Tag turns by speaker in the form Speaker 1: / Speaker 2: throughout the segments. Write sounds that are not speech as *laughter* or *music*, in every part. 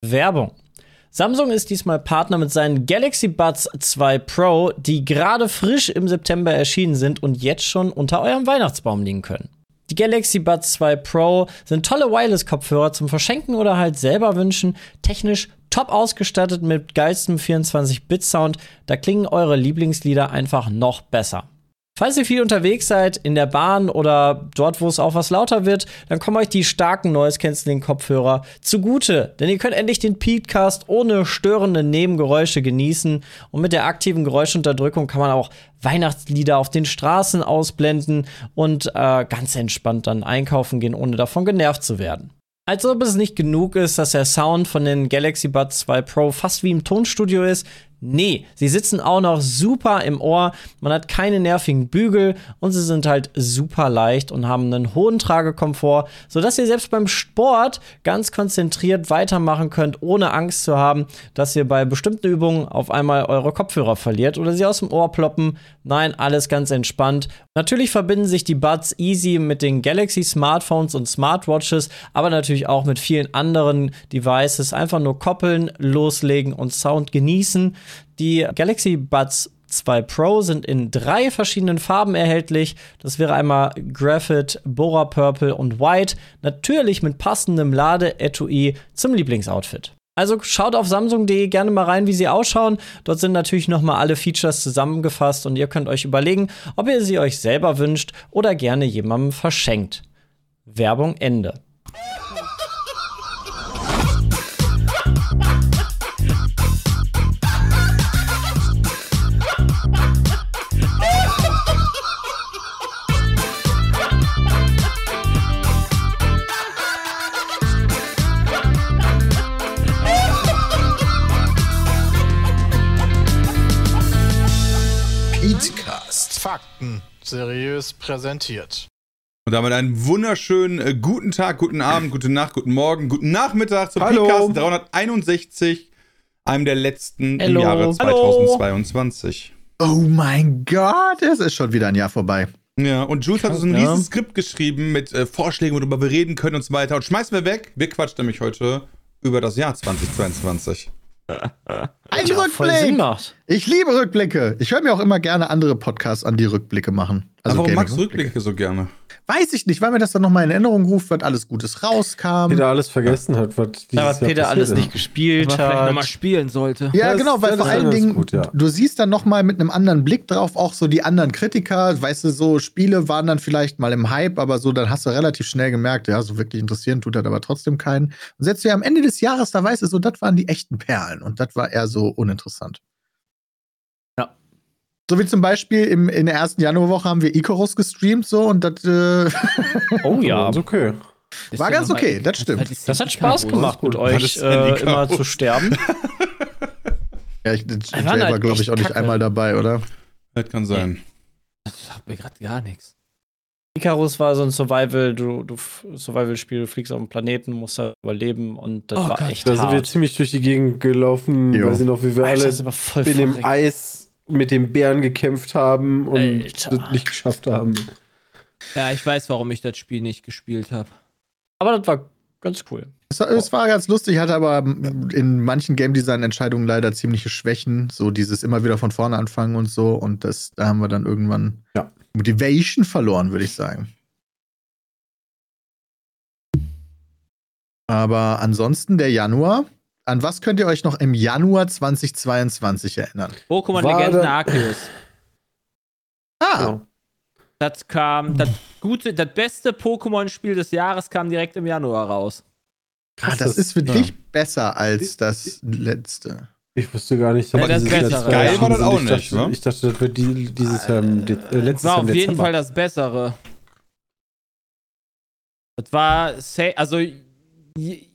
Speaker 1: Werbung. Samsung ist diesmal Partner mit seinen Galaxy Buds 2 Pro, die gerade frisch im September erschienen sind und jetzt schon unter eurem Weihnachtsbaum liegen können. Die Galaxy Buds 2 Pro sind tolle Wireless-Kopfhörer zum Verschenken oder halt selber wünschen, technisch top ausgestattet mit geilstem 24-Bit-Sound, da klingen eure Lieblingslieder einfach noch besser. Falls ihr viel unterwegs seid, in der Bahn oder dort, wo es auch was lauter wird, dann kommen euch die starken Noise-Canceling-Kopfhörer zugute. Denn ihr könnt endlich den Podcast ohne störende Nebengeräusche genießen. Und mit der aktiven Geräuschunterdrückung kann man auch Weihnachtslieder auf den Straßen ausblenden und äh, ganz entspannt dann einkaufen gehen, ohne davon genervt zu werden. Als ob es nicht genug ist, dass der Sound von den Galaxy Buds 2 Pro fast wie im Tonstudio ist. Nee, sie sitzen auch noch super im Ohr, man hat keine nervigen Bügel und sie sind halt super leicht und haben einen hohen Tragekomfort, sodass ihr selbst beim Sport ganz konzentriert weitermachen könnt, ohne Angst zu haben, dass ihr bei bestimmten Übungen auf einmal eure Kopfhörer verliert oder sie aus dem Ohr ploppen. Nein, alles ganz entspannt. Natürlich verbinden sich die Buds easy mit den Galaxy Smartphones und Smartwatches, aber natürlich auch mit vielen anderen Devices. Einfach nur koppeln, loslegen und Sound genießen. Die Galaxy Buds 2 Pro sind in drei verschiedenen Farben erhältlich. Das wäre einmal Graphite, Bora Purple und White. Natürlich mit passendem Ladeetui zum Lieblingsoutfit. Also schaut auf samsung.de gerne mal rein, wie sie ausschauen. Dort sind natürlich nochmal alle Features zusammengefasst und ihr könnt euch überlegen, ob ihr sie euch selber wünscht oder gerne jemandem verschenkt. Werbung Ende.
Speaker 2: Petecast.
Speaker 3: Fakten seriös präsentiert.
Speaker 4: Und damit einen wunderschönen äh, guten Tag, guten Abend, gute Nacht, guten Morgen, guten Nachmittag zum
Speaker 2: Hallo.
Speaker 4: Podcast 361, einem der letzten im
Speaker 1: Hallo.
Speaker 4: Jahre
Speaker 1: Hallo.
Speaker 4: 2022.
Speaker 2: Oh mein Gott, es ist schon wieder ein Jahr vorbei.
Speaker 4: Ja, und Jules hat so ein
Speaker 1: ja.
Speaker 4: riesiges Skript geschrieben mit äh, Vorschlägen, worüber wir reden können und so weiter. Und schmeißen wir weg. Wir quatschen nämlich heute über das Jahr 2022.
Speaker 2: Ein
Speaker 1: Voll Sinn
Speaker 2: Rückblick.
Speaker 1: macht.
Speaker 2: Ich liebe Rückblicke. Ich höre mir auch immer gerne andere Podcasts an, die Rückblicke machen.
Speaker 4: Also warum
Speaker 2: Gaming- ne?
Speaker 4: magst du Rückblicke so gerne?
Speaker 2: Weiß ich nicht, weil mir das dann nochmal in Erinnerung ruft, was alles Gutes rauskam.
Speaker 5: Peter alles vergessen hat, was dieses
Speaker 1: Da was
Speaker 5: Jahr
Speaker 1: Peter
Speaker 5: passiert
Speaker 1: alles
Speaker 5: ist.
Speaker 1: nicht gespielt
Speaker 6: vielleicht nochmal
Speaker 1: hat.
Speaker 6: spielen sollte.
Speaker 2: Ja,
Speaker 5: Das-
Speaker 2: genau, weil
Speaker 5: das
Speaker 2: vor
Speaker 5: ist
Speaker 2: allen
Speaker 5: alles
Speaker 2: Dingen,
Speaker 5: gut, ja.
Speaker 2: du siehst dann nochmal mit einem anderen Blick drauf auch so die anderen Kritiker, weißt du, so Spiele waren dann vielleicht mal im Hype, aber so, dann hast du relativ schnell gemerkt, ja, so wirklich interessieren tut das aber trotzdem keinen. Und selbst ja am Ende des Jahres, da weißt du so, das waren die echten Perlen und das war eher so uninteressant.
Speaker 1: Ja.
Speaker 2: So wie zum Beispiel im, in der ersten Januarwoche haben wir Icarus gestreamt so und das äh,
Speaker 1: Oh ja,
Speaker 5: Ist okay.
Speaker 6: Ist
Speaker 2: war
Speaker 6: ja
Speaker 2: ganz
Speaker 6: noch mal-
Speaker 2: okay,
Speaker 6: *laughs*
Speaker 2: das stimmt.
Speaker 6: ist
Speaker 1: das hat Spaß gemacht mit
Speaker 4: Das
Speaker 1: euch
Speaker 4: ist Andy
Speaker 1: äh, immer
Speaker 4: Caro.
Speaker 1: zu *laughs* sterben.
Speaker 2: ja, ich, ich
Speaker 1: waren
Speaker 2: war,
Speaker 1: halt
Speaker 2: glaube
Speaker 1: echt
Speaker 2: ich, auch nicht
Speaker 1: Kacke.
Speaker 2: einmal dabei, oder?
Speaker 4: Das Halt kann sein.
Speaker 6: Ich hab mir gerade gar nichts.
Speaker 1: Icarus war so ein Survival, du, du Survival-Spiel, du fliegst auf einen Planeten, musst da überleben und das
Speaker 6: Oh
Speaker 1: war
Speaker 6: Gott.
Speaker 1: echt
Speaker 5: Da sind wir
Speaker 1: hart.
Speaker 5: ziemlich durch die Gegend gelaufen.
Speaker 2: Jo.
Speaker 5: Weiß ich noch, wie wir
Speaker 1: Alter,
Speaker 5: alle
Speaker 1: das ist aber voll
Speaker 5: in dem
Speaker 1: verrückt.
Speaker 5: Eis mit den Bären gekämpft haben und
Speaker 1: Alter.
Speaker 5: das nicht geschafft haben.
Speaker 6: Ja, ich weiß, warum ich das Spiel nicht gespielt habe.
Speaker 1: Aber das war ganz cool.
Speaker 2: Es war, es war ganz lustig, hatte aber in manchen Game Design Entscheidungen leider ziemliche Schwächen. So dieses immer wieder von vorne anfangen und so. Und das, da haben wir dann irgendwann
Speaker 5: Ja.
Speaker 2: Motivation verloren, würde ich sagen. Aber ansonsten der Januar. An was könnt ihr euch noch im Januar 2022 erinnern?
Speaker 6: Pokémon
Speaker 5: War
Speaker 6: Legenden
Speaker 5: da-
Speaker 6: Arceus.
Speaker 2: Ah,
Speaker 5: Genau.
Speaker 6: Das kam, das gute, das beste Pokémon-Spiel des Jahres kam direkt im Januar raus.
Speaker 2: ah, das
Speaker 5: das-
Speaker 2: ist wirklich besser als das letzte.
Speaker 5: Ich wusste gar nicht,
Speaker 6: Ja, das
Speaker 5: dieses Jahr
Speaker 6: Bessere.
Speaker 5: zwei
Speaker 6: Geil
Speaker 4: war das
Speaker 5: erschienen sind.
Speaker 4: auch
Speaker 5: ich dachte,
Speaker 4: nicht, ne?
Speaker 5: Ich dachte, das wird die, dieses Jahr im De äh, letztes
Speaker 6: Das war
Speaker 5: Jahr
Speaker 6: auf
Speaker 5: im
Speaker 6: jeden
Speaker 5: Dezember.
Speaker 6: Fall das Bessere. Das war, sa- also, j-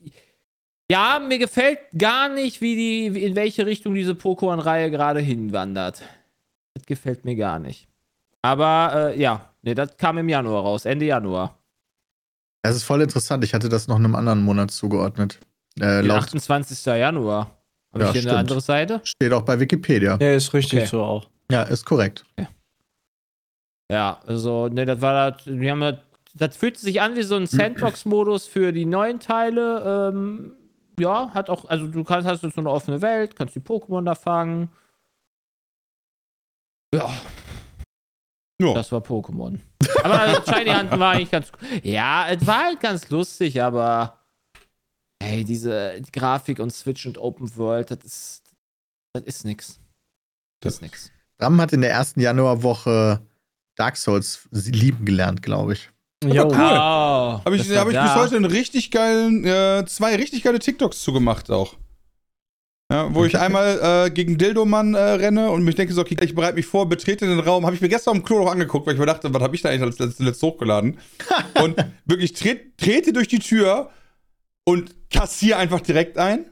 Speaker 6: ja, mir gefällt gar nicht, wie die, wie- in welche Richtung diese Pokémon-Reihe gerade hinwandert. Das gefällt mir gar nicht. Aber, äh, ja, nee, das kam im Januar raus, Ende Januar.
Speaker 2: Das ist voll interessant. Ich hatte das noch einem anderen Monat zugeordnet. Äh,
Speaker 6: Den
Speaker 2: laut,
Speaker 6: 28. Januar. Habe
Speaker 2: Ja,
Speaker 6: ich hier
Speaker 2: stimmt.
Speaker 6: eine andere Seite?
Speaker 2: steht auch bei Wikipedia.
Speaker 1: Ja, ist richtig
Speaker 6: Okay.
Speaker 1: so auch.
Speaker 2: Ja, ist korrekt.
Speaker 6: Ja, also, ne, das war das, wir halt,
Speaker 4: Mhm.
Speaker 6: haben das, das fühlt sich an wie so ein Sandbox-Modus für die neuen Teile, ähm, ja, hat auch, also du kannst, hast jetzt so eine offene Welt, kannst die Pokémon da fangen. Ja,
Speaker 4: Ja.
Speaker 6: das war Pokémon.
Speaker 4: *laughs*
Speaker 6: Aber also, Shiny Hunten war eigentlich ganz cool. Ja, es war halt ganz lustig, aber ey, diese Grafik und Switch und Open World, das ist, das ist nix. Das ist nix.
Speaker 2: Ram hat in der ersten Januarwoche Dark Souls lieben gelernt, glaube ich.
Speaker 1: Jo.
Speaker 6: Wow.
Speaker 4: Habe
Speaker 6: Das
Speaker 4: ich,
Speaker 6: war
Speaker 4: hab ich bis
Speaker 6: da.
Speaker 4: heute einen richtig geilen, äh, zwei richtig geile TikToks zugemacht auch. Ja, wo ich einmal äh, gegen Dildo-Mann äh, renne und mich denke so, okay, ich bereite mich vor, betrete den Raum. Habe ich mir gestern im Klo noch angeguckt, weil ich mir dachte, was habe ich da eigentlich als letztes letztes
Speaker 6: *laughs*
Speaker 4: hochgeladen? und wirklich tre trete durch die Tür und kassiere einfach direkt ein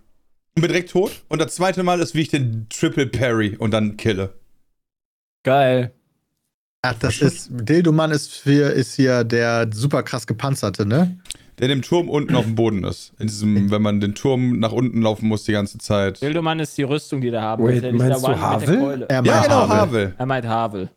Speaker 4: und bin direkt tot. Und das zweite Mal ist, wie ich den Triple Parry und dann kille.
Speaker 1: Geil.
Speaker 2: Ach, das ist. Dildoman ist, für, ist hier der super krass gepanzerte, ne?
Speaker 4: Der in dem Turm unten auf dem Boden ist. In diesem, wenn man den Turm nach unten laufen muss die ganze Zeit.
Speaker 6: Dildomann ist die Rüstung, die der haben.
Speaker 5: Wait,
Speaker 6: will, der dich
Speaker 5: meinst
Speaker 6: da
Speaker 5: du
Speaker 6: wand- mit der
Speaker 5: Havel?
Speaker 6: Keule.
Speaker 2: Er
Speaker 4: Ja,
Speaker 2: meint
Speaker 4: genau,
Speaker 2: Havel.
Speaker 4: Havel.
Speaker 6: Er meint Havel.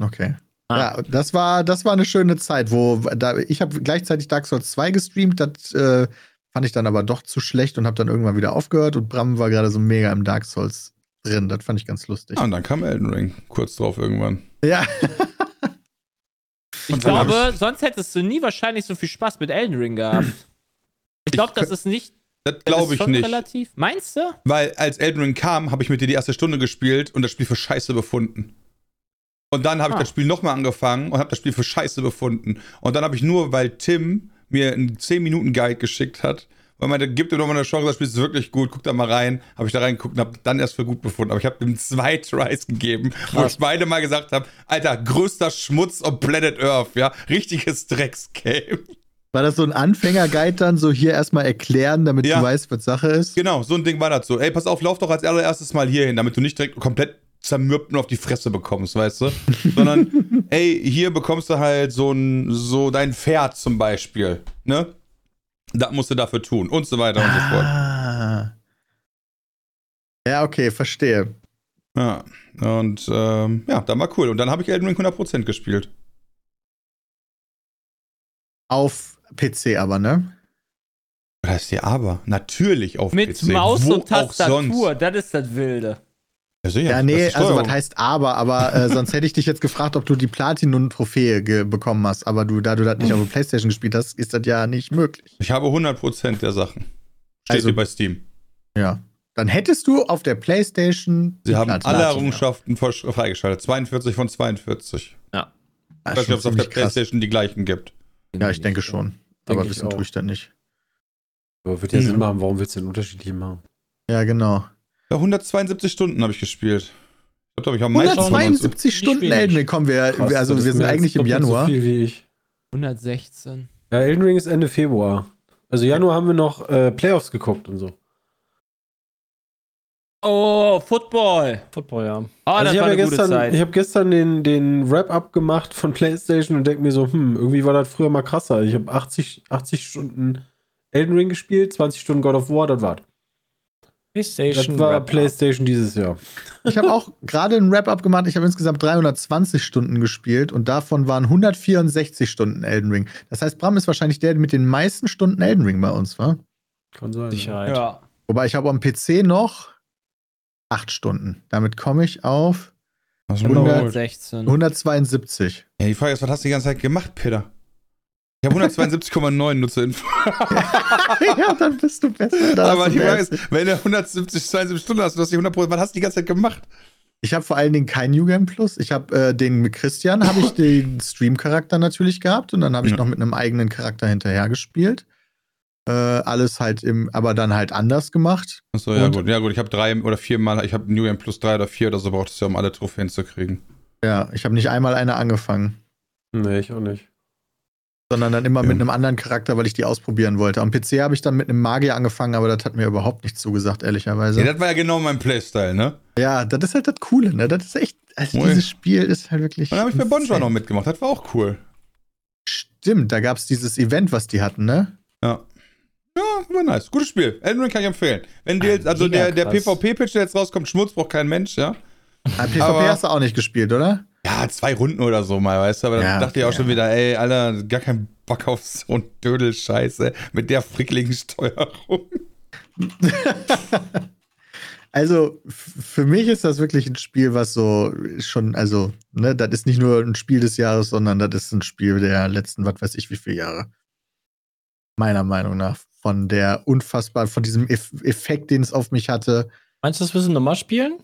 Speaker 2: Okay. Ja, das war, das war eine schöne Zeit, wo da, ich habe gleichzeitig Dark Souls 2 gestreamt, das äh, fand ich dann aber doch zu schlecht und habe dann irgendwann wieder aufgehört und Bram war gerade so mega im Dark Souls drin, das fand ich ganz lustig.
Speaker 4: Ja, Ah, und dann kam Elden Ring kurz drauf irgendwann.
Speaker 2: Ja, *laughs*
Speaker 6: Ich
Speaker 4: Und dann hab
Speaker 6: glaube, sonst hättest du nie wahrscheinlich so viel Spaß mit Elden Ring gehabt. Ich glaube, das ist nicht.
Speaker 4: Das
Speaker 6: das ist
Speaker 4: glaube ich
Speaker 6: schon
Speaker 4: nicht.
Speaker 6: Relativ. Meinst du?
Speaker 4: Weil als Elden Ring kam, habe ich mit dir die erste Stunde gespielt und das Spiel für scheiße befunden. Und dann habe
Speaker 6: Ah.
Speaker 4: ich das Spiel nochmal angefangen und habe das Spiel für scheiße befunden. Und dann habe ich nur, weil Tim mir einen 10-Minuten-Guide geschickt hat, weil man gibt dir nochmal eine Chance, das Spiel ist wirklich gut, guck da mal rein. Habe ich da reingeguckt und habe dann erst für gut befunden. Aber ich habe ihm zwei Tries gegeben, wo ich beide mal gesagt habe, Alter, größter Schmutz auf Planet Earth, ja. Richtiges Drecksgame.
Speaker 2: war das so ein Anfängerguide dann, so hier erstmal erklären, damit
Speaker 4: Ja.
Speaker 2: du weißt, was Sache ist?
Speaker 4: Genau, so ein Ding war das so. Ey, pass auf, lauf doch als allererstes mal hier hin, damit du nicht direkt komplett zermürbt und auf die Fresse bekommst, weißt
Speaker 6: *laughs*
Speaker 4: du? Sondern, ey, hier bekommst du halt so ein, so dein Pferd zum Beispiel, ne? Das musst du dafür tun und so weiter und so fort.
Speaker 2: Ah. Ja, okay, verstehe.
Speaker 4: Ja, und ähm, ja, dann war cool. Und dann habe ich Elden Ring 100% gespielt.
Speaker 2: Auf PC aber, ne?
Speaker 4: Das heißt ja aber, natürlich auf
Speaker 6: Mit
Speaker 4: PC.
Speaker 6: Maus
Speaker 4: Wo
Speaker 6: und
Speaker 4: Auch sonst.
Speaker 6: Tastatur. Das ist das Wilde.
Speaker 4: Ja, sicher,
Speaker 2: Ja,
Speaker 4: das
Speaker 2: nee,
Speaker 4: ist
Speaker 2: also was
Speaker 4: Steuerung.
Speaker 2: heißt aber,
Speaker 4: *laughs*
Speaker 2: aber äh, sonst hätte ich dich jetzt gefragt, ob du die Platinum-Trophäe ge- bekommen hast, aber du, da du das nicht auf der Playstation gespielt hast, ist das ja nicht möglich.
Speaker 4: Ich habe 100% der Sachen. Steht
Speaker 2: Also-
Speaker 4: hier bei Steam.
Speaker 2: Ja. Dann hättest du auf der Playstation.
Speaker 4: Sie
Speaker 2: die
Speaker 4: haben alle
Speaker 2: Platin-
Speaker 4: Errungenschaften versch- freigeschaltet. 42 von 42.
Speaker 2: Ja,
Speaker 4: Ich weiß nicht, ob es auf der
Speaker 2: Ah, ziemlich krass.
Speaker 4: Playstation die gleichen gibt.
Speaker 2: Ja, ich denke schon.
Speaker 5: Denke
Speaker 2: aber
Speaker 5: ich
Speaker 2: wissen
Speaker 5: auch.
Speaker 2: tue ich dann nicht.
Speaker 5: Aber wird ja
Speaker 2: Mhm.
Speaker 5: Sinn machen, warum willst du den unterschiedlich machen?
Speaker 2: Ja, genau.
Speaker 4: Ja, 172 Stunden habe ich gespielt. Ich glaube, ich am meisten. von uns-
Speaker 2: 172 Stunden
Speaker 6: wenig.
Speaker 2: Elden Ring kommen wir.
Speaker 5: Krass,
Speaker 2: wir- also,
Speaker 5: das
Speaker 2: wir
Speaker 5: ist
Speaker 2: sind
Speaker 5: mehr als
Speaker 2: eigentlich im
Speaker 5: doppelt
Speaker 2: Januar.
Speaker 5: So viel wie ich.
Speaker 6: 116.
Speaker 5: Ja, Elden Ring ist Ende Februar. Also Januar haben wir noch äh, Playoffs geguckt und so. Also
Speaker 6: Oh, Football.
Speaker 1: Football, ja.
Speaker 6: Oh,
Speaker 5: also
Speaker 6: das
Speaker 5: ich
Speaker 6: war
Speaker 5: habe
Speaker 6: eine
Speaker 5: ja
Speaker 6: gute
Speaker 5: gestern,
Speaker 6: Zeit.
Speaker 5: ich hab gestern den, den Wrap-Up gemacht von *laughs* PlayStation und denke mir so, hm, irgendwie war das früher mal krasser. Also Ich habe 80, 80 Stunden Elden Ring gespielt, 20 Stunden God of War, das war's. Das
Speaker 1: PlayStation.
Speaker 5: war
Speaker 1: Wrap-Up.
Speaker 5: PlayStation dieses Jahr.
Speaker 2: Ich habe auch gerade ein Wrap-Up gemacht. Ich habe insgesamt 320 Stunden gespielt und davon waren 164 Stunden Elden Ring. Das heißt, Bram ist wahrscheinlich der mit den meisten Stunden Elden Ring bei uns, war.
Speaker 5: Kann sein.
Speaker 1: Sicherheit.
Speaker 6: ja.
Speaker 2: Wobei ich habe am PC noch 8 Stunden. Damit komme ich auf
Speaker 4: Hast du 100. *laughs*
Speaker 6: 116.
Speaker 2: 172.
Speaker 4: Ja, die Frage ist, was hast du die ganze Zeit gemacht, Peter? Ich habe 172,9 nur zur *laughs* Info.
Speaker 2: ja, dann bist du besser. Da
Speaker 4: Aber
Speaker 2: hast
Speaker 4: die
Speaker 2: du
Speaker 4: Frage
Speaker 2: recht.
Speaker 4: ist, wenn du 170, 72 Stunden hast, du hast die 100%, was hast du die ganze Zeit gemacht?
Speaker 2: ich habe vor allen Dingen kein New Game Plus. Ich habe äh, den mit Christian, habe ich den Stream-Charakter natürlich gehabt und dann habe ich
Speaker 4: Ja.
Speaker 2: noch mit einem eigenen Charakter hinterher gespielt. Äh, alles halt im, aber dann halt anders gemacht.
Speaker 4: Achso, ja
Speaker 2: Und-
Speaker 4: gut. Ja gut, ich habe drei oder vier Mal, ich habe New Game Plus drei oder vier oder so braucht es ja, um alle Trophäen zu kriegen.
Speaker 2: Ja, ich habe nicht einmal eine angefangen,
Speaker 5: Nee, ich auch nicht.
Speaker 2: sondern dann immer mit
Speaker 4: Ja.
Speaker 2: einem anderen Charakter, weil ich die ausprobieren wollte. Am PC habe ich dann mit einem Magier angefangen, aber das hat mir überhaupt nicht zugesagt, ehrlicherweise.
Speaker 4: Ja, das war ja genau mein Playstyle, ne?
Speaker 2: Ja, das ist halt das Coole, ne? Das ist echt, also
Speaker 4: Ui.
Speaker 2: dieses Spiel ist halt wirklich.
Speaker 4: Und dann habe ich bei Bonjour
Speaker 2: insane.
Speaker 4: noch mitgemacht. Das war auch cool.
Speaker 2: Stimmt, da gab's dieses Event, was die hatten, ne?
Speaker 4: Ja. Ja, war nice. Gutes Spiel. Elden Ring kann ich empfehlen. Wenn dir jetzt, also
Speaker 1: mega
Speaker 4: der, der
Speaker 1: krass.
Speaker 4: PvP-Pitch, der jetzt rauskommt, Schmutz braucht kein Mensch, ja?
Speaker 2: Ah, PvP
Speaker 4: Aber-
Speaker 2: hast du auch nicht gespielt, oder?
Speaker 4: Ja, ja, zwei Runden oder so mal, weißt du, aber dann
Speaker 2: Ja,
Speaker 4: dachte ich auch
Speaker 2: okay,
Speaker 4: schon wieder, ey, Alter, gar keinen Bock auf so ein Dödel-Scheiße mit der frickeligen Steuerung.
Speaker 2: Also f- für mich ist das wirklich ein Spiel, was so schon, also, ne, das ist nicht nur ein Spiel des Jahres, sondern das ist ein Spiel der letzten, was weiß ich, wie viele Jahre. Meiner Meinung nach. Von der unfassbar, von diesem Eff Effekt, den es auf mich hatte.
Speaker 1: Meinst du, das müssen wir nochmal spielen?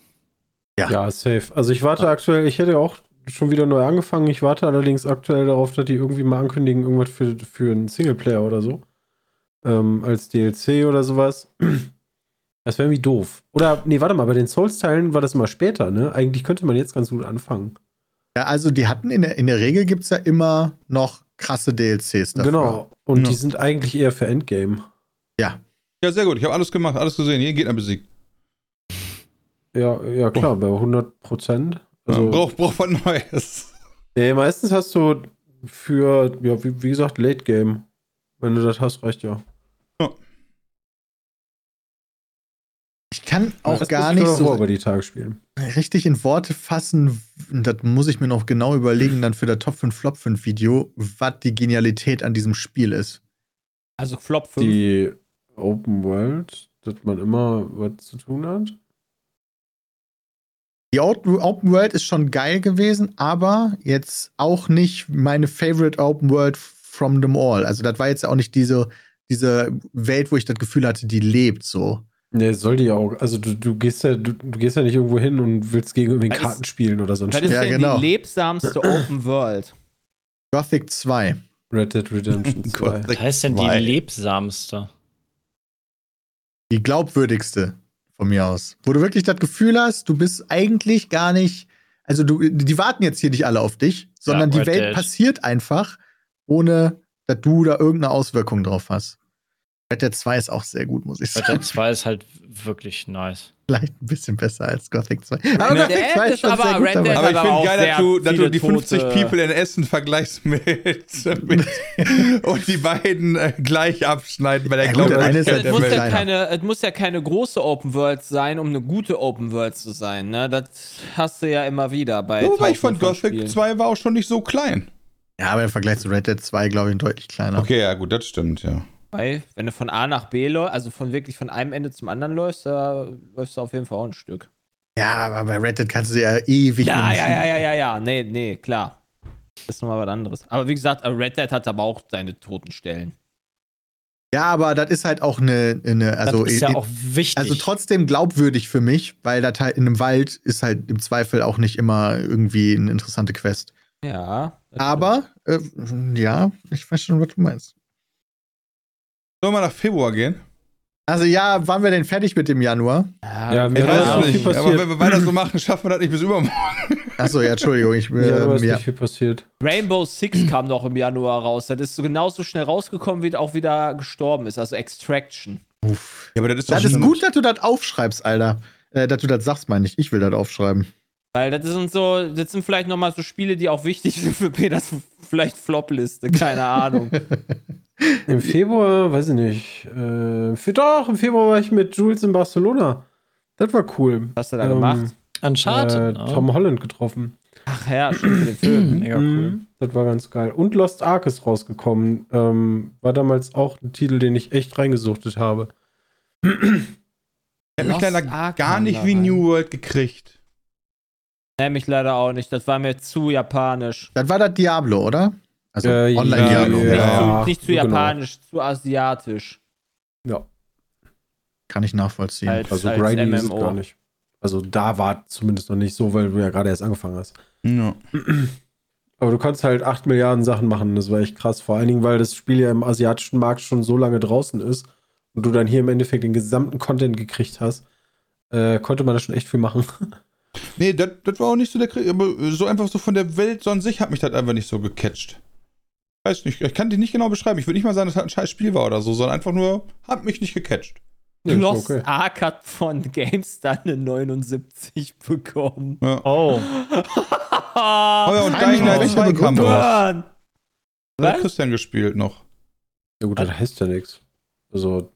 Speaker 5: Ja, safe. Also ich warte aktuell, ich hätte auch schon wieder neu angefangen. Ich warte allerdings aktuell darauf, dass die irgendwie mal ankündigen, irgendwas für, für einen Singleplayer oder so. Ähm, als DLC oder sowas. Das wäre irgendwie doof. Oder, nee, warte mal, bei den Souls-Teilen war das immer später, ne? Eigentlich könnte man jetzt ganz gut anfangen.
Speaker 2: Ja, also die hatten in der, in der Regel gibt es ja immer noch krasse DLCs dafür.
Speaker 5: Genau. Und
Speaker 4: Ja.
Speaker 5: die sind eigentlich eher für Endgame.
Speaker 4: Ja, sehr gut, ich habe alles gemacht, alles gesehen, jeden Gegner besiegt.
Speaker 5: Ja, ja klar, bei 100 Prozent.
Speaker 4: Also, braucht brauch was Neues.
Speaker 5: Nee, meistens hast du für, ja, wie, wie gesagt, Late Game. Wenn du das hast, reicht ja.
Speaker 2: Ich kann auch
Speaker 5: Das
Speaker 2: gar
Speaker 5: muss ich
Speaker 2: nicht
Speaker 5: God of War
Speaker 2: so
Speaker 5: über die Tage spielen.
Speaker 2: richtig in Worte fassen, das muss ich mir noch genau überlegen, dann für das Top 5 Flop 5 Video, was die Genialität an diesem Spiel ist.
Speaker 6: Also Flop 5.
Speaker 5: Die Open World, dass man immer was zu tun hat.
Speaker 2: Die Out- Open World ist schon geil gewesen, aber jetzt auch nicht meine favorite Open World from them all. Also, das war jetzt auch nicht diese, diese Welt, wo ich das Gefühl hatte, die lebt so.
Speaker 5: Nee, soll die ja auch. Also du, du gehst ja, du, du gehst ja nicht irgendwo hin und willst gegen irgendwen
Speaker 6: Das ist-
Speaker 5: Karten spielen oder so ein
Speaker 6: Das ist
Speaker 5: Shit.
Speaker 2: Ja,
Speaker 6: denn
Speaker 2: genau.
Speaker 6: die lebsamste Open World.
Speaker 2: Gothic 2.
Speaker 5: Red Dead Redemption 2.
Speaker 1: Was heißt denn
Speaker 2: Weil-
Speaker 1: die lebsamste?
Speaker 2: die glaubwürdigste von mir aus. Wo du wirklich das Gefühl hast, du bist eigentlich gar nicht, also du, die warten jetzt hier nicht alle auf dich, sondern die
Speaker 1: Red
Speaker 2: Welt
Speaker 1: Dead.
Speaker 2: passiert einfach, ohne dass du da irgendeine Auswirkung drauf hast. Red Dead 2 ist auch sehr gut, muss ich
Speaker 1: Red
Speaker 2: sagen.
Speaker 1: Dead 2 ist halt wirklich nice.
Speaker 2: Vielleicht ein bisschen besser als Gothic 2. Aber Gothic 2 ist schon
Speaker 6: aber
Speaker 2: sehr gut
Speaker 6: Red Dead-
Speaker 2: dabei.
Speaker 4: Aber ich
Speaker 6: aber
Speaker 4: finde
Speaker 6: auch
Speaker 4: geil, dass
Speaker 6: sehr
Speaker 4: du, dass du
Speaker 6: viele
Speaker 4: die 50
Speaker 6: Tote.
Speaker 4: People in Essen vergleichst *laughs* mit, mit und die beiden äh, gleich abschneiden, weil der
Speaker 2: Ja, gut,
Speaker 4: glaubt,
Speaker 2: der eine ist
Speaker 4: der
Speaker 2: halt
Speaker 6: Es
Speaker 2: der
Speaker 6: muss,
Speaker 2: Welt
Speaker 6: ja
Speaker 2: einer.
Speaker 6: keine, es muss ja keine große Open World sein, um eine gute Open World zu sein. Ne? Das hast du ja immer wieder bei.
Speaker 4: Ja, Wobei ich
Speaker 6: Tausenden
Speaker 4: fand, Gothic
Speaker 6: Spielen.
Speaker 4: 2 war auch schon nicht so klein.
Speaker 2: Ja, aber im Vergleich zu Red Dead 2, glaube ich, deutlich kleiner.
Speaker 4: Okay, ja, gut, das stimmt, ja.
Speaker 6: Weil, wenn du von A nach B läufst, also von wirklich von einem Ende zum anderen läufst, da läufst du auf jeden Fall auch ein Stück.
Speaker 2: Ja, aber bei Red Dead kannst du ja ewig.
Speaker 6: Ja,
Speaker 2: und-
Speaker 6: ja, ja, ja, ja, ja. Nee, nee, klar. Das ist nochmal was anderes. Aber wie gesagt, Red Dead hat aber auch seine toten Stellen.
Speaker 2: ja, aber das ist halt auch eine, eine also
Speaker 1: das ist ja
Speaker 2: i-
Speaker 1: auch wichtig.
Speaker 2: Also trotzdem glaubwürdig für mich, weil das halt in einem Wald ist halt im Zweifel auch nicht immer irgendwie eine interessante Quest.
Speaker 6: Ja. das
Speaker 2: Aber äh, ja, ich weiß schon, was du meinst.
Speaker 4: Sollen wir nach Februar gehen?
Speaker 2: Also ja, waren wir denn fertig mit dem Januar?
Speaker 6: stimmt.
Speaker 5: Ja,
Speaker 6: Ja, ja,
Speaker 5: mir
Speaker 4: ich
Speaker 5: hat
Speaker 4: weiß
Speaker 5: auch
Speaker 4: es
Speaker 5: nicht
Speaker 4: nicht.
Speaker 5: viel
Speaker 4: Aber wenn
Speaker 5: passiert.
Speaker 4: wir weiter so machen, schaffen wir das nicht bis übermorgen.
Speaker 2: Achso, ja, Entschuldigung, ich
Speaker 5: Ja, da
Speaker 2: ähm,
Speaker 5: ist
Speaker 2: ja.
Speaker 5: nicht viel passiert.
Speaker 6: Rainbow
Speaker 5: *clears throat*
Speaker 6: Six kam noch im Januar raus. Das ist so genauso schnell rausgekommen, wie es auch wieder gestorben ist. Also Extraction.
Speaker 4: Ja, aber das ist
Speaker 2: Das ist gut, dass du das aufschreibst, Alter. Äh, dass du das sagst, meine ich. Ich will das aufschreiben.
Speaker 6: Weil das sind so, das sind vielleicht nochmal so Spiele, die auch wichtig *laughs* sind für Peters vielleicht
Speaker 5: *laughs*
Speaker 6: Flop-Liste, keine Ahnung.
Speaker 5: Im Februar, weiß ich nicht. Äh, für, doch, im Februar war ich mit Jules in Barcelona. Das war cool.
Speaker 6: Was hast du da
Speaker 5: Ähm,
Speaker 6: gemacht?
Speaker 5: Äh,
Speaker 1: Uncharted. ne?
Speaker 5: Tom Holland getroffen.
Speaker 6: Ach ja, stimmt, für
Speaker 5: *clears throat*
Speaker 6: den Film.
Speaker 1: Mega cool.
Speaker 5: Mhm, Das war ganz geil. Und Lost Ark ist rausgekommen. Ähm, war damals auch ein Titel, den ich echt reingesuchtet habe.
Speaker 4: Ich hab mich
Speaker 6: Lost
Speaker 4: leider
Speaker 6: Ark
Speaker 4: gar
Speaker 6: kam
Speaker 4: nicht
Speaker 6: da
Speaker 4: wie
Speaker 6: rein.
Speaker 4: New World gekriegt.
Speaker 6: Nämlich leider auch nicht. Das war mir zu japanisch.
Speaker 2: Das war das Diablo, oder? Also
Speaker 5: Äh,
Speaker 2: Online-Diablo.
Speaker 4: ja, ja.
Speaker 6: zu, nicht zu
Speaker 5: genau.
Speaker 6: japanisch, zu asiatisch.
Speaker 2: Kann ich nachvollziehen.
Speaker 6: Halt.
Speaker 5: Also
Speaker 6: als
Speaker 5: grindy ist es
Speaker 6: MMO.
Speaker 5: gar nicht. Also da war zumindest noch nicht so, weil du ja gerade erst angefangen hast.
Speaker 4: Ja.
Speaker 5: Aber du kannst halt 8 Milliarden Sachen machen. Das war echt krass. Vor allen Dingen, weil das Spiel ja im asiatischen Markt schon so lange draußen ist und du dann hier im Endeffekt den gesamten Content gekriegt hast, äh, konnte man da schon echt viel machen. *laughs*
Speaker 4: Nee, das das war auch nicht so der Krieg, aber so einfach so von der Welt so an sich hat mich das einfach nicht so gecatcht. Weiß nicht, ich kann die nicht genau beschreiben. Ich würde nicht mal sagen, dass das ein scheiß Spiel war oder so, sondern einfach nur, hat mich nicht gecatcht.
Speaker 5: Ja, ist
Speaker 6: Lost
Speaker 5: okay.
Speaker 6: Ark hat von GameStar eine 79 bekommen.
Speaker 4: Ja.
Speaker 1: Oh.
Speaker 4: Oh ja, und
Speaker 2: Nein,
Speaker 4: Dying
Speaker 2: aber
Speaker 4: Light
Speaker 2: ich
Speaker 4: 2
Speaker 2: habe
Speaker 4: kam
Speaker 2: Grund-
Speaker 4: raus.
Speaker 6: Burn!
Speaker 4: Da hat
Speaker 6: Was?
Speaker 4: Christian gespielt noch.
Speaker 5: Ja gut, das heißt ja nichts. Also.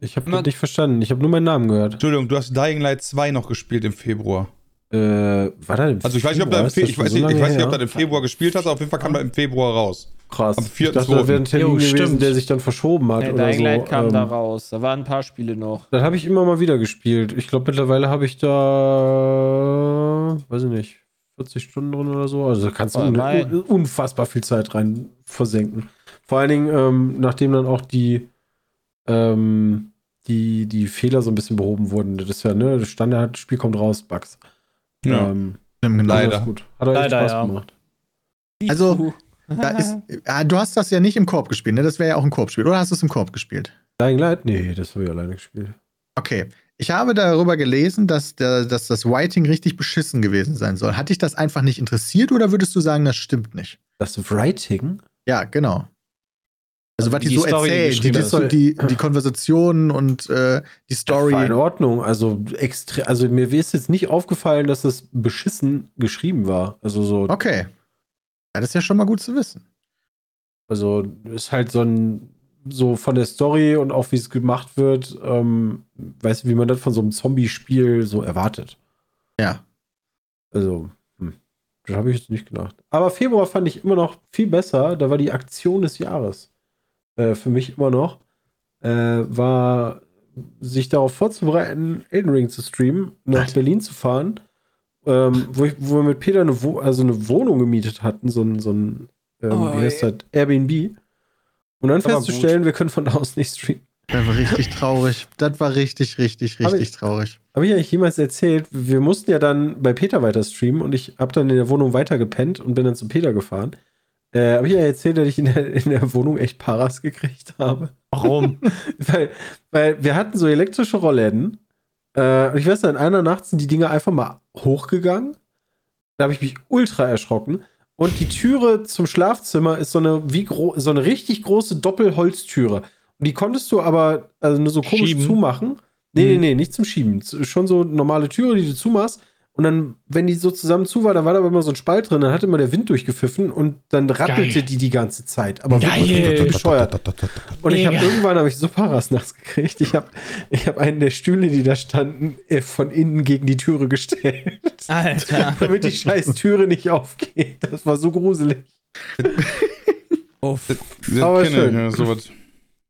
Speaker 5: Ich habe
Speaker 6: Man-
Speaker 5: nicht verstanden. Ich habe nur meinen Namen gehört.
Speaker 4: Entschuldigung, du hast Dying Light 2 noch gespielt im Februar.
Speaker 5: Äh, war da im
Speaker 4: Also ich weiß nicht, ob da im
Speaker 5: Februar? Ist
Speaker 4: Fe
Speaker 5: das
Speaker 4: ich
Speaker 5: schon
Speaker 4: weiß nicht,
Speaker 5: so
Speaker 4: ich
Speaker 5: lange
Speaker 4: weiß nicht, ob
Speaker 5: her?
Speaker 4: da im Februar gespielt hast, aber auf jeden Fall kam da im Februar raus.
Speaker 5: Krass.
Speaker 4: Am
Speaker 5: ich dachte, da
Speaker 4: 4.2..
Speaker 5: wäre ein Termin
Speaker 1: Jo,
Speaker 5: gewesen,
Speaker 1: stimmt.
Speaker 5: der sich dann verschoben hat
Speaker 6: Nee,
Speaker 5: oder
Speaker 6: Dying
Speaker 5: so.
Speaker 6: Light kam
Speaker 5: ähm,
Speaker 6: da raus. Da waren ein paar Spiele noch.
Speaker 5: Dann habe ich immer mal wieder gespielt. Ich glaube, mittlerweile habe ich da, weiß ich nicht, 40 Stunden drin oder so. Also da kannst du
Speaker 6: Oh,
Speaker 5: un
Speaker 6: nein.
Speaker 5: un- unfassbar viel Zeit rein versenken. Vor allen Dingen, ähm, nachdem dann auch die, ähm, die, die Fehler so ein bisschen behoben wurden. Das ist ja, ne, Standard, Spiel kommt raus, Bugs.
Speaker 4: Ja.
Speaker 5: Ähm,
Speaker 4: Leider.
Speaker 5: das ist gut. Hat euch
Speaker 1: Leider,
Speaker 5: Spaß
Speaker 1: ja.
Speaker 5: gemacht.
Speaker 2: Also, Da ist, ah, du hast das ja nicht im Korb gespielt, ne? Das wäre ja auch ein Korbspiel. Oder hast du es im Korb gespielt?
Speaker 5: Dying Light? Nee, das habe ich alleine gespielt.
Speaker 2: Okay. Ich habe darüber gelesen, dass, der, dass das Whiting richtig beschissen gewesen sein soll. Hat dich das einfach nicht interessiert oder würdest du sagen, das stimmt nicht?
Speaker 5: Das Writing?
Speaker 2: Ja, genau. Also, was die,
Speaker 1: die
Speaker 2: so
Speaker 1: Story, die
Speaker 2: erzählen, die,
Speaker 1: geschrieben
Speaker 2: die,
Speaker 5: ist.
Speaker 2: die, die Konversationen und äh, die Story.
Speaker 5: War in Ordnung. Also, extre also mir ist jetzt nicht aufgefallen, dass das beschissen geschrieben war. Also so,
Speaker 2: Okay. Ja, das ist ja schon mal gut zu wissen.
Speaker 5: also ist halt so ein so von der Story und auch wie es gemacht wird, ähm, weißt du, wie man das von so einem Zombie-Spiel so erwartet.
Speaker 2: Ja.
Speaker 5: Also, hm, das habe ich jetzt nicht gedacht. Aber Februar fand ich immer noch viel besser. Da war die Aktion des Jahres. Äh, für mich immer noch. Äh, war sich darauf vorzubereiten, Elden Ring zu streamen, nach Berlin zu fahren, ähm, wo, ich, wo wir mit Peter eine, Wo also eine Wohnung gemietet hatten, so ein, so ein ähm, wie heißt das? Airbnb. Und dann
Speaker 6: Aber gut.
Speaker 5: festzustellen, wir können von da aus nicht streamen.
Speaker 2: Das war richtig traurig. Das war richtig, richtig,
Speaker 5: Aber
Speaker 2: richtig
Speaker 5: ich-
Speaker 2: traurig.
Speaker 5: Habe ich eigentlich jemals erzählt, wir mussten ja dann bei Peter weiter streamen und ich habe dann in der Wohnung weiter gepennt und bin dann zu Peter gefahren. Äh, habe ich ja erzählt, dass ich in der, in der Wohnung echt Paras gekriegt habe.
Speaker 1: Warum?
Speaker 5: *laughs* Weil, weil wir hatten so elektrische Rollläden. Äh, und ich weiß, noch, in einer Nacht sind die Dinger einfach mal hochgegangen. Da habe ich mich ultra erschrocken. Und die Türe zum Schlafzimmer ist so eine, wie gro so eine richtig große Doppelholztüre. Und die konntest du aber also nur so komisch
Speaker 1: Schieben.
Speaker 5: zumachen. Nee,
Speaker 1: Mhm.
Speaker 5: nee, nee, nicht zum Schieben. Z- Schon so normale Türe, die du zumachst. Und dann, wenn die so zusammen zu war, da war da aber immer so ein Spalt drin, dann hat immer der Wind durchgepfiffen und dann rappelte die die ganze Zeit. Aber wirklich
Speaker 1: Geil.
Speaker 5: total bescheuert. Und ich habe
Speaker 1: Mega.
Speaker 5: irgendwann habe ich so Paras nachts gekriegt. Ich habe ich hab einen der Stühle, die da standen, äh, von innen gegen die Türe gestellt, *laughs*
Speaker 6: Alter.
Speaker 5: damit die scheiß Türe nicht aufgeht. Das war so gruselig.
Speaker 4: Das kenne
Speaker 5: Aber
Speaker 4: ich,
Speaker 5: schön.
Speaker 4: ja, sowas.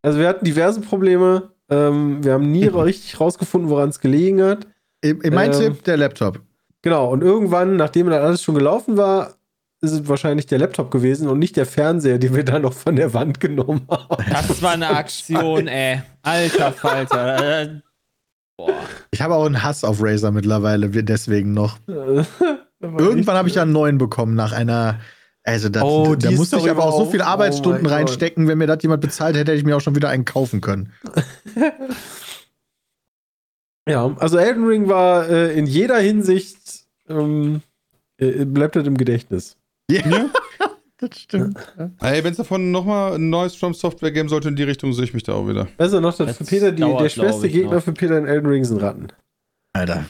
Speaker 5: Also wir hatten diverse Probleme. Ähm, wir haben nie richtig rausgefunden, woran es gelegen hat.
Speaker 2: In, in mein
Speaker 5: Ähm.
Speaker 2: Tipp, der Laptop.
Speaker 5: Genau, und irgendwann, nachdem dann alles schon gelaufen war, ist es wahrscheinlich der Laptop gewesen und nicht der Fernseher, den wir da noch von der Wand genommen haben.
Speaker 6: *laughs* Das war
Speaker 2: *laughs*
Speaker 6: eine Aktion, ey. Alter Falter. Äh, Boah.
Speaker 2: Ich habe auch einen Hass auf Razer mittlerweile, wir- deswegen noch. *laughs* Irgendwann habe ich ja einen neuen bekommen nach einer. Also da,
Speaker 5: Oh,
Speaker 2: da
Speaker 5: die
Speaker 2: musste ich
Speaker 5: Story
Speaker 2: aber auch
Speaker 5: war
Speaker 2: so
Speaker 5: auch-
Speaker 2: viele
Speaker 5: oh
Speaker 2: Arbeitsstunden
Speaker 5: mein Gott.
Speaker 2: reinstecken. Wenn mir das jemand bezahlt hätte, hätte ich mir auch schon wieder einen kaufen können.
Speaker 5: Ja, also Elden Ring war äh, in jeder Hinsicht, ähm, äh, bleibt das im Gedächtnis.
Speaker 2: Das stimmt.
Speaker 4: Ey, wenn es davon nochmal ein neues From Software geben sollte in die Richtung, sehe ich mich da auch wieder.
Speaker 5: Weißt du noch, dass
Speaker 6: Das
Speaker 5: für Peter die,
Speaker 6: dauert,
Speaker 5: der schwerste
Speaker 6: glaub ich,
Speaker 5: Gegner
Speaker 6: noch.
Speaker 5: für Peter in Elden Ring sind Ratten.
Speaker 2: Alter.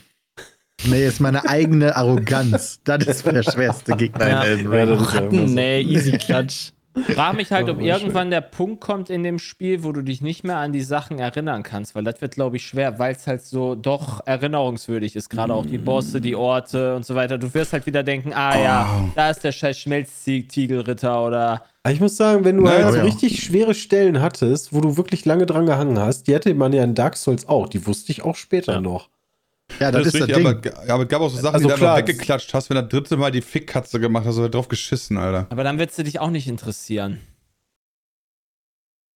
Speaker 2: Nee, ist meine eigene
Speaker 5: *laughs*
Speaker 2: Arroganz. Das ist der schwerste Gegner
Speaker 1: Ja.
Speaker 2: in Elden
Speaker 5: Ja,
Speaker 2: Ring.
Speaker 5: das ist ja immer so.
Speaker 1: Ratten, nee, easy
Speaker 2: *laughs*
Speaker 1: klatsch.
Speaker 6: Frag mich halt, ob
Speaker 5: Oh,
Speaker 6: irgendwann der Punkt kommt in dem Spiel, wo du dich nicht mehr an die Sachen erinnern kannst, weil das wird, glaube ich, schwer, weil es halt so doch erinnerungswürdig ist. Gerade auch
Speaker 5: Mm.
Speaker 6: die Bosse, die Orte und so weiter. Du wirst halt wieder denken, ah
Speaker 2: Oh.
Speaker 6: ja, da ist der scheiß Schmelztiegelritter oder
Speaker 5: Aber ich muss sagen, wenn du
Speaker 4: Naja,
Speaker 5: halt so
Speaker 2: ja.
Speaker 5: richtig schwere Stellen hattest, wo du wirklich lange dran gehangen hast, die hatte man ja in Dark Souls auch. Die wusste ich auch später noch.
Speaker 2: Ja, das, ist das Ding.
Speaker 4: aber, aber es gab auch so Sachen,
Speaker 5: Also
Speaker 4: die du
Speaker 5: klar,
Speaker 4: einfach weggeklatscht hast, wenn du das dritte Mal die Fickkatze gemacht hast, oder drauf geschissen, Alter.
Speaker 6: Aber dann wird sie dich auch nicht interessieren.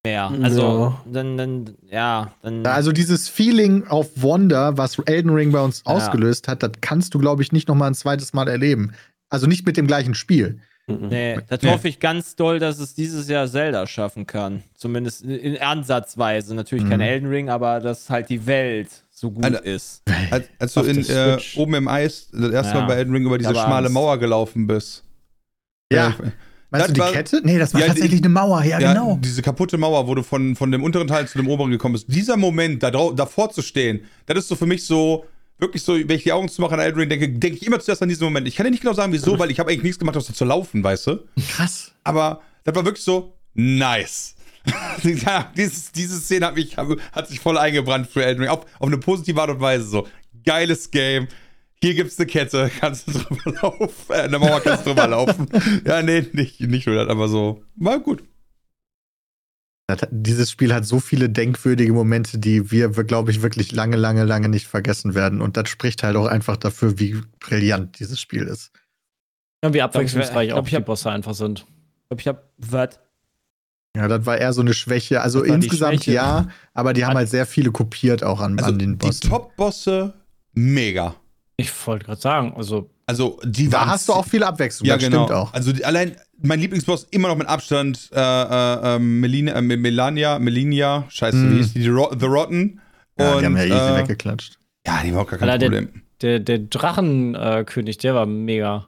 Speaker 6: Mehr. Also,
Speaker 5: Ja.
Speaker 6: dann, dann, ja, dann.
Speaker 2: Ja, Also dieses Feeling auf Wonder, was Elden Ring bei uns ausgelöst hat, das kannst du, glaube ich, nicht noch mal ein zweites Mal erleben. Also nicht mit dem gleichen Spiel.
Speaker 6: nee, das
Speaker 4: Nee.
Speaker 6: hoffe ich ganz doll, dass es dieses Jahr Zelda schaffen kann. Zumindest in, in Ansatzweise. Natürlich kein
Speaker 2: Mhm.
Speaker 6: Elden Ring, aber dass halt die Welt so gut
Speaker 4: Alter.
Speaker 6: ist.
Speaker 4: Als, als du
Speaker 5: Auf der
Speaker 4: in, äh,
Speaker 5: Switch.
Speaker 4: oben im Eis das erste
Speaker 6: Ja.
Speaker 4: Mal bei Elden Ring über diese
Speaker 6: Aber
Speaker 4: schmale
Speaker 6: Angst.
Speaker 4: Mauer gelaufen bist.
Speaker 2: Ja,
Speaker 4: Äh,
Speaker 2: meinst du
Speaker 4: das
Speaker 2: die
Speaker 4: war-
Speaker 2: Kette? Nee, das war
Speaker 4: Ja, die-
Speaker 2: tatsächlich eine Mauer, ja,
Speaker 4: Ja,
Speaker 2: genau.
Speaker 4: diese kaputte Mauer, wo du von, von dem unteren Teil zu dem oberen gekommen bist. Dieser Moment, da drau- davor zu stehen, das ist so für mich so, wirklich so, wenn ich die Augen zumache an Elden Ring denke, denke ich immer zuerst an diesen Moment. Ich kann dir nicht genau sagen, wieso, weil ich habe eigentlich nichts gemacht, außer zu laufen, weißt du?
Speaker 2: Krass.
Speaker 4: Aber das war wirklich so, nice. *laughs* ja, dieses, diese Szene hat, mich, hat sich voll eingebrannt für Elden Ring. Auf, auf eine positive Art und Weise so. Geiles Game. Hier gibt's eine Kette, *laughs* kannst du drüber laufen. Äh, eine Mauer kannst du drüber
Speaker 2: *laughs*
Speaker 4: laufen. Ja, nee, nicht, nicht nur das, aber so. War gut.
Speaker 2: Das, hat- dieses Spiel hat so viele denkwürdige Momente, die wir, glaube ich, wirklich lange, lange, lange nicht vergessen werden. Und das spricht halt auch einfach dafür, wie brillant dieses Spiel ist.
Speaker 1: Ja, wie abwechslungsreich
Speaker 6: glaub,
Speaker 1: auch
Speaker 6: ich
Speaker 1: die
Speaker 6: hab-
Speaker 1: Bosse einfach sind.
Speaker 6: glaub, ich hab. Was?
Speaker 2: Ja, das war eher so eine Schwäche. Also
Speaker 6: Das war die
Speaker 2: insgesamt
Speaker 6: Schwäche.
Speaker 2: ja, aber die haben halt sehr viele kopiert auch an,
Speaker 4: Also
Speaker 2: an den
Speaker 4: die
Speaker 2: Bossen.
Speaker 4: Top-Bosse, mega.
Speaker 1: Ich wollte gerade sagen, also
Speaker 4: Also die
Speaker 2: da
Speaker 4: waren
Speaker 2: hast du auch viel Abwechslung,
Speaker 4: Ja,
Speaker 2: das
Speaker 4: genau.
Speaker 2: stimmt auch.
Speaker 4: Also die, allein mein Lieblingsboss immer noch mit Abstand äh, äh, äh, Melina, äh, Melania, Melania, scheiße,
Speaker 2: Hm.
Speaker 4: wie hieß die? Die Ro- The Rotten.
Speaker 2: ja, die haben ja easy
Speaker 4: äh,
Speaker 2: weggeklatscht.
Speaker 4: Ja, die war auch gar kein
Speaker 1: Allein der-
Speaker 4: Problem.
Speaker 1: der, der Drachenkönig, der war mega.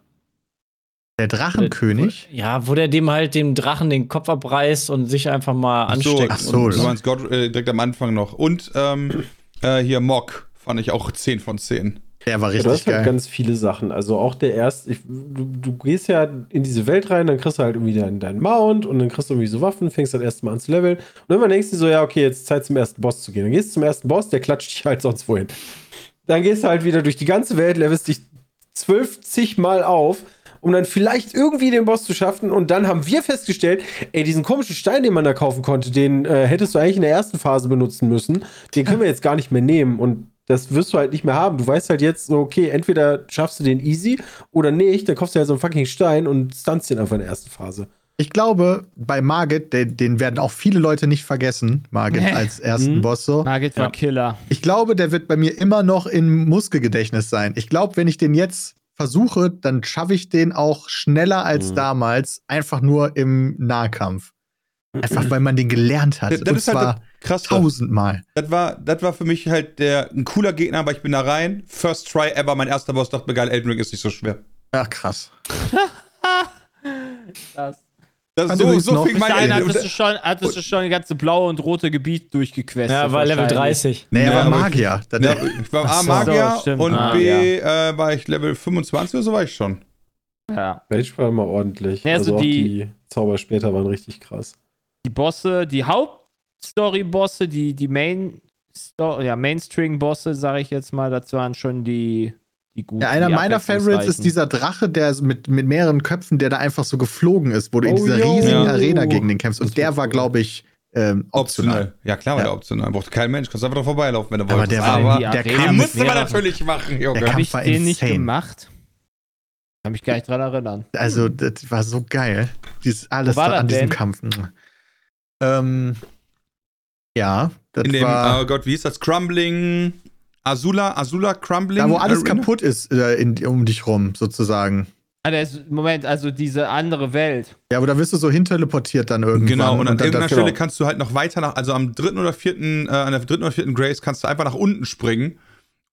Speaker 2: Der Drachenkönig?
Speaker 1: Ja, wo der dem halt dem Drachen den Kopf abreißt und sich einfach mal ansteckt.
Speaker 2: ach so,
Speaker 4: so
Speaker 2: ja.
Speaker 4: waren Gott äh, direkt am Anfang noch. Und ähm, äh, hier Mock fand ich auch 10 von 10.
Speaker 2: Der war
Speaker 5: Ja, du
Speaker 2: richtig
Speaker 5: hast
Speaker 2: geil.
Speaker 5: halt ganz viele Sachen. Also auch der erste, ich, du, du gehst ja in diese Welt rein, dann kriegst du halt irgendwie deinen, deinen Mount und dann kriegst du irgendwie so Waffen, fängst dann erstmal an zu leveln. Und irgendwann denkst du so, ja, okay, jetzt ist Zeit zum ersten Boss zu gehen. Dann gehst du zum ersten Boss, der klatscht dich halt sonst wohin. Dann gehst du halt wieder durch die ganze Welt, levelst dich 12 Mal auf, um dann vielleicht irgendwie den Boss zu schaffen. Und dann haben wir festgestellt, ey, diesen komischen Stein, den man da kaufen konnte, den äh, hättest du eigentlich in der ersten Phase benutzen müssen. Den können wir jetzt gar nicht mehr nehmen. Und das wirst du halt nicht mehr haben. Du weißt halt jetzt so, okay, entweder schaffst du den easy oder nicht, dann kaufst du halt so einen fucking Stein und stunst den einfach in der ersten Phase.
Speaker 2: Ich glaube, bei Margit, den, den werden auch viele Leute nicht vergessen, Margit als ersten
Speaker 5: Mhm.
Speaker 2: Boss so.
Speaker 6: Margit war Killer.
Speaker 2: Ich glaube, der wird bei mir immer noch im Muskelgedächtnis sein. Ich glaube, wenn ich den jetzt versuche, dann schaffe ich den auch schneller als
Speaker 5: Mhm.
Speaker 2: damals, einfach nur im Nahkampf. Einfach weil man den gelernt hat.
Speaker 4: Das, das
Speaker 2: Also Und
Speaker 4: ist halt
Speaker 2: zwar
Speaker 4: krass.
Speaker 2: tausendmal.
Speaker 4: Das war, das war für mich halt der, ein cooler Gegner, aber ich bin da rein. First try ever, mein erster Boss dachte mir, geil, Elden Ring ist nicht so schwer.
Speaker 2: Ach, krass.
Speaker 6: Das.
Speaker 4: Das,
Speaker 2: Fand
Speaker 4: so
Speaker 2: übrigens
Speaker 4: so
Speaker 2: noch-
Speaker 4: fing mein
Speaker 6: Dein
Speaker 4: Elden
Speaker 6: hattest du schon, hattest du schon das ganze blaue und rote Gebiet durchgequestet.
Speaker 1: ja, war Level
Speaker 6: wahrscheinlich.
Speaker 1: 30.
Speaker 4: Ja,
Speaker 2: Nee, er war
Speaker 4: aber-
Speaker 2: Magier. Das-
Speaker 4: Ja, ich war A,
Speaker 1: Ach so.
Speaker 4: Magier
Speaker 6: So, stimmt.
Speaker 4: und
Speaker 6: Ah,
Speaker 4: B, äh, war ich Level 25 oder so war ich schon.
Speaker 6: Ja.
Speaker 5: Rage war immer ordentlich.
Speaker 6: Ja, also
Speaker 5: also auch
Speaker 6: die-
Speaker 5: die, Zauber später waren richtig krass.
Speaker 6: die Bosse, die Hauptstory-Bosse, die, die Main ja, Mainstream-Bosse, sage ich jetzt mal, das waren schon die, die guten.
Speaker 2: Ja, einer
Speaker 6: die
Speaker 2: meiner Favorites ist
Speaker 6: abwechslungsreichen.
Speaker 2: dieser Drache, der so mit, mit mehreren Köpfen, der da einfach so geflogen ist, wo du in
Speaker 5: Oh,
Speaker 2: dieser
Speaker 5: yo.
Speaker 2: riesigen
Speaker 4: Ja.
Speaker 2: Arena gegen den kämpfst.
Speaker 5: Das
Speaker 2: Und
Speaker 5: war
Speaker 2: der war,
Speaker 5: cool.
Speaker 2: glaube ich, ähm, optional.
Speaker 4: Optional. Ja, klar war
Speaker 2: Ja.
Speaker 4: der optional. Brauchte kein Mensch. Kannst einfach drauf vorbeilaufen, wenn du
Speaker 2: Aber
Speaker 4: wolltest.
Speaker 2: der war,
Speaker 6: Aber-
Speaker 2: der
Speaker 6: Ja,
Speaker 4: den
Speaker 6: kam
Speaker 2: kam mit
Speaker 4: musste man
Speaker 6: mehreren.
Speaker 4: natürlich machen,
Speaker 2: Der
Speaker 4: Junge.
Speaker 6: Hab
Speaker 2: Kampf
Speaker 6: ich
Speaker 2: war
Speaker 6: den nicht
Speaker 2: insane.
Speaker 6: gemacht? Kann mich gar nicht dran erinnern.
Speaker 2: Also, das war so geil. Dieses, alles
Speaker 6: Wo war
Speaker 2: da an
Speaker 6: das
Speaker 2: diesem
Speaker 6: denn?
Speaker 2: Kampf. Ähm, ja, das
Speaker 4: In dem,
Speaker 2: war.
Speaker 4: oh Gott, wie hieß das? Crumbling. Azula, Azula Crumbling.
Speaker 2: da, wo alles
Speaker 4: Arena?
Speaker 2: kaputt ist äh, in, um dich rum, sozusagen.
Speaker 6: Ah, der ist, Moment, also diese andere Welt.
Speaker 2: Ja, aber da wirst du so hinteleportiert dann irgendwann.
Speaker 4: Genau, und an
Speaker 2: ne? dann-
Speaker 4: irgendeiner
Speaker 2: dann-
Speaker 4: Stelle kannst du halt noch weiter nach, also am dritten oder vierten, äh, an der dritten oder vierten Grace kannst du einfach nach unten springen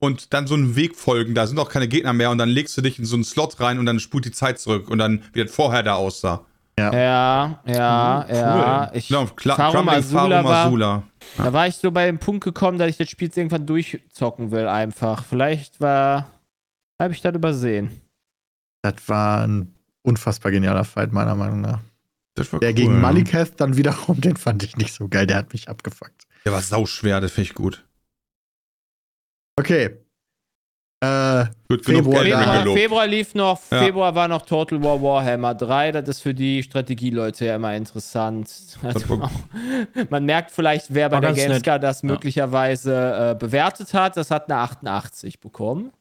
Speaker 4: und dann so einen Weg folgen. Da sind auch keine Gegner mehr und dann legst du dich in so einen Slot rein und dann spult die Zeit zurück und dann, wie das vorher da aussah.
Speaker 6: Ja, ja,
Speaker 4: Hm,
Speaker 6: ja. Ich,
Speaker 4: Mhm. Genau, Cla-
Speaker 6: Farum
Speaker 4: Crumbling,
Speaker 6: Azula
Speaker 4: Farum
Speaker 6: war,
Speaker 4: Azula.
Speaker 6: da war ich so bei dem Punkt gekommen, dass ich das Spiel jetzt irgendwann durchzocken will, einfach. Vielleicht war. Habe ich das übersehen.
Speaker 2: Das war ein unfassbar genialer Fight, meiner Meinung nach.
Speaker 4: Das war
Speaker 2: Der
Speaker 4: cool,
Speaker 2: gegen
Speaker 4: ja.
Speaker 2: Maliketh dann wiederum, *laughs* den fand ich nicht so geil, der hat mich abgefuckt.
Speaker 4: Der war sauschwer, das finde ich gut.
Speaker 2: Okay. Äh,
Speaker 4: Gut
Speaker 2: Februar
Speaker 4: Elden Ring
Speaker 2: da.
Speaker 6: Februar,
Speaker 4: gelobt.
Speaker 6: Februar lief noch,
Speaker 4: Ja.
Speaker 6: Februar war noch Total War Warhammer 3. Das ist für die Strategieleute ja immer interessant. Also,
Speaker 4: war-
Speaker 6: *laughs* man merkt vielleicht, wer bei
Speaker 1: War
Speaker 6: der
Speaker 1: ganz
Speaker 6: Gamescar das möglicherweise äh, bewertet hat. Das hat eine 88 bekommen.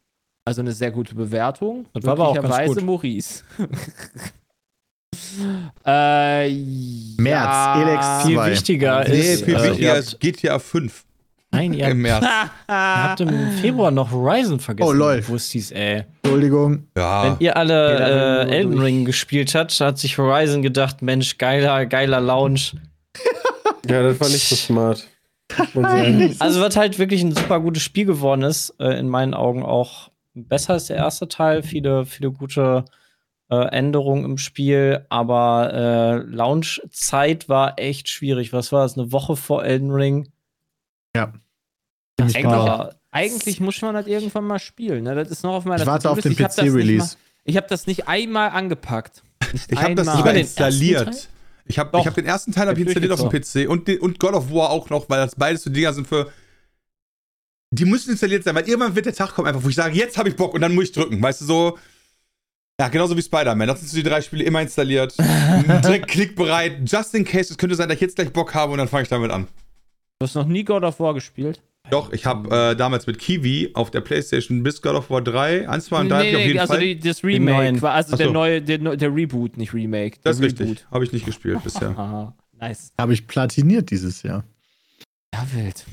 Speaker 6: Also eine sehr gute Bewertung.
Speaker 1: Das war aber auch ganz
Speaker 6: Möglicherweise
Speaker 1: gut.
Speaker 6: Maurice. *laughs* äh,
Speaker 2: März, Elex
Speaker 1: Viel
Speaker 2: 2.
Speaker 1: wichtiger
Speaker 4: Nee,
Speaker 1: ist.
Speaker 4: viel
Speaker 1: äh, ihr
Speaker 4: wichtiger
Speaker 1: habt,
Speaker 4: ist GTA 5
Speaker 1: nein, ihr
Speaker 4: im
Speaker 1: habt, ihr
Speaker 4: März.
Speaker 6: *laughs*
Speaker 1: habt im Februar noch Horizon vergessen.
Speaker 2: Ähm. Oh, lol. Ah.
Speaker 1: Wusstis, ey.
Speaker 2: Entschuldigung.
Speaker 4: Ja,
Speaker 1: Wenn ihr alle
Speaker 6: Jeder
Speaker 1: äh, Elden
Speaker 6: durch.
Speaker 1: Ring gespielt habt, hat sich Horizon gedacht, Mensch, geiler, geiler Lounge.
Speaker 5: Ja, das war nicht so smart. muss man sagen.
Speaker 1: Also was halt wirklich ein super gutes Spiel geworden ist, äh, in meinen Augen auch besser als der erste Teil, viele, viele gute äh, Änderungen im Spiel, aber äh, Launch-Zeit war echt schwierig. Was war das? Eine Woche vor Elden Ring?
Speaker 2: Ja.
Speaker 1: Das
Speaker 6: Eigentlich-
Speaker 1: war,
Speaker 6: Eigentlich muss man das irgendwann mal spielen. Ne? Das ist noch auf meiner
Speaker 2: Ich warte auf
Speaker 6: To-Do-List.
Speaker 2: den
Speaker 6: Ich hab das
Speaker 2: PC-Release.
Speaker 6: nicht mal- Ich habe das nicht einmal angepackt. Nicht
Speaker 4: ich habe das
Speaker 6: einmal.
Speaker 4: nicht mal
Speaker 1: den ersten
Speaker 4: installiert. Ich habe
Speaker 6: Doch.
Speaker 4: hab den ersten Teil hab ich
Speaker 6: Hab ich
Speaker 4: installiert auf dem PC und, den, und God of War auch noch, weil das beides so Dinger sind für die müssen installiert sein, weil irgendwann wird der Tag kommen, einfach, wo ich sage, jetzt habe ich Bock und dann muss ich drücken. Weißt du, so. Ja, genauso wie Spider-Man. Das sind so die drei Spiele immer
Speaker 6: *laughs*
Speaker 4: installiert. direkt klickbereit, just in case. Es könnte sein, dass ich jetzt gleich Bock habe und dann fange ich damit an.
Speaker 6: Du hast noch nie God of War gespielt?
Speaker 4: Doch, ich habe äh, damals mit Kiwi auf der Playstation bis God of War 3, 1, 2 und 3 hab ich auf jeden
Speaker 6: also
Speaker 4: Fall.
Speaker 6: die, das
Speaker 1: neuen.
Speaker 6: Remake, war also
Speaker 4: Ach
Speaker 6: der
Speaker 4: so.
Speaker 6: neue, der, neu- der Reboot, nicht Remake. Der
Speaker 4: das ist
Speaker 6: Reboot.
Speaker 4: richtig. Habe ich nicht
Speaker 6: *laughs*
Speaker 4: gespielt bisher.
Speaker 6: Aha, nice.
Speaker 2: Habe ich platiniert dieses Jahr.
Speaker 6: Ja, wild.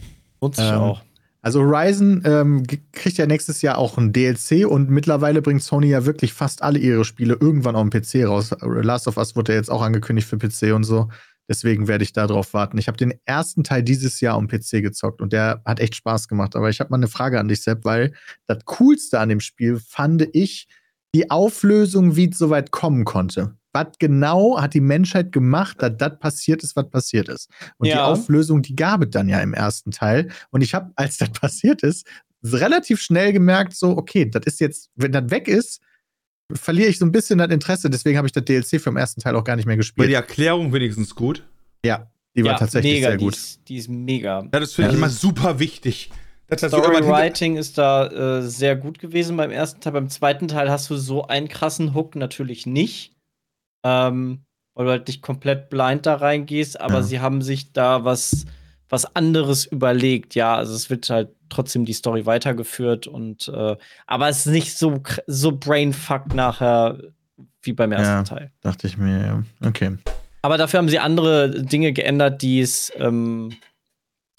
Speaker 1: Nutze ich
Speaker 2: Ähm,
Speaker 1: auch.
Speaker 2: Also Horizon ähm, g- kriegt ja nächstes Jahr auch ein DLC und mittlerweile bringt Sony ja wirklich fast alle ihre Spiele irgendwann auf dem PC raus. Äh, Last of Us wurde ja jetzt auch angekündigt für PC und so. Deswegen werde ich da drauf warten. Ich habe den ersten Teil dieses Jahr am PC gezockt und der hat echt Spaß gemacht. Aber ich habe mal eine Frage an dich, Sepp, weil das Coolste an dem Spiel fand ich die Auflösung, wie es so weit kommen konnte. Was genau hat die Menschheit gemacht, dass das passiert ist, was passiert ist? Und die
Speaker 1: Ja.
Speaker 2: Auflösung, die gab es dann ja im ersten Teil. Und ich habe, als das *laughs* passiert ist, relativ schnell gemerkt, so, okay, das ist jetzt, wenn das weg ist, verliere ich so ein bisschen das Interesse. Deswegen habe ich das DLC vom ersten Teil auch gar nicht mehr
Speaker 4: War die
Speaker 2: gespielt.
Speaker 4: Erklärung wenigstens gut?
Speaker 2: Ja, die war
Speaker 1: Ja,
Speaker 2: tatsächlich
Speaker 1: mega,
Speaker 2: sehr gut.
Speaker 1: Die ist, die ist mega.
Speaker 4: Ja, das finde ich
Speaker 2: Ja.
Speaker 4: immer super wichtig. Dass das irgendwann hinter-
Speaker 1: Storywriting ist da äh, sehr gut gewesen beim ersten Teil. Beim zweiten Teil hast du so einen krassen Hook natürlich nicht. Ähm, weil du halt nicht komplett blind da reingehst, aber
Speaker 2: Ja.
Speaker 1: sie haben sich da was, was anderes überlegt. Ja, also es wird halt trotzdem die Story weitergeführt und äh, aber es ist nicht so, kr- so brainfuck nachher wie beim ersten
Speaker 2: Ja.
Speaker 1: Teil.
Speaker 2: Dachte ich mir, ja. okay.
Speaker 1: Aber dafür haben sie andere Dinge geändert, die es ähm,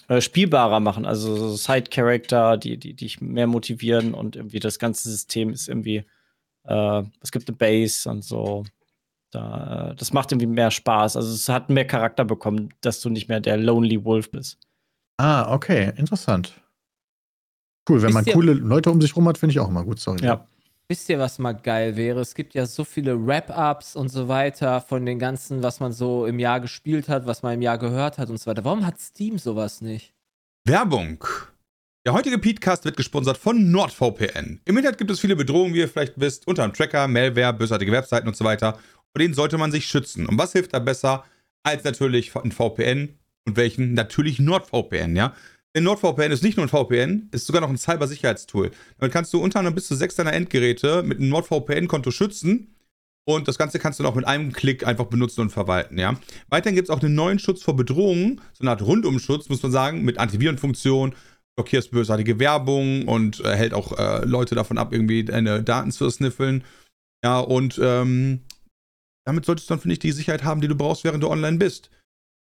Speaker 1: äh, spielbarer machen. Also so Side-Character, die, die dich mehr motivieren und irgendwie das ganze System ist irgendwie, äh, es gibt eine Base und so. Da, äh, das macht irgendwie mehr Spaß. Also es hat mehr Charakter bekommen, dass du nicht mehr der Lonely Wolf bist.
Speaker 2: Ah, okay, interessant. Cool, wenn
Speaker 6: Wisst
Speaker 2: man
Speaker 6: ihr-
Speaker 2: coole Leute um sich rum hat, finde ich auch immer gut. Sorry.
Speaker 1: Ja.
Speaker 6: Wisst ihr, was mal geil wäre? Es gibt ja so viele Wrap-Ups und so weiter von den ganzen, was man so im Jahr gespielt hat, was man im Jahr gehört hat und so weiter. Warum hat Steam sowas nicht?
Speaker 4: Werbung. Der heutige Podcast wird gesponsert von NordVPN. Im Internet gibt es viele Bedrohungen, wie ihr vielleicht wisst, unter anderem Tracker, Malware, bösartige Webseiten und so weiter. Vor denen sollte man sich schützen. Und was hilft da besser als natürlich ein VPN und welchen? Natürlich NordVPN, ja. Denn NordVPN ist nicht nur ein VPN, ist sogar noch ein Cybersicherheitstool. Damit kannst du unter anderem bis zu sechs deiner Endgeräte mit einem NordVPN-Konto schützen. Und das Ganze kannst du dann auch mit einem Klick einfach benutzen und verwalten, ja. Weiterhin gibt es auch einen neuen Schutz vor Bedrohungen, so eine Art Rundumschutz, muss man sagen, mit Antivirenfunktion, blockierst bösartige Werbung und äh, hält auch äh, Leute davon ab, irgendwie deine Daten zu sniffeln. Ja, und ähm, damit solltest du dann, finde ich, die Sicherheit haben, die du brauchst, während du online bist.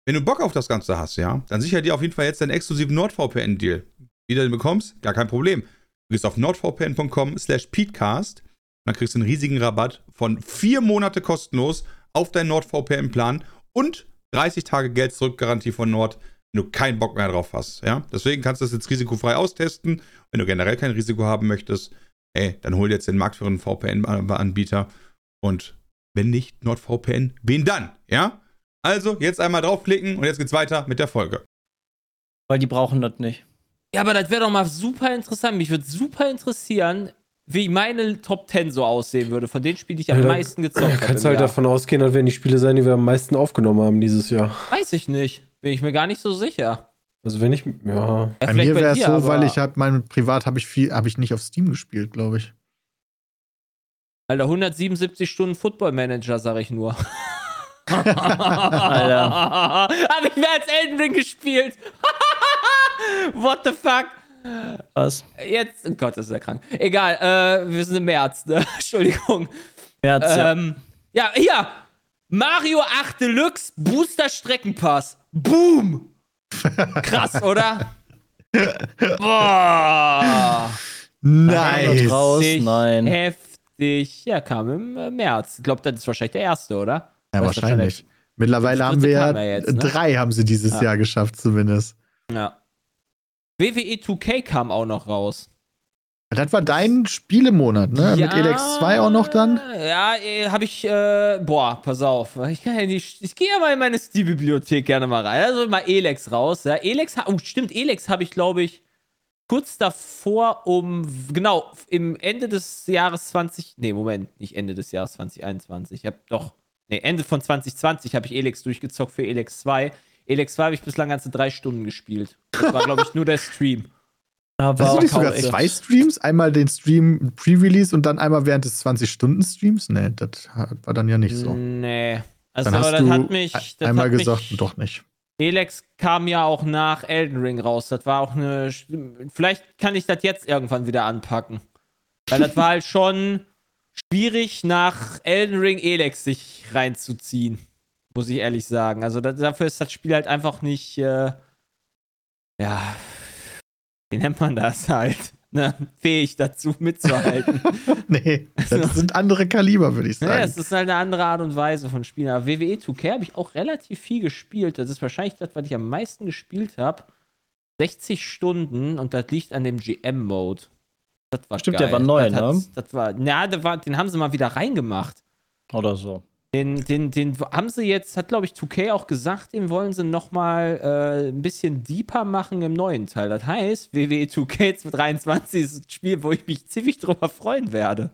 Speaker 4: Wenn du Bock auf das Ganze hast, ja, dann sicher dir auf jeden Fall jetzt deinen exklusiven NordVPN-Deal. Wie du den bekommst, gar kein Problem. Du gehst auf nordvpn.com slash peatcast und dann kriegst du einen riesigen Rabatt von vier Monate kostenlos auf deinen NordVPN-Plan und 30 Tage Geld zurück Garantie von Nord, wenn du keinen Bock mehr drauf hast. Ja? Deswegen kannst du das jetzt risikofrei austesten. Wenn du generell kein Risiko haben möchtest, ey, dann hol dir jetzt den marktführenden VPN-Anbieter. Und wenn nicht NordVPN, wen dann? Ja? Also, jetzt einmal draufklicken und jetzt geht's weiter mit der Folge.
Speaker 1: Weil die brauchen das nicht.
Speaker 6: Ja, aber das wäre doch mal super interessant. Mich würde super interessieren, wie meine Top 10 so aussehen würde, von denen Spielen, die ich am
Speaker 5: Ja, dann
Speaker 6: meisten gezockt
Speaker 5: Da
Speaker 6: habe.
Speaker 5: kannst du
Speaker 6: im
Speaker 5: halt
Speaker 6: Jahr.
Speaker 5: davon ausgehen, dass werden die Spiele sein, die wir am meisten aufgenommen haben dieses Jahr.
Speaker 6: Weiß ich nicht. Bin ich mir gar nicht so sicher.
Speaker 5: Also wenn ich, ja,
Speaker 6: Ja,
Speaker 2: Bei
Speaker 6: vielleicht
Speaker 2: mir wäre es
Speaker 6: dir,
Speaker 2: so,
Speaker 6: aber-
Speaker 2: weil ich halt mein Privat habe ich viel, habe ich nicht auf Steam gespielt, glaube ich.
Speaker 6: Alter, 177 Stunden Football Manager, sag ich nur.
Speaker 1: Alter.
Speaker 6: *laughs* Hab ich mehr als Elden Ring gespielt. *laughs* What the fuck?
Speaker 1: Was?
Speaker 6: Jetzt, oh Gott, das ist ja krank. Egal, äh, wir sind im März, ne? *laughs* Entschuldigung.
Speaker 1: März, ja.
Speaker 6: Ähm, ja, hier. Mario 8 Deluxe Booster Streckenpass. Boom! Krass, oder? Boah!
Speaker 1: Nice. Raus?
Speaker 6: Heftig,
Speaker 1: Nein.
Speaker 6: Heftig. Ja, kam im äh, März. Ich glaube, das ist wahrscheinlich der erste, oder?
Speaker 2: Ja,
Speaker 6: Oder ist das schon der-
Speaker 2: wahrscheinlich. Mittlerweile
Speaker 6: Das
Speaker 2: haben wir
Speaker 6: dritte
Speaker 2: ja
Speaker 6: kam ja jetzt, ne? Ah.
Speaker 2: drei haben sie dieses
Speaker 6: Ja.
Speaker 2: Jahr geschafft, zumindest.
Speaker 6: Ja. WWE 2K E kam auch noch raus.
Speaker 2: Das war dein Spielemonat, ne? Mit Elex 2 auch noch dann?
Speaker 6: Ja, habe ich, äh, boah, pass auf. Ich, kann ja nicht, ich gehe ja mal in meine Steam-Bibliothek gerne mal rein. Also mal Elex raus. Ja. Elex, ha- oh, stimmt, Elex habe ich, glaube ich, kurz davor um, genau, im Ende des Jahres 20, nee, Moment, nicht Ende des Jahres 2021. Ich habe doch, nee, Ende von 2020 habe ich Elex durchgezockt
Speaker 2: *laughs*
Speaker 6: für Elex 2. Elex 2 habe ich bislang ganze drei Stunden gespielt. Das war, glaube ich, nur der Stream.
Speaker 1: Aber
Speaker 2: Hast du nicht sogar zwei Streams? Einmal den Stream Pre-Release und dann einmal während des 20-Stunden-Streams? Nee, das war dann ja nicht so.
Speaker 6: Nee. Also,
Speaker 2: Dann hast
Speaker 6: aber das
Speaker 2: du
Speaker 6: hat mich. Das
Speaker 2: ein- einmal
Speaker 6: hat mich,
Speaker 2: gesagt, doch nicht. *laughs*
Speaker 6: Elex kam ja auch nach Elden Ring raus. Das war auch eine. sch- Vielleicht kann ich das jetzt irgendwann wieder anpacken. Weil das war halt schon schwierig, nach Elden Ring Elex sich reinzuziehen. Muss ich ehrlich sagen. Also das, dafür ist das Spiel halt einfach nicht. Äh, ja. Wie nennt man das halt? *laughs* Ne? Fähig dazu mitzuhalten.
Speaker 2: Nee, das sind andere Kaliber, würde ich
Speaker 6: Ja,
Speaker 2: sagen.
Speaker 6: es ist halt eine andere Art und Weise von Spielen. Aber E WWE 2K habe ich auch relativ viel gespielt. Das ist wahrscheinlich das, was ich am meisten gespielt habe. 60 Stunden und das liegt an dem GM-Mode. Das war
Speaker 1: Stimmt,
Speaker 6: geil.
Speaker 1: der war neu,
Speaker 6: das hat-
Speaker 1: ne?
Speaker 6: Das war, na, der war, den haben sie mal wieder reingemacht.
Speaker 1: Oder so.
Speaker 6: Den, den, den haben sie jetzt, hat glaube ich 2K auch gesagt, den wollen sie nochmal äh, ein bisschen deeper machen im neuen Teil. Das heißt, E WWE 2K 23 ist ein Spiel, wo ich mich ziemlich drüber freuen werde.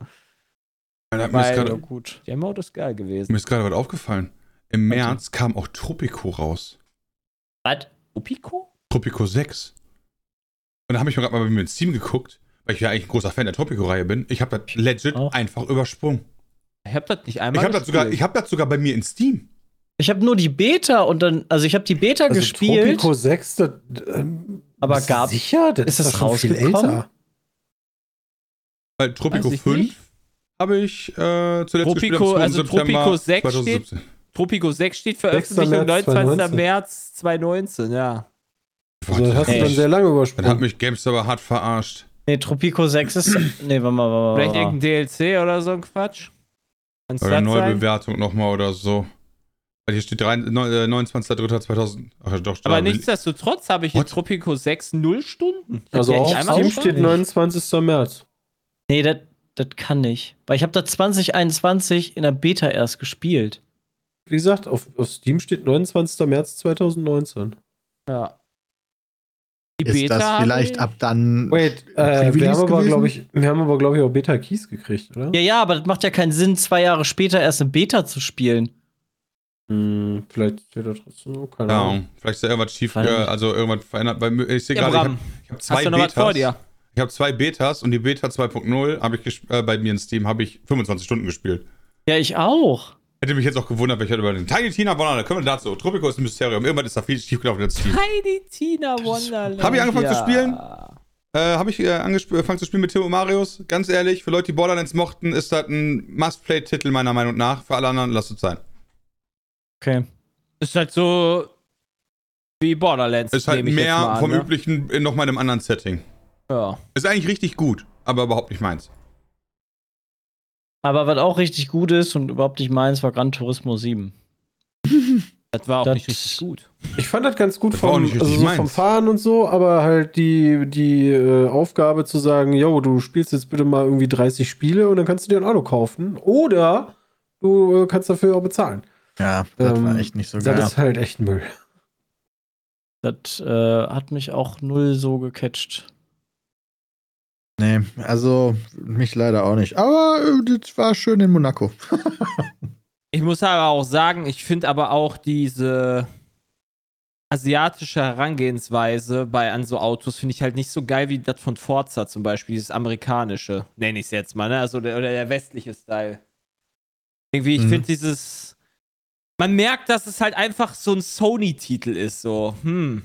Speaker 4: Alter, mir ist
Speaker 6: Weil-
Speaker 4: gerade-
Speaker 1: gut.
Speaker 6: GM-Mode ist geil gewesen.
Speaker 4: mir ist gerade was aufgefallen. Im März kam auch Tropico raus.
Speaker 1: Was?
Speaker 6: Opiko?
Speaker 4: Tropico 6. Und da habe ich mir gerade mal bei mir in Steam geguckt, weil ich ja eigentlich ein großer Fan der Tropico-Reihe bin. Ich habe das legit
Speaker 1: Auch.
Speaker 4: einfach übersprungen.
Speaker 6: Ich hab das nicht einmal.
Speaker 4: Ich habe das, sogar-
Speaker 6: gespielt.
Speaker 4: ich hab das sogar bei mir in Steam.
Speaker 1: Ich habe nur die Beta und dann, also ich habe die Beta gespielt.
Speaker 5: Tropico 6, das, ähm,
Speaker 1: Aber
Speaker 5: bist du
Speaker 1: gab-
Speaker 5: sicher, das
Speaker 1: ist
Speaker 5: ist,
Speaker 1: das
Speaker 5: das schon viel
Speaker 1: rausgekommen?
Speaker 5: älter.
Speaker 4: Weil Tropico
Speaker 6: Weiß ich
Speaker 4: 5
Speaker 6: nicht.
Speaker 4: habe ich äh, zuletzt
Speaker 6: Tropico-
Speaker 4: gespielt am 2.
Speaker 6: also
Speaker 4: September
Speaker 6: Tropico 6 steht-
Speaker 4: 2017.
Speaker 6: Tropico 6 steht Veröffentlichung
Speaker 5: 6. März
Speaker 6: 29. März 2019, ja.
Speaker 5: Also, das hast
Speaker 4: Warte,
Speaker 5: du dann
Speaker 1: Echt?
Speaker 5: sehr lange
Speaker 4: Dann hat
Speaker 5: übersprungen.
Speaker 4: mich Games aber hart verarscht.
Speaker 1: Nee, Tropico 6 ist. Nee, warte mal, warte
Speaker 6: Vielleicht
Speaker 1: mal, warte mal.
Speaker 6: irgendein DLC oder so ein Quatsch. Kann's
Speaker 4: Oh. Oder
Speaker 6: das sein?
Speaker 4: Neubewertung nochmal oder so. Weil hier steht drei- neun- äh, 29.03.2000. Ach, doch,
Speaker 6: Aber
Speaker 4: da-
Speaker 6: nichtsdestotrotz habe ich in
Speaker 4: What?
Speaker 6: Tropico 6 0 Stunden. Ich hab
Speaker 5: Also
Speaker 6: die
Speaker 5: auf
Speaker 6: nicht einmal
Speaker 5: Steam
Speaker 6: gespielt.
Speaker 5: steht 29. März.
Speaker 1: Nee, das das kann nicht. Weil ich habe da 2021 in der Beta erst gespielt.
Speaker 5: Wie gesagt, auf, auf Steam steht 29. März 2019.
Speaker 6: Ja. Die halt-
Speaker 2: Ist das
Speaker 6: habe
Speaker 2: vielleicht
Speaker 6: ich-
Speaker 2: ab dann.
Speaker 5: Wait, äh,
Speaker 2: Pre-Release
Speaker 5: wir haben aber,
Speaker 2: gewesen?
Speaker 5: glaube ich, wir haben aber, glaube ich, auch Beta-Keys gekriegt, oder?
Speaker 1: Ja, ja, aber das macht ja keinen Sinn, zwei Jahre später erst eine Beta zu spielen.
Speaker 5: Hm, vielleicht steht da trotzdem noch keine
Speaker 4: Keine
Speaker 5: Ahnung.
Speaker 4: Ahnung. Vielleicht ist da irgendwas schief, äh,
Speaker 1: Verdammt.
Speaker 4: also irgendwas verändert. Weil ich sehe
Speaker 6: Ja,
Speaker 4: gerade, ich habe
Speaker 6: Bram,
Speaker 4: hab zwei
Speaker 6: hast du noch was
Speaker 4: Betas.
Speaker 6: vor dir?
Speaker 4: Ich habe zwei Betas und die Beta 2.0 habe ich gesp- äh, bei mir in Steam habe ich 25 Stunden gespielt.
Speaker 1: Ja, ich auch.
Speaker 4: Hätte mich jetzt auch gewundert, weil ich halt über den Tiny Tina Bonner, da können wir dazu. Tropico ist ein Mysterium. Irgendwann ist da viel schiefgelaufen in
Speaker 6: *laughs*
Speaker 4: Steam.
Speaker 6: Heidi Tina Wonderland.
Speaker 4: Hab ich angefangen zu
Speaker 6: ja.
Speaker 4: spielen? Äh, habe ich äh, angesp- äh, angefangen zu spielen mit Timo Marius. Ganz ehrlich, für Leute, die Borderlands mochten, ist das ein Must-Play-Titel meiner Meinung nach. Für alle anderen lasst es sein.
Speaker 1: Okay.
Speaker 6: Ist halt so wie Borderlands.
Speaker 4: Ist halt
Speaker 6: nehm ich jetzt
Speaker 4: mehr
Speaker 6: mal an,
Speaker 4: vom
Speaker 6: ne?
Speaker 4: üblichen in nochmal einem anderen Setting.
Speaker 6: Ja.
Speaker 4: Ist eigentlich richtig gut, aber überhaupt nicht meins.
Speaker 1: Aber was auch richtig gut ist und überhaupt nicht meins, war Gran Turismo 7.
Speaker 6: Das war auch
Speaker 1: Das-
Speaker 6: nicht richtig gut.
Speaker 5: Ich fand das ganz gut
Speaker 4: Das war auch
Speaker 5: vom,
Speaker 4: nicht
Speaker 5: also
Speaker 4: richtig
Speaker 5: so vom
Speaker 4: meins.
Speaker 5: Fahren und so, aber halt die, die äh, Aufgabe zu sagen, yo, du spielst jetzt bitte mal irgendwie 30 Spiele und dann kannst du dir ein Auto kaufen. Oder du äh, kannst dafür auch bezahlen.
Speaker 2: ja, das war
Speaker 5: ähm,
Speaker 2: echt nicht so
Speaker 5: Das
Speaker 2: geil.
Speaker 5: ist halt echt Müll.
Speaker 1: Das äh, hat mich auch null so gecatcht.
Speaker 2: Nee, also mich leider auch nicht. Aber äh, das war schön in Monaco.
Speaker 6: Ich muss aber auch sagen, ich finde aber auch diese asiatische Herangehensweise bei an so Autos finde ich halt nicht so geil wie das von Forza zum Beispiel, dieses amerikanische, nenne ich es jetzt mal, ne? Also der, oder der westliche Style. Irgendwie, ich
Speaker 2: Mhm.
Speaker 6: finde dieses. Man merkt, dass es halt einfach so ein Sony-Titel ist, so. Hm.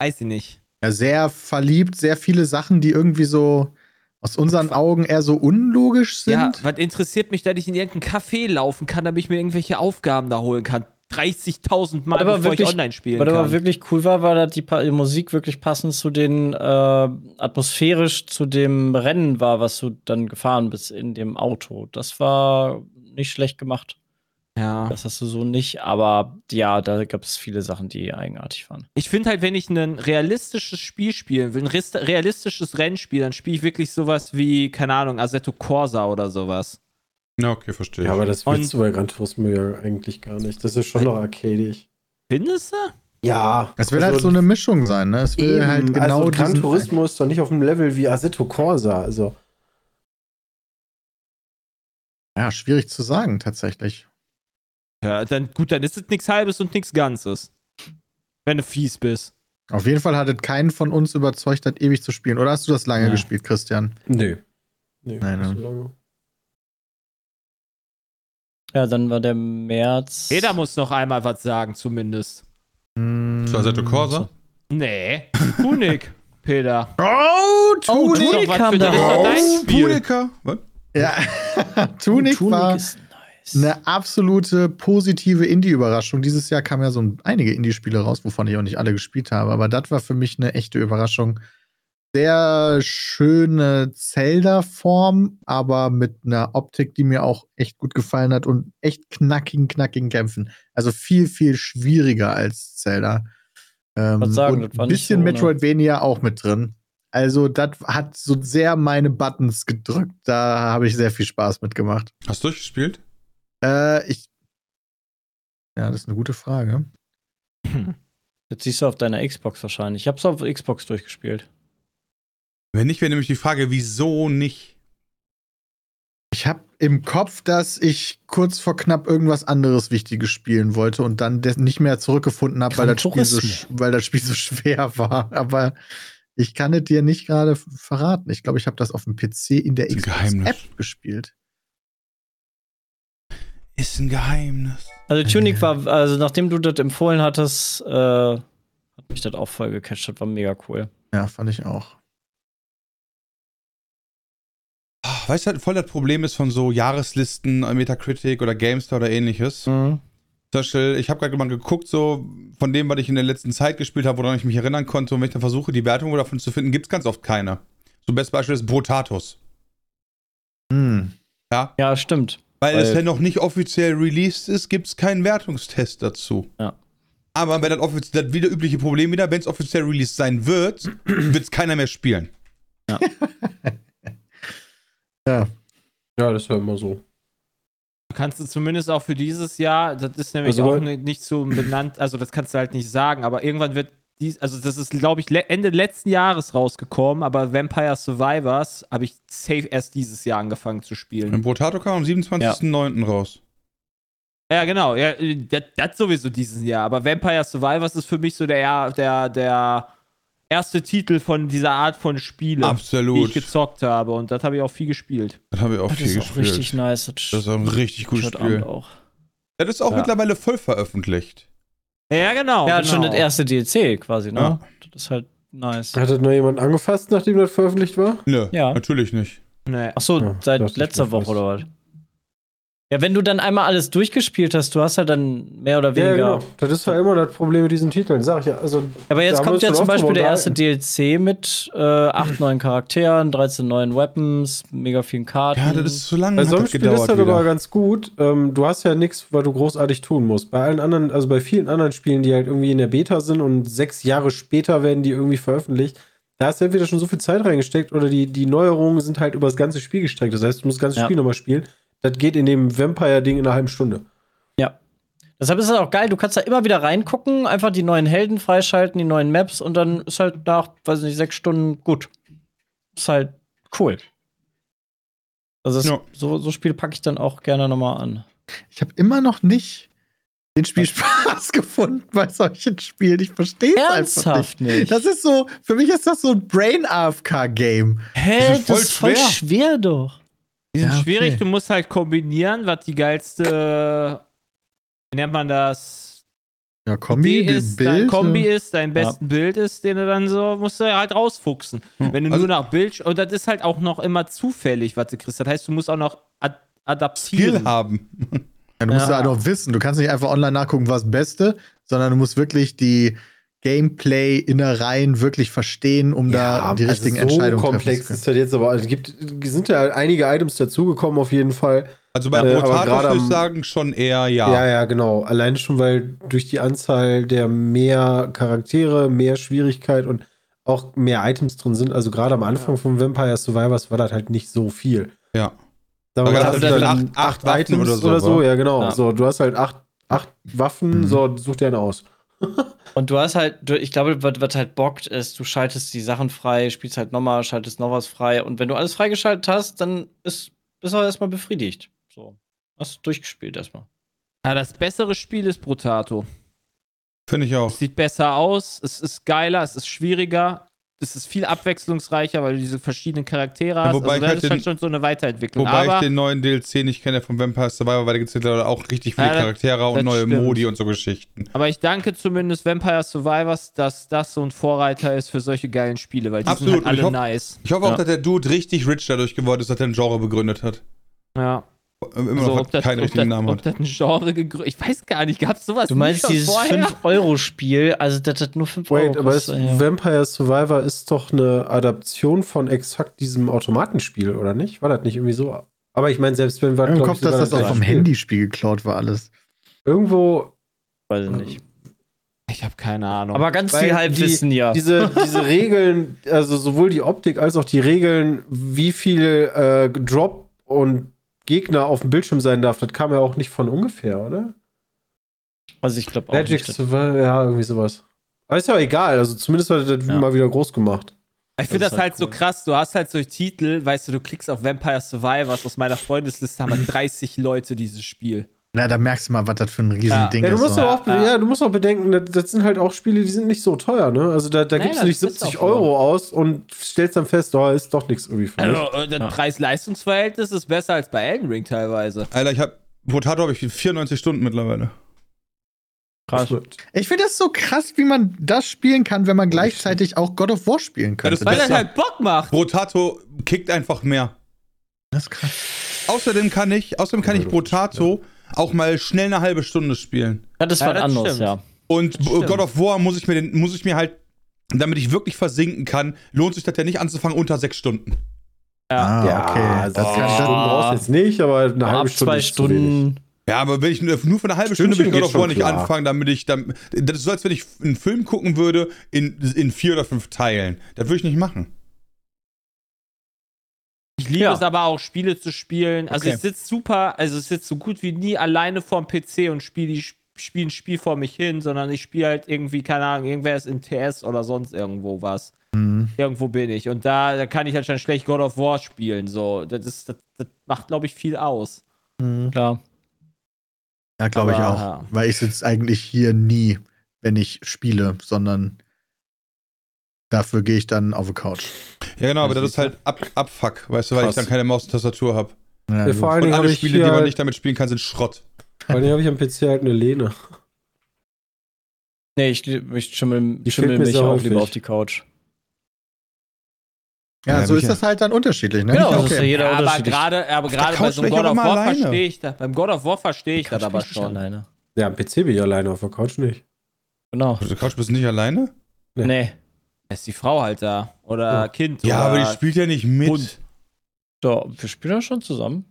Speaker 6: Weiß ich nicht.
Speaker 2: Ja, sehr verliebt, sehr viele Sachen, die irgendwie so aus unseren Augen eher so unlogisch sind.
Speaker 6: Ja, was interessiert mich, dass ich in irgendeinen Café laufen kann, damit ich mir irgendwelche Aufgaben da holen kann? 30.000 Mal,
Speaker 1: Was aber
Speaker 6: bevor ich
Speaker 1: wirklich-
Speaker 6: online spielen
Speaker 1: Was
Speaker 6: kann.
Speaker 1: aber wirklich cool war, war, dass die, pa die Musik wirklich passend zu den, äh, atmosphärisch zu dem Rennen war, was du dann gefahren bist in dem Auto. Das war nicht schlecht gemacht.
Speaker 6: ja.
Speaker 1: Das hast du so nicht, aber ja, da gab es viele Sachen, die eigenartig waren.
Speaker 6: Ich finde halt, wenn ich ein realistisches Spiel spielen will, ein ris- realistisches Rennspiel, dann spiele ich wirklich sowas wie, keine Ahnung, Assetto Corsa oder sowas.
Speaker 4: Na, okay, verstehe.
Speaker 5: Ja, aber das willst
Speaker 6: Und-
Speaker 5: du bei Gran Turismo ja eigentlich gar nicht. Das ist schon noch arcadig.
Speaker 6: Findest du?
Speaker 5: Ja.
Speaker 2: Es will halt so eine Mischung sein, ne? Es will
Speaker 5: Also Eben,
Speaker 2: halt genau
Speaker 5: also Gran
Speaker 2: diesen-
Speaker 5: Turismo ist doch nicht auf dem Level wie Assetto Corsa. Also,
Speaker 2: Ja, schwierig zu sagen, tatsächlich.
Speaker 6: Ja, dann gut, dann ist es nichts Halbes und nichts Ganzes. Wenn du fies bist.
Speaker 2: Auf jeden Fall hat es keinen von uns überzeugt, das ewig zu spielen. Oder hast du das lange
Speaker 1: Ja.
Speaker 2: gespielt, Christian?
Speaker 5: Nee. Nee,
Speaker 2: Nein,
Speaker 5: nicht
Speaker 2: nein.
Speaker 5: so lange.
Speaker 1: Ja, dann war der März.
Speaker 6: Jeder muss noch einmal was sagen, zumindest.
Speaker 2: Mm.
Speaker 4: So, also der
Speaker 5: Hm.
Speaker 4: Corsa?
Speaker 6: Nee. Tunik, Peter.
Speaker 2: Oh,
Speaker 4: Oh,
Speaker 2: Tunic!
Speaker 1: Tunic
Speaker 6: was
Speaker 1: kam
Speaker 6: für
Speaker 1: da
Speaker 6: dich, was
Speaker 1: raus.
Speaker 6: dein Spiel.
Speaker 4: Pudelka? Was?
Speaker 2: ja, *laughs* Tunic war
Speaker 1: ist nice.
Speaker 2: eine absolute positive Indie-Überraschung. Dieses Jahr kamen ja so ein- einige Indie-Spiele raus, wovon ich auch nicht alle gespielt habe. Aber das war für mich eine echte Überraschung. Sehr schöne Zelda-Form, aber mit einer Optik, die mir auch echt gut gefallen hat und echt knackigen, knackigen Kämpfen. Also viel, viel schwieriger als Zelda. Ähm,
Speaker 1: Wollt sagen,
Speaker 2: und
Speaker 1: das war
Speaker 2: ein
Speaker 1: nicht
Speaker 2: bisschen
Speaker 1: so ne? ohne.
Speaker 2: Metroidvania auch mit drin. Also, das hat so sehr meine Buttons gedrückt. Da habe ich sehr viel Spaß mitgemacht.
Speaker 4: Hast du durchgespielt?
Speaker 2: Äh, ich. Ja, das ist eine gute Frage.
Speaker 1: Jetzt siehst du auf deiner Xbox wahrscheinlich. Ich hab's auf Xbox durchgespielt.
Speaker 4: Wenn nicht, wäre nämlich die Frage, wieso nicht?
Speaker 2: Ich habe im Kopf, dass ich kurz vor knapp irgendwas anderes Wichtiges spielen wollte und dann des- nicht mehr zurückgefunden habe, weil,
Speaker 1: Gran
Speaker 2: das Spiel so sch- weil das Spiel so schwer war. *laughs* Aber ich kann es dir nicht gerade f- verraten. Ich glaube, ich habe das auf dem PC in der
Speaker 4: Ein Geheimnis.
Speaker 2: Xbox-App gespielt.
Speaker 4: Ist ein Geheimnis.
Speaker 1: Also Tunic war, also nachdem du das empfohlen hattest, äh, hat mich das auch voll gecatcht. Das war mega cool.
Speaker 2: Ja, fand ich auch.
Speaker 4: Ach, Weißt du, halt voll das Problem ist von so Jahreslisten, äh, Metacritic oder GameStar oder ähnliches.
Speaker 1: Mhm.
Speaker 4: Zum Beispiel, ich habe gerade mal geguckt, so von dem, was ich in der letzten Zeit gespielt habe, woran ich mich erinnern konnte, und wenn ich dann versuche, die Wertung davon zu finden, gibt es ganz oft keine. So ein bestes Beispiel ist Brotatus.
Speaker 2: Hm.
Speaker 4: Ja,
Speaker 1: Ja, stimmt.
Speaker 4: weil,
Speaker 1: Weil-
Speaker 4: es ja noch nicht offiziell released ist, gibt es keinen Wertungstest dazu.
Speaker 1: Ja.
Speaker 4: Aber wenn das, offiz- das wieder übliche Problem wieder, wenn es offiziell released sein wird, *clears throat* wird es keiner mehr spielen.
Speaker 2: Ja.
Speaker 5: Ja, das war immer so.
Speaker 6: Kannst du zumindest auch für dieses Jahr, das ist nämlich
Speaker 5: Also,
Speaker 6: auch ni- nicht so benannt, also das kannst du halt nicht sagen, aber irgendwann wird dies, also das ist, glaube ich, le- Ende letzten Jahres rausgekommen, aber Vampire Survivors habe ich safe erst dieses Jahr angefangen zu
Speaker 4: Und
Speaker 6: spielen.
Speaker 4: Brotato kam am 27.09. raus.
Speaker 6: Ja, genau, ja, äh, das, das sowieso dieses Jahr, aber Vampire Survivors ist für mich so der, der, der erste Titel von dieser Art von Spielen, die
Speaker 4: Absolut.
Speaker 6: ich gezockt habe und das habe ich auch viel gespielt.
Speaker 4: Das habe ich auch
Speaker 1: Das
Speaker 4: viel
Speaker 1: ist auch
Speaker 4: gespielt.
Speaker 1: richtig nice.
Speaker 4: das ist auch ein richtig gutes
Speaker 1: heute Abend
Speaker 4: Spiel.
Speaker 1: auch.
Speaker 4: Das ist auch
Speaker 6: Ja.
Speaker 4: mittlerweile voll veröffentlicht.
Speaker 6: Ja, genau.
Speaker 1: ja,
Speaker 6: genau.
Speaker 1: schon das erste DLC quasi, ne?
Speaker 4: Ja.
Speaker 1: Das ist halt nice.
Speaker 5: Hat das noch jemand angefasst, nachdem das veröffentlicht war?
Speaker 4: Nö,
Speaker 1: Ja.
Speaker 4: natürlich nicht.
Speaker 6: Nee.
Speaker 1: Achso,
Speaker 5: Ja, das
Speaker 1: seit
Speaker 5: ist
Speaker 1: letzter
Speaker 5: nicht
Speaker 1: Woche
Speaker 5: fest.
Speaker 1: oder was? Ja, wenn du dann einmal alles durchgespielt hast, du hast ja genau. dann mehr oder weniger.
Speaker 5: Das ist ja immer das Problem mit diesen Titeln, sag ich ja. Also,
Speaker 1: Aber
Speaker 5: Da
Speaker 1: jetzt
Speaker 5: haben wir
Speaker 1: kommt
Speaker 5: uns
Speaker 1: ja
Speaker 5: schon
Speaker 1: zum
Speaker 5: oft
Speaker 1: Beispiel
Speaker 5: drüber
Speaker 1: der erste
Speaker 5: unterhalten.
Speaker 1: DLC mit äh, acht neuen Charakteren, 13 neuen Weapons, mega vielen Karten.
Speaker 4: Ja, das ist so lange
Speaker 5: Bei
Speaker 4: hat
Speaker 5: so einem
Speaker 4: das
Speaker 5: Spiel ist
Speaker 4: gedauert
Speaker 5: das aber
Speaker 4: wieder.
Speaker 5: ganz gut. Ähm, du hast ja nichts, was du großartig tun musst. Bei allen anderen, also bei vielen anderen Spielen, die halt irgendwie in der Beta sind und sechs Jahre später werden die irgendwie veröffentlicht, da hast du entweder schon so viel Zeit reingesteckt oder die, die Neuerungen sind halt über das ganze Spiel gestreckt. Das heißt, du musst das ganze
Speaker 1: Ja.
Speaker 5: Spiel nochmal spielen. Das geht in dem Vampire-Ding in einer halben Stunde.
Speaker 1: Deshalb ist es auch geil, du kannst da immer wieder reingucken, einfach die neuen Helden freischalten, die neuen Maps und dann ist halt nach, weiß nicht, sechs Stunden gut. Ist halt cool. Also es-
Speaker 4: Ja.
Speaker 1: so, so Spiele packe ich dann auch gerne nochmal an.
Speaker 2: Ich habe immer noch nicht den Spielspaß *laughs* gefunden bei solchen Spielen. Ich verstehe es einfach nicht.
Speaker 1: Ernsthaft nicht.
Speaker 2: Das ist so, für mich ist das so ein Brain-AFK-Game.
Speaker 1: Hä,
Speaker 4: das ist voll schwer.
Speaker 1: schwer doch.
Speaker 6: Die sind
Speaker 2: Ja, okay.
Speaker 6: schwierig, du musst halt kombinieren, was die geilste, wie nennt man das?
Speaker 2: Ja, Kombi,
Speaker 6: Idee ist, dein Kombi
Speaker 5: ne?
Speaker 6: ist, dein
Speaker 1: Ja.
Speaker 6: besten Bild ist, den du dann so, musst du halt rausfuchsen. Wenn du
Speaker 4: also-
Speaker 6: nur nach Bild, und das ist halt auch noch immer zufällig, was du kriegst. Das heißt, du musst auch noch ad
Speaker 4: Skill
Speaker 6: adaptieren.
Speaker 4: haben.
Speaker 2: ja, du musst
Speaker 1: Ja.
Speaker 2: ja. da noch wissen. Du kannst nicht einfach online nachgucken, was Beste, sondern du musst wirklich die Gameplay-Innereien wirklich verstehen, um da die
Speaker 5: also
Speaker 2: richtigen Entscheidungen
Speaker 5: So
Speaker 2: treffen
Speaker 5: komplex
Speaker 2: zu können.
Speaker 5: ist das jetzt, aber Also, es gibt, sind ja einige Items dazugekommen auf jeden Fall.
Speaker 4: Also bei
Speaker 5: Äh, aber
Speaker 4: Brotatus
Speaker 5: gerade
Speaker 4: würde ich
Speaker 5: am-
Speaker 4: sagen schon eher ja.
Speaker 5: Ja. ja, genau. Allein schon, weil durch die Anzahl der mehr Charaktere, mehr Schwierigkeit und auch mehr Items drin sind. Also gerade am Anfang von Vampire Survivors war das halt nicht so viel.
Speaker 4: Ja.
Speaker 5: Sagen wir
Speaker 4: Da
Speaker 5: mal,
Speaker 4: gab
Speaker 5: hast
Speaker 4: es
Speaker 5: du
Speaker 4: dann acht- acht Waffen oder so,
Speaker 5: oder so.
Speaker 4: wa?
Speaker 5: Ja, genau.
Speaker 1: Ja.
Speaker 5: So, du hast halt acht, acht Waffen,
Speaker 2: Mhm.
Speaker 5: so such dir eine aus.
Speaker 1: Und du hast halt, du, ich glaube, was, was halt bockt, ist, du schaltest die Sachen frei, spielst halt nochmal, schaltest noch was frei. Und wenn du alles freigeschaltet hast, dann ist, bist du auch erstmal befriedigt. So. Hast du durchgespielt erstmal.
Speaker 6: Ja, das bessere Spiel ist Brutato.
Speaker 4: Finde ich auch.
Speaker 6: Es sieht besser aus, es ist geiler, es ist schwieriger, es ist viel abwechslungsreicher, weil du diese verschiedenen Charaktere hast.
Speaker 4: wobei ich
Speaker 6: also,
Speaker 4: halt
Speaker 6: das ist halt
Speaker 4: den-
Speaker 6: schon so eine Weiterentwicklung.
Speaker 4: Wobei
Speaker 6: Aber
Speaker 4: ich den neuen DLC nicht kenne vom Vampire Survivor, weil da gibt es mittlerweile auch richtig viele
Speaker 6: Ja, das-
Speaker 4: Charaktere und
Speaker 6: das
Speaker 4: neue
Speaker 6: stimmt.
Speaker 4: Modi und so Geschichten.
Speaker 6: Aber ich danke zumindest Vampire Survivors, dass das so ein Vorreiter ist für solche geilen Spiele, weil die
Speaker 4: Absolut,
Speaker 6: sind halt
Speaker 4: und ich
Speaker 6: alle
Speaker 4: hoff-
Speaker 6: nice.
Speaker 4: Ich hoffe auch,
Speaker 6: Ja.
Speaker 4: dass der Dude richtig rich dadurch geworden ist, dass er ein Genre begründet hat.
Speaker 6: Ja.
Speaker 4: Immer
Speaker 6: Also,
Speaker 4: noch hat keinen
Speaker 6: ob, das,
Speaker 4: richtigen Namen
Speaker 6: ob
Speaker 4: hat.
Speaker 6: das ein Genre gegründet Ich weiß gar nicht, gab es sowas
Speaker 1: Du
Speaker 6: nicht
Speaker 1: meinst
Speaker 6: schon
Speaker 1: dieses
Speaker 6: vorher?
Speaker 1: 5-Euro-Spiel, also das hat nur 5
Speaker 5: Wait,
Speaker 1: Euro
Speaker 5: aber es,
Speaker 1: kostet, ja.
Speaker 5: Vampire Survivor ist doch eine Adaption von exakt diesem Automatenspiel, oder nicht? War das nicht irgendwie so? Aber ich meine, selbst wenn wir.
Speaker 2: Im
Speaker 5: glaub
Speaker 2: Kopf,
Speaker 5: ich,
Speaker 2: dass
Speaker 5: sogar
Speaker 2: das auch
Speaker 5: gleiche
Speaker 2: vom
Speaker 5: Spiel.
Speaker 2: Handyspiel geklaut war, alles.
Speaker 5: Irgendwo.
Speaker 1: Weiß ich nicht.
Speaker 6: Ich habe keine Ahnung.
Speaker 1: Aber ganz
Speaker 5: Weil
Speaker 1: viel Halbwissen, ja.
Speaker 5: Diese, diese Regeln, also sowohl die Optik als auch die Regeln, wie viel äh, Drop und Gegner auf dem Bildschirm sein darf, das kam ja auch nicht von ungefähr, oder?
Speaker 1: also ich glaube auch nicht.
Speaker 5: Magic Survivor, ja, irgendwie sowas. Aber ist ja egal, also zumindest war das
Speaker 1: Ja.
Speaker 5: mal wieder groß gemacht.
Speaker 6: ich finde
Speaker 1: das
Speaker 6: das,
Speaker 1: ist halt
Speaker 6: halt so krass. Du hast halt solche Titel, weißt du, du klickst auf Vampire Survivors. Aus meiner Freundesliste haben *laughs* halt 30 Leute dieses Spiel.
Speaker 2: Na, da merkst du mal, was das für ein Riesending
Speaker 5: Ja, du
Speaker 2: ist.
Speaker 5: musst
Speaker 2: so.
Speaker 5: aber auch,
Speaker 6: Ja.
Speaker 5: ja, du musst auch bedenken, das, das sind halt auch Spiele, die sind nicht so teuer, ne? Also da, da
Speaker 6: Nee,
Speaker 5: gibst
Speaker 6: das
Speaker 5: du nicht
Speaker 6: ist
Speaker 5: 70
Speaker 6: auch so.
Speaker 5: Euro aus und stellst dann fest, oh, ist doch nichts irgendwie für mich.
Speaker 6: Also, äh, das Preis-Leistungs-Verhältnis ist besser als bei Elden Ring teilweise.
Speaker 4: Alter, ich hab. Potato habe ich 94 Stunden mittlerweile.
Speaker 1: Krass.
Speaker 2: Ich finde das so krass, wie man das spielen kann, wenn man gleichzeitig auch God of War spielen könnte.
Speaker 4: das
Speaker 6: Weil
Speaker 4: Besser.
Speaker 6: das halt Bock macht.
Speaker 4: Brotato kickt einfach mehr.
Speaker 2: das ist krass.
Speaker 4: Außerdem kann ich, außerdem kann ich Brotato auch mal schnell eine halbe Stunde spielen.
Speaker 1: Das ist
Speaker 6: Ja,
Speaker 1: was
Speaker 6: das
Speaker 1: anderes,
Speaker 6: stimmt.
Speaker 1: ja.
Speaker 4: Und
Speaker 6: Das stimmt.
Speaker 4: God of War muss ich mir den, muss ich mir halt, damit ich wirklich versinken kann, lohnt sich das ja nicht anzufangen unter sechs Stunden.
Speaker 6: Ja.
Speaker 2: Ah, okay.
Speaker 5: das
Speaker 2: Das
Speaker 5: kann
Speaker 2: kann-
Speaker 5: Stunden brauchst du jetzt nicht, aber eine
Speaker 1: Ab
Speaker 5: halbe Stunde
Speaker 1: zwei
Speaker 5: ist zu wenig.
Speaker 1: Stunden.
Speaker 4: Ja, aber wenn ich nur nur für eine halbe
Speaker 5: Stündchen
Speaker 4: Stunde mit God
Speaker 5: geht
Speaker 4: of War
Speaker 5: schon
Speaker 4: nicht
Speaker 5: klar.
Speaker 4: anfangen, damit ich dann. Das ist so, als wenn ich einen Film gucken würde in, in vier oder fünf Teilen. Das würde ich nicht machen.
Speaker 6: Ich liebe
Speaker 1: Ja.
Speaker 6: es aber auch, Spiele zu spielen. Also
Speaker 1: Okay.
Speaker 6: ich sitze super, also ich sitze so gut wie nie alleine vorm PC und spiele die spiele ein Spiel vor mich hin, sondern ich spiele halt irgendwie, keine Ahnung, irgendwer ist in TS oder sonst irgendwo was.
Speaker 2: Mhm.
Speaker 6: Irgendwo bin ich. Und da, da kann ich halt schon schlecht God of War spielen. So, das, ist, das, das macht, glaube ich, viel aus. Hm.
Speaker 1: Klar.
Speaker 2: Ja, glaube ich
Speaker 6: Aber,
Speaker 2: auch.
Speaker 6: ja.
Speaker 2: Weil ich sitze eigentlich hier nie, wenn ich spiele, sondern dafür gehe ich dann auf die Couch.
Speaker 4: Ja, genau, aber
Speaker 6: Ja,
Speaker 4: das ist
Speaker 6: sicher.
Speaker 4: halt ab, Abfuck, weißt du, weil
Speaker 5: Krass.
Speaker 4: ich dann keine Maus und Tastatur habe.
Speaker 2: Ja,
Speaker 5: Ja, Äh, vor allen
Speaker 4: Und
Speaker 5: Dingen
Speaker 4: alle
Speaker 5: habe ich,
Speaker 4: Spiele, die
Speaker 5: hier
Speaker 4: man
Speaker 5: halt,
Speaker 4: nicht damit spielen kann, sind Schrott.
Speaker 5: vor allen Dingen habe ich am PC halt eine Lehne.
Speaker 1: Nee, ich, ich schimmel,
Speaker 5: Die
Speaker 1: schimmel
Speaker 5: fehlt mir
Speaker 1: mich
Speaker 5: sehr
Speaker 1: auch
Speaker 5: häufig.
Speaker 1: lieber auf die Couch.
Speaker 2: ja,
Speaker 4: Ja,
Speaker 2: so ist
Speaker 4: Michael.
Speaker 2: das halt dann unterschiedlich, ne?
Speaker 1: Genau,
Speaker 2: Ja,
Speaker 1: das ist ja jeder
Speaker 6: Ja, aber
Speaker 1: unterschiedlich.
Speaker 6: gerade aber gerade bei
Speaker 4: Couch
Speaker 6: so
Speaker 4: wär
Speaker 6: einem
Speaker 4: ich
Speaker 6: God
Speaker 4: aber
Speaker 6: of
Speaker 4: mal
Speaker 6: War
Speaker 4: alleine.
Speaker 6: verstehe ich das. Beim God of War verstehe ich das aber schon.
Speaker 1: Alleine.
Speaker 5: Ja, am PC bin ich alleine, auf der Couch nicht.
Speaker 1: Genau.
Speaker 4: Auf der Couch bist du nicht alleine?
Speaker 5: Ja.
Speaker 1: Nee,
Speaker 6: Da Ist die Frau halt da. Oder
Speaker 5: Ja.
Speaker 6: Kind.
Speaker 4: Ja,
Speaker 6: oder
Speaker 4: aber die spielt ja nicht mit.
Speaker 6: Hund.
Speaker 1: so, wir spielen das schon zusammen.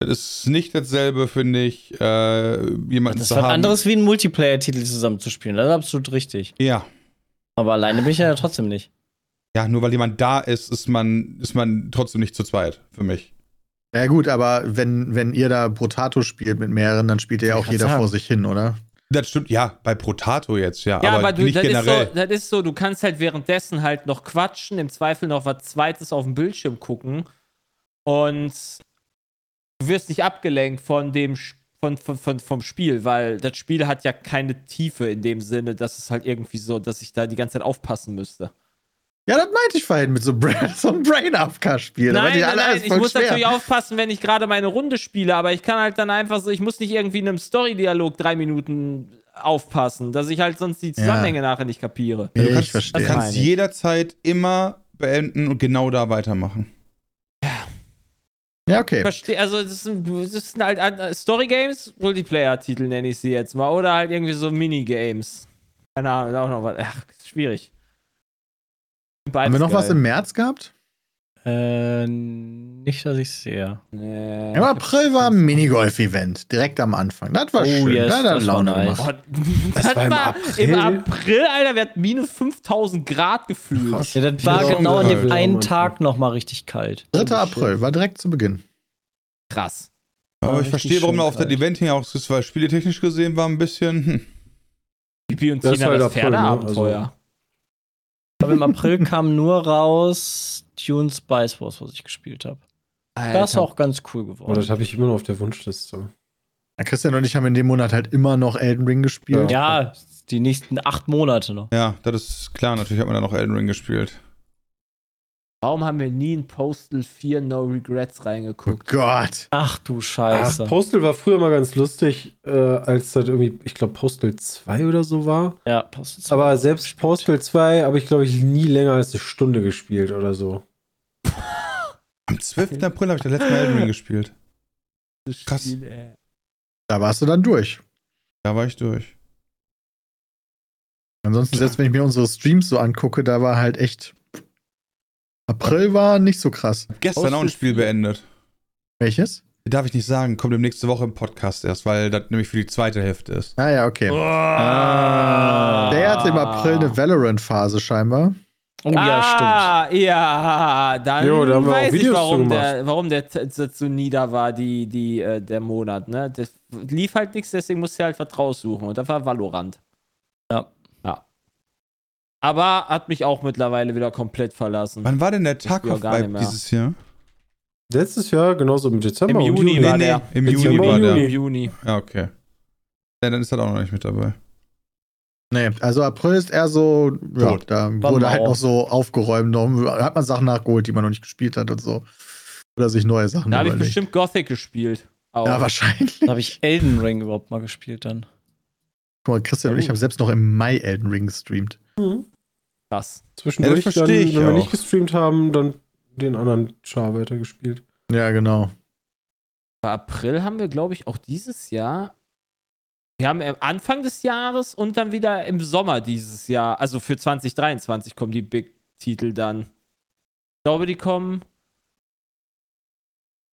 Speaker 4: Das ist nicht dasselbe, finde ich, äh, jemanden
Speaker 1: Das ist
Speaker 4: zu
Speaker 1: was
Speaker 4: haben.
Speaker 1: anderes wie einen Multiplayer-Titel zusammenzuspielen. Das ist absolut richtig.
Speaker 4: Ja.
Speaker 1: Aber alleine bin ich ja trotzdem nicht.
Speaker 4: Ja, nur weil jemand da ist, ist man, ist man trotzdem nicht zu zweit, für mich.
Speaker 2: Ja, gut, aber wenn, wenn ihr da Brotato spielt mit mehreren, dann spielt ja auch
Speaker 1: grad
Speaker 2: jeder
Speaker 1: sagen.
Speaker 2: vor sich hin, oder?
Speaker 4: Das stimmt, ja, bei Protato jetzt, ja.
Speaker 6: Ja, aber, du,
Speaker 4: nicht
Speaker 6: das, ist
Speaker 4: generell.
Speaker 6: so, das ist so, du kannst halt währenddessen halt noch quatschen, im Zweifel noch was Zweites auf dem Bildschirm gucken und du wirst nicht abgelenkt von dem Sch- von, von, von, vom Spiel, weil das Spiel hat ja keine Tiefe in dem Sinne, dass es halt irgendwie so, dass ich da die ganze Zeit aufpassen müsste.
Speaker 2: Ja, das meinte ich vorhin mit so, Bra *laughs* so einem Brain-Upcar-Spiel. Da
Speaker 6: nein,
Speaker 2: meinte
Speaker 6: nein,
Speaker 2: alle,
Speaker 6: nein,
Speaker 2: ist
Speaker 6: ich
Speaker 2: voll
Speaker 6: muss
Speaker 2: schwer.
Speaker 6: natürlich aufpassen, wenn ich gerade meine Runde spiele, aber ich kann halt dann einfach so, ich muss nicht irgendwie in einem Story-Dialog drei Minuten aufpassen, dass ich halt sonst die Zusammenhänge nachher nicht kapiere.
Speaker 4: Ja, du
Speaker 2: Ich
Speaker 4: kannst,
Speaker 2: verstehe.
Speaker 4: Du kannst
Speaker 6: meine ich.
Speaker 4: jederzeit immer beenden und genau da weitermachen.
Speaker 2: Ja, okay.
Speaker 6: Verstehe, also das sind, das sind halt an- Story Games, Multiplayer-Titel nenne ich sie jetzt mal. Oder halt irgendwie so Minigames. Keine Ahnung, auch noch was. Ach, ist schwierig.
Speaker 2: Haben wir noch was im März gehabt?
Speaker 1: Äh, nicht, dass ich sehe.
Speaker 6: Nee.
Speaker 2: Im April war ein Minigolf-Event, direkt am Anfang. Das war
Speaker 1: Oh,
Speaker 2: schön.
Speaker 1: yes,
Speaker 2: da hat
Speaker 1: das
Speaker 2: er
Speaker 1: war
Speaker 2: Laune
Speaker 1: nice.
Speaker 6: *laughs*
Speaker 2: gemacht.
Speaker 6: Boah, das war Oh, im April. Alter, wir hatten minus 5000 Grad gefühlt.
Speaker 1: Ja, das war
Speaker 4: Ja,
Speaker 1: genau an dem
Speaker 5: ja,
Speaker 1: einen
Speaker 5: Mann.
Speaker 1: Tag nochmal richtig kalt.
Speaker 2: 3. April, war direkt zu Beginn.
Speaker 6: Krass.
Speaker 1: War
Speaker 4: Aber ich
Speaker 1: richtig
Speaker 4: verstehe, warum
Speaker 1: schön
Speaker 4: da auf das
Speaker 1: kalt.
Speaker 4: Event hier auch so ist, weil spieletechnisch gesehen war ein bisschen. Hm.
Speaker 6: Pipi und
Speaker 5: Das
Speaker 6: Tina,
Speaker 5: war
Speaker 6: das,
Speaker 5: halt April, ne?
Speaker 6: Pferdeabenteuer.
Speaker 1: Ich glaube, im April kam nur raus Tune Spice
Speaker 2: Also-
Speaker 1: Wars, was ich gespielt habe. Das ist
Speaker 6: Alter.
Speaker 1: auch ganz cool
Speaker 5: Und das
Speaker 1: geworden.
Speaker 5: habe ich immer noch auf der Wunschliste.
Speaker 2: Ja, Christian und ich haben in dem Monat halt immer noch Elden Ring gespielt.
Speaker 1: Ja, die nächsten acht Monate noch.
Speaker 4: Ja, das ist klar. Natürlich hat man da noch Elden Ring gespielt.
Speaker 6: Warum haben wir nie in Postal 4 No Regrets
Speaker 2: Oh
Speaker 6: reingeguckt?
Speaker 2: Gott.
Speaker 1: Ach du
Speaker 5: Ach,
Speaker 1: Scheiße.
Speaker 5: Postal war früher mal ganz lustig, äh, als das irgendwie, ich glaube, Postal 2 oder so war.
Speaker 1: ja, passt.
Speaker 5: Aber selbst Postal 2 habe ich, glaube ich, nie länger als eine Stunde gespielt oder so.
Speaker 4: Am 12. April habe ich das letzte Mal Elden Ring gespielt.
Speaker 6: Das
Speaker 4: krass.
Speaker 6: Spiel, ey.
Speaker 2: Da warst du dann durch.
Speaker 4: Da war ich durch.
Speaker 2: Ansonsten, selbst wenn ich mir unsere Streams so angucke, da war halt echt. April war nicht so krass.
Speaker 4: Gestern auch ein Spiel beendet.
Speaker 2: Welches?
Speaker 4: Darf ich nicht sagen, kommt im nächste Woche im Podcast erst, weil das nämlich für die zweite Hälfte ist.
Speaker 2: Ah ja, okay.
Speaker 6: Oh.
Speaker 1: Ah.
Speaker 2: Der hatte im April eine Valorant-Phase scheinbar.
Speaker 1: Oh ja, stimmt.
Speaker 6: ah, ja, dann
Speaker 5: Jo, da haben wir auch
Speaker 6: weiß ich,
Speaker 5: Videos
Speaker 6: warum
Speaker 5: zugemacht.
Speaker 6: der, warum der Z- Z- so nieder war, die, die, äh, der Monat. Ne? Das lief halt nichts, deswegen musste er halt was raussuchen. Und da war Valorant.
Speaker 1: Ja.
Speaker 6: ja. Aber hat mich auch mittlerweile wieder komplett verlassen.
Speaker 4: Wann war denn der
Speaker 6: Ja, gar nicht
Speaker 4: Tarkov-Vibe
Speaker 6: mehr.
Speaker 4: dieses Jahr?
Speaker 5: Letztes Jahr, genauso im Dezember.
Speaker 6: Im
Speaker 5: und
Speaker 6: Juni war der.
Speaker 4: im
Speaker 5: Jetzt
Speaker 4: Juni
Speaker 5: im
Speaker 4: war
Speaker 5: Juni.
Speaker 4: der.
Speaker 6: Im Juni.
Speaker 4: Ja, okay. Ja, dann ist das auch noch nicht mit dabei.
Speaker 2: Nee, also April ist eher so, ja,
Speaker 1: Tot.
Speaker 2: da
Speaker 1: War
Speaker 2: wurde
Speaker 1: mau.
Speaker 2: halt noch so aufgeräumt, da hat man Sachen nachgeholt, die man noch nicht gespielt hat und so. Oder sich neue Sachen
Speaker 6: Da habe ich
Speaker 2: überlegt.
Speaker 6: bestimmt Gothic gespielt. Auch.
Speaker 2: Ja, wahrscheinlich.
Speaker 1: Da habe ich Elden Ring überhaupt mal gespielt dann.
Speaker 2: Guck mal, Christian und ich haben selbst noch im Mai Elden Ring gestreamt.
Speaker 6: krass.
Speaker 5: Hm. Zwischendurch,
Speaker 4: Ja, das
Speaker 5: dann,
Speaker 4: verstehe
Speaker 5: wenn
Speaker 4: ich
Speaker 5: wir
Speaker 4: auch.
Speaker 5: nicht gestreamt haben, dann den anderen Char weitergespielt.
Speaker 2: Ja, genau.
Speaker 6: Bei April haben wir, glaube ich, auch dieses Jahr. Wir haben am Anfang des Jahres und dann wieder im Sommer dieses Jahr. Also für 2023 kommen die Big-Titel dann. Ich glaube, die kommen.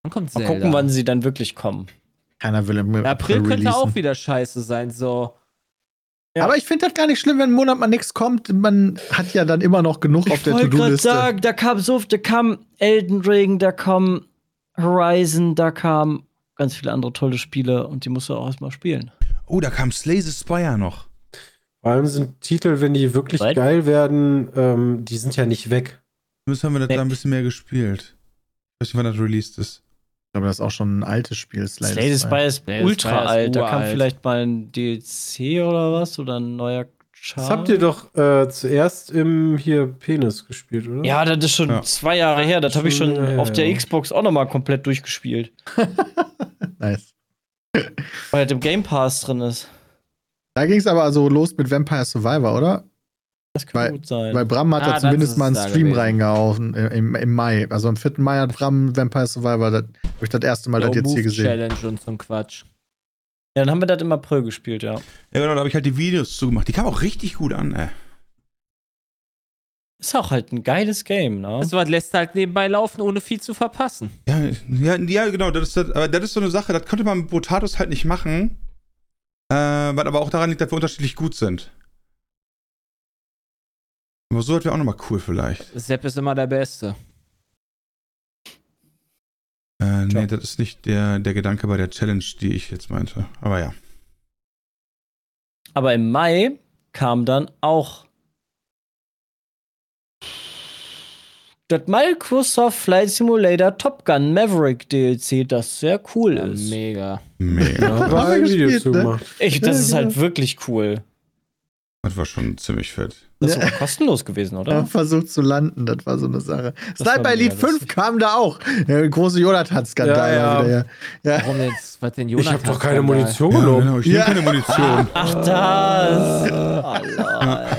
Speaker 6: Wann kommt
Speaker 1: Mal
Speaker 6: Zelda?
Speaker 1: gucken, wann sie dann wirklich kommen.
Speaker 2: Keiner will im April,
Speaker 6: Ja, April könnte
Speaker 2: releasen.
Speaker 6: auch wieder scheiße sein, so.
Speaker 2: Aber ich finde das gar nicht schlimm, wenn einen Monat mal nichts kommt. Man hat ja dann immer noch genug auf
Speaker 1: Ich
Speaker 2: der
Speaker 1: wollte gerade
Speaker 2: To-Do-Liste.
Speaker 1: sagen, da kam so, da kam Elden Ring, da kam Horizon, da kam ganz viele andere tolle Spiele und die musst du auch erstmal spielen.
Speaker 4: Oh, da kam Slay the Spire noch.
Speaker 5: Vor allem sind Titel, wenn die wirklich
Speaker 1: Was?
Speaker 5: geil werden, ähm, die sind ja nicht weg.
Speaker 4: Zumindest haben wir das
Speaker 1: Nee.
Speaker 4: da ein bisschen mehr gespielt. Ich weiß nicht, wann das released ist.
Speaker 2: Ich glaube, das ist auch schon ein altes Spiel. Slay the
Speaker 1: Slay the Spire ist
Speaker 6: Slay the Spire
Speaker 1: ultra
Speaker 6: ist
Speaker 1: alt. Da kam
Speaker 6: uralt.
Speaker 1: vielleicht mal ein DLC oder was oder ein neuer Char.
Speaker 5: Das habt ihr doch äh, zuerst im hier Penis gespielt, oder?
Speaker 1: Ja, das ist schon
Speaker 4: Ja.
Speaker 1: zwei Jahre her. Das habe ich schon
Speaker 5: Ja, ja,
Speaker 1: auf der
Speaker 5: ja.
Speaker 1: Xbox auch nochmal komplett durchgespielt.
Speaker 2: Nice.
Speaker 1: Weil halt im Game Pass drin ist.
Speaker 2: Da ging es aber also los mit Vampire Survivor, oder?
Speaker 1: Das
Speaker 2: Weil-
Speaker 1: könnte gut sein.
Speaker 2: Weil Bram hat
Speaker 6: Ah,
Speaker 2: da
Speaker 6: das
Speaker 2: zumindest
Speaker 6: ist
Speaker 2: mal einen
Speaker 6: da
Speaker 2: Stream
Speaker 6: gewesen.
Speaker 2: reingehauen äh, im, im Mai. Also am 4. Mai hat Bram Vampire Survivor, das, hab ich das erste Mal das jetzt hier gesehen.
Speaker 6: Challenge und so ein Quatsch.
Speaker 1: ja, dann haben wir das im April gespielt, ja.
Speaker 4: Ja, genau, da habe ich halt die Videos zugemacht. Die kamen auch richtig gut an, ey.
Speaker 1: Ist auch halt ein geiles Game, ne?
Speaker 6: Also, was lässt halt nebenbei laufen, ohne viel zu verpassen.
Speaker 4: Ja, ja, ja genau, das ist, das, aber das ist so eine Sache, das konnte man mit Botatus halt nicht machen. Äh, was aber auch daran liegt, dass wir unterschiedlich gut sind. Aber so hat wäre auch nochmal cool vielleicht.
Speaker 6: Sepp ist immer der Beste.
Speaker 4: Äh,
Speaker 1: Tja.
Speaker 4: nee, das ist nicht der, der Gedanke bei der Challenge, die ich jetzt meinte. Aber ja.
Speaker 1: Aber im Mai kam dann auch das Microsoft Flight Simulator Top Gun Maverick DLC, das sehr cool
Speaker 6: Ja,
Speaker 1: ist.
Speaker 6: mega.
Speaker 4: Mega.
Speaker 5: Da
Speaker 2: Haben
Speaker 5: haben
Speaker 2: wir
Speaker 5: wir ein Video
Speaker 2: gespielt,
Speaker 5: zu
Speaker 2: ne?
Speaker 5: gemacht.
Speaker 1: Ich, das
Speaker 2: Ja,
Speaker 1: ist halt wirklich cool.
Speaker 4: *laughs* Das war schon ziemlich fett.
Speaker 1: Das ist auch kostenlos gewesen,
Speaker 2: Ja,
Speaker 1: oder?
Speaker 2: versucht zu landen, das war so eine Sache.
Speaker 1: Das war
Speaker 2: Sniper Elite
Speaker 1: mega
Speaker 2: 5 kam da auch. Der große Jonathan-Skandal.
Speaker 5: Ja, ja.
Speaker 2: ja.
Speaker 6: Warum jetzt? Was denn
Speaker 5: Ich
Speaker 6: Jonathan?
Speaker 5: habe doch keine
Speaker 6: Skandal?
Speaker 5: Munition
Speaker 4: Ja,
Speaker 5: genommen.
Speaker 4: genau, ich nehme
Speaker 2: Ja.
Speaker 4: keine Munition.
Speaker 1: Ach, das. Allah,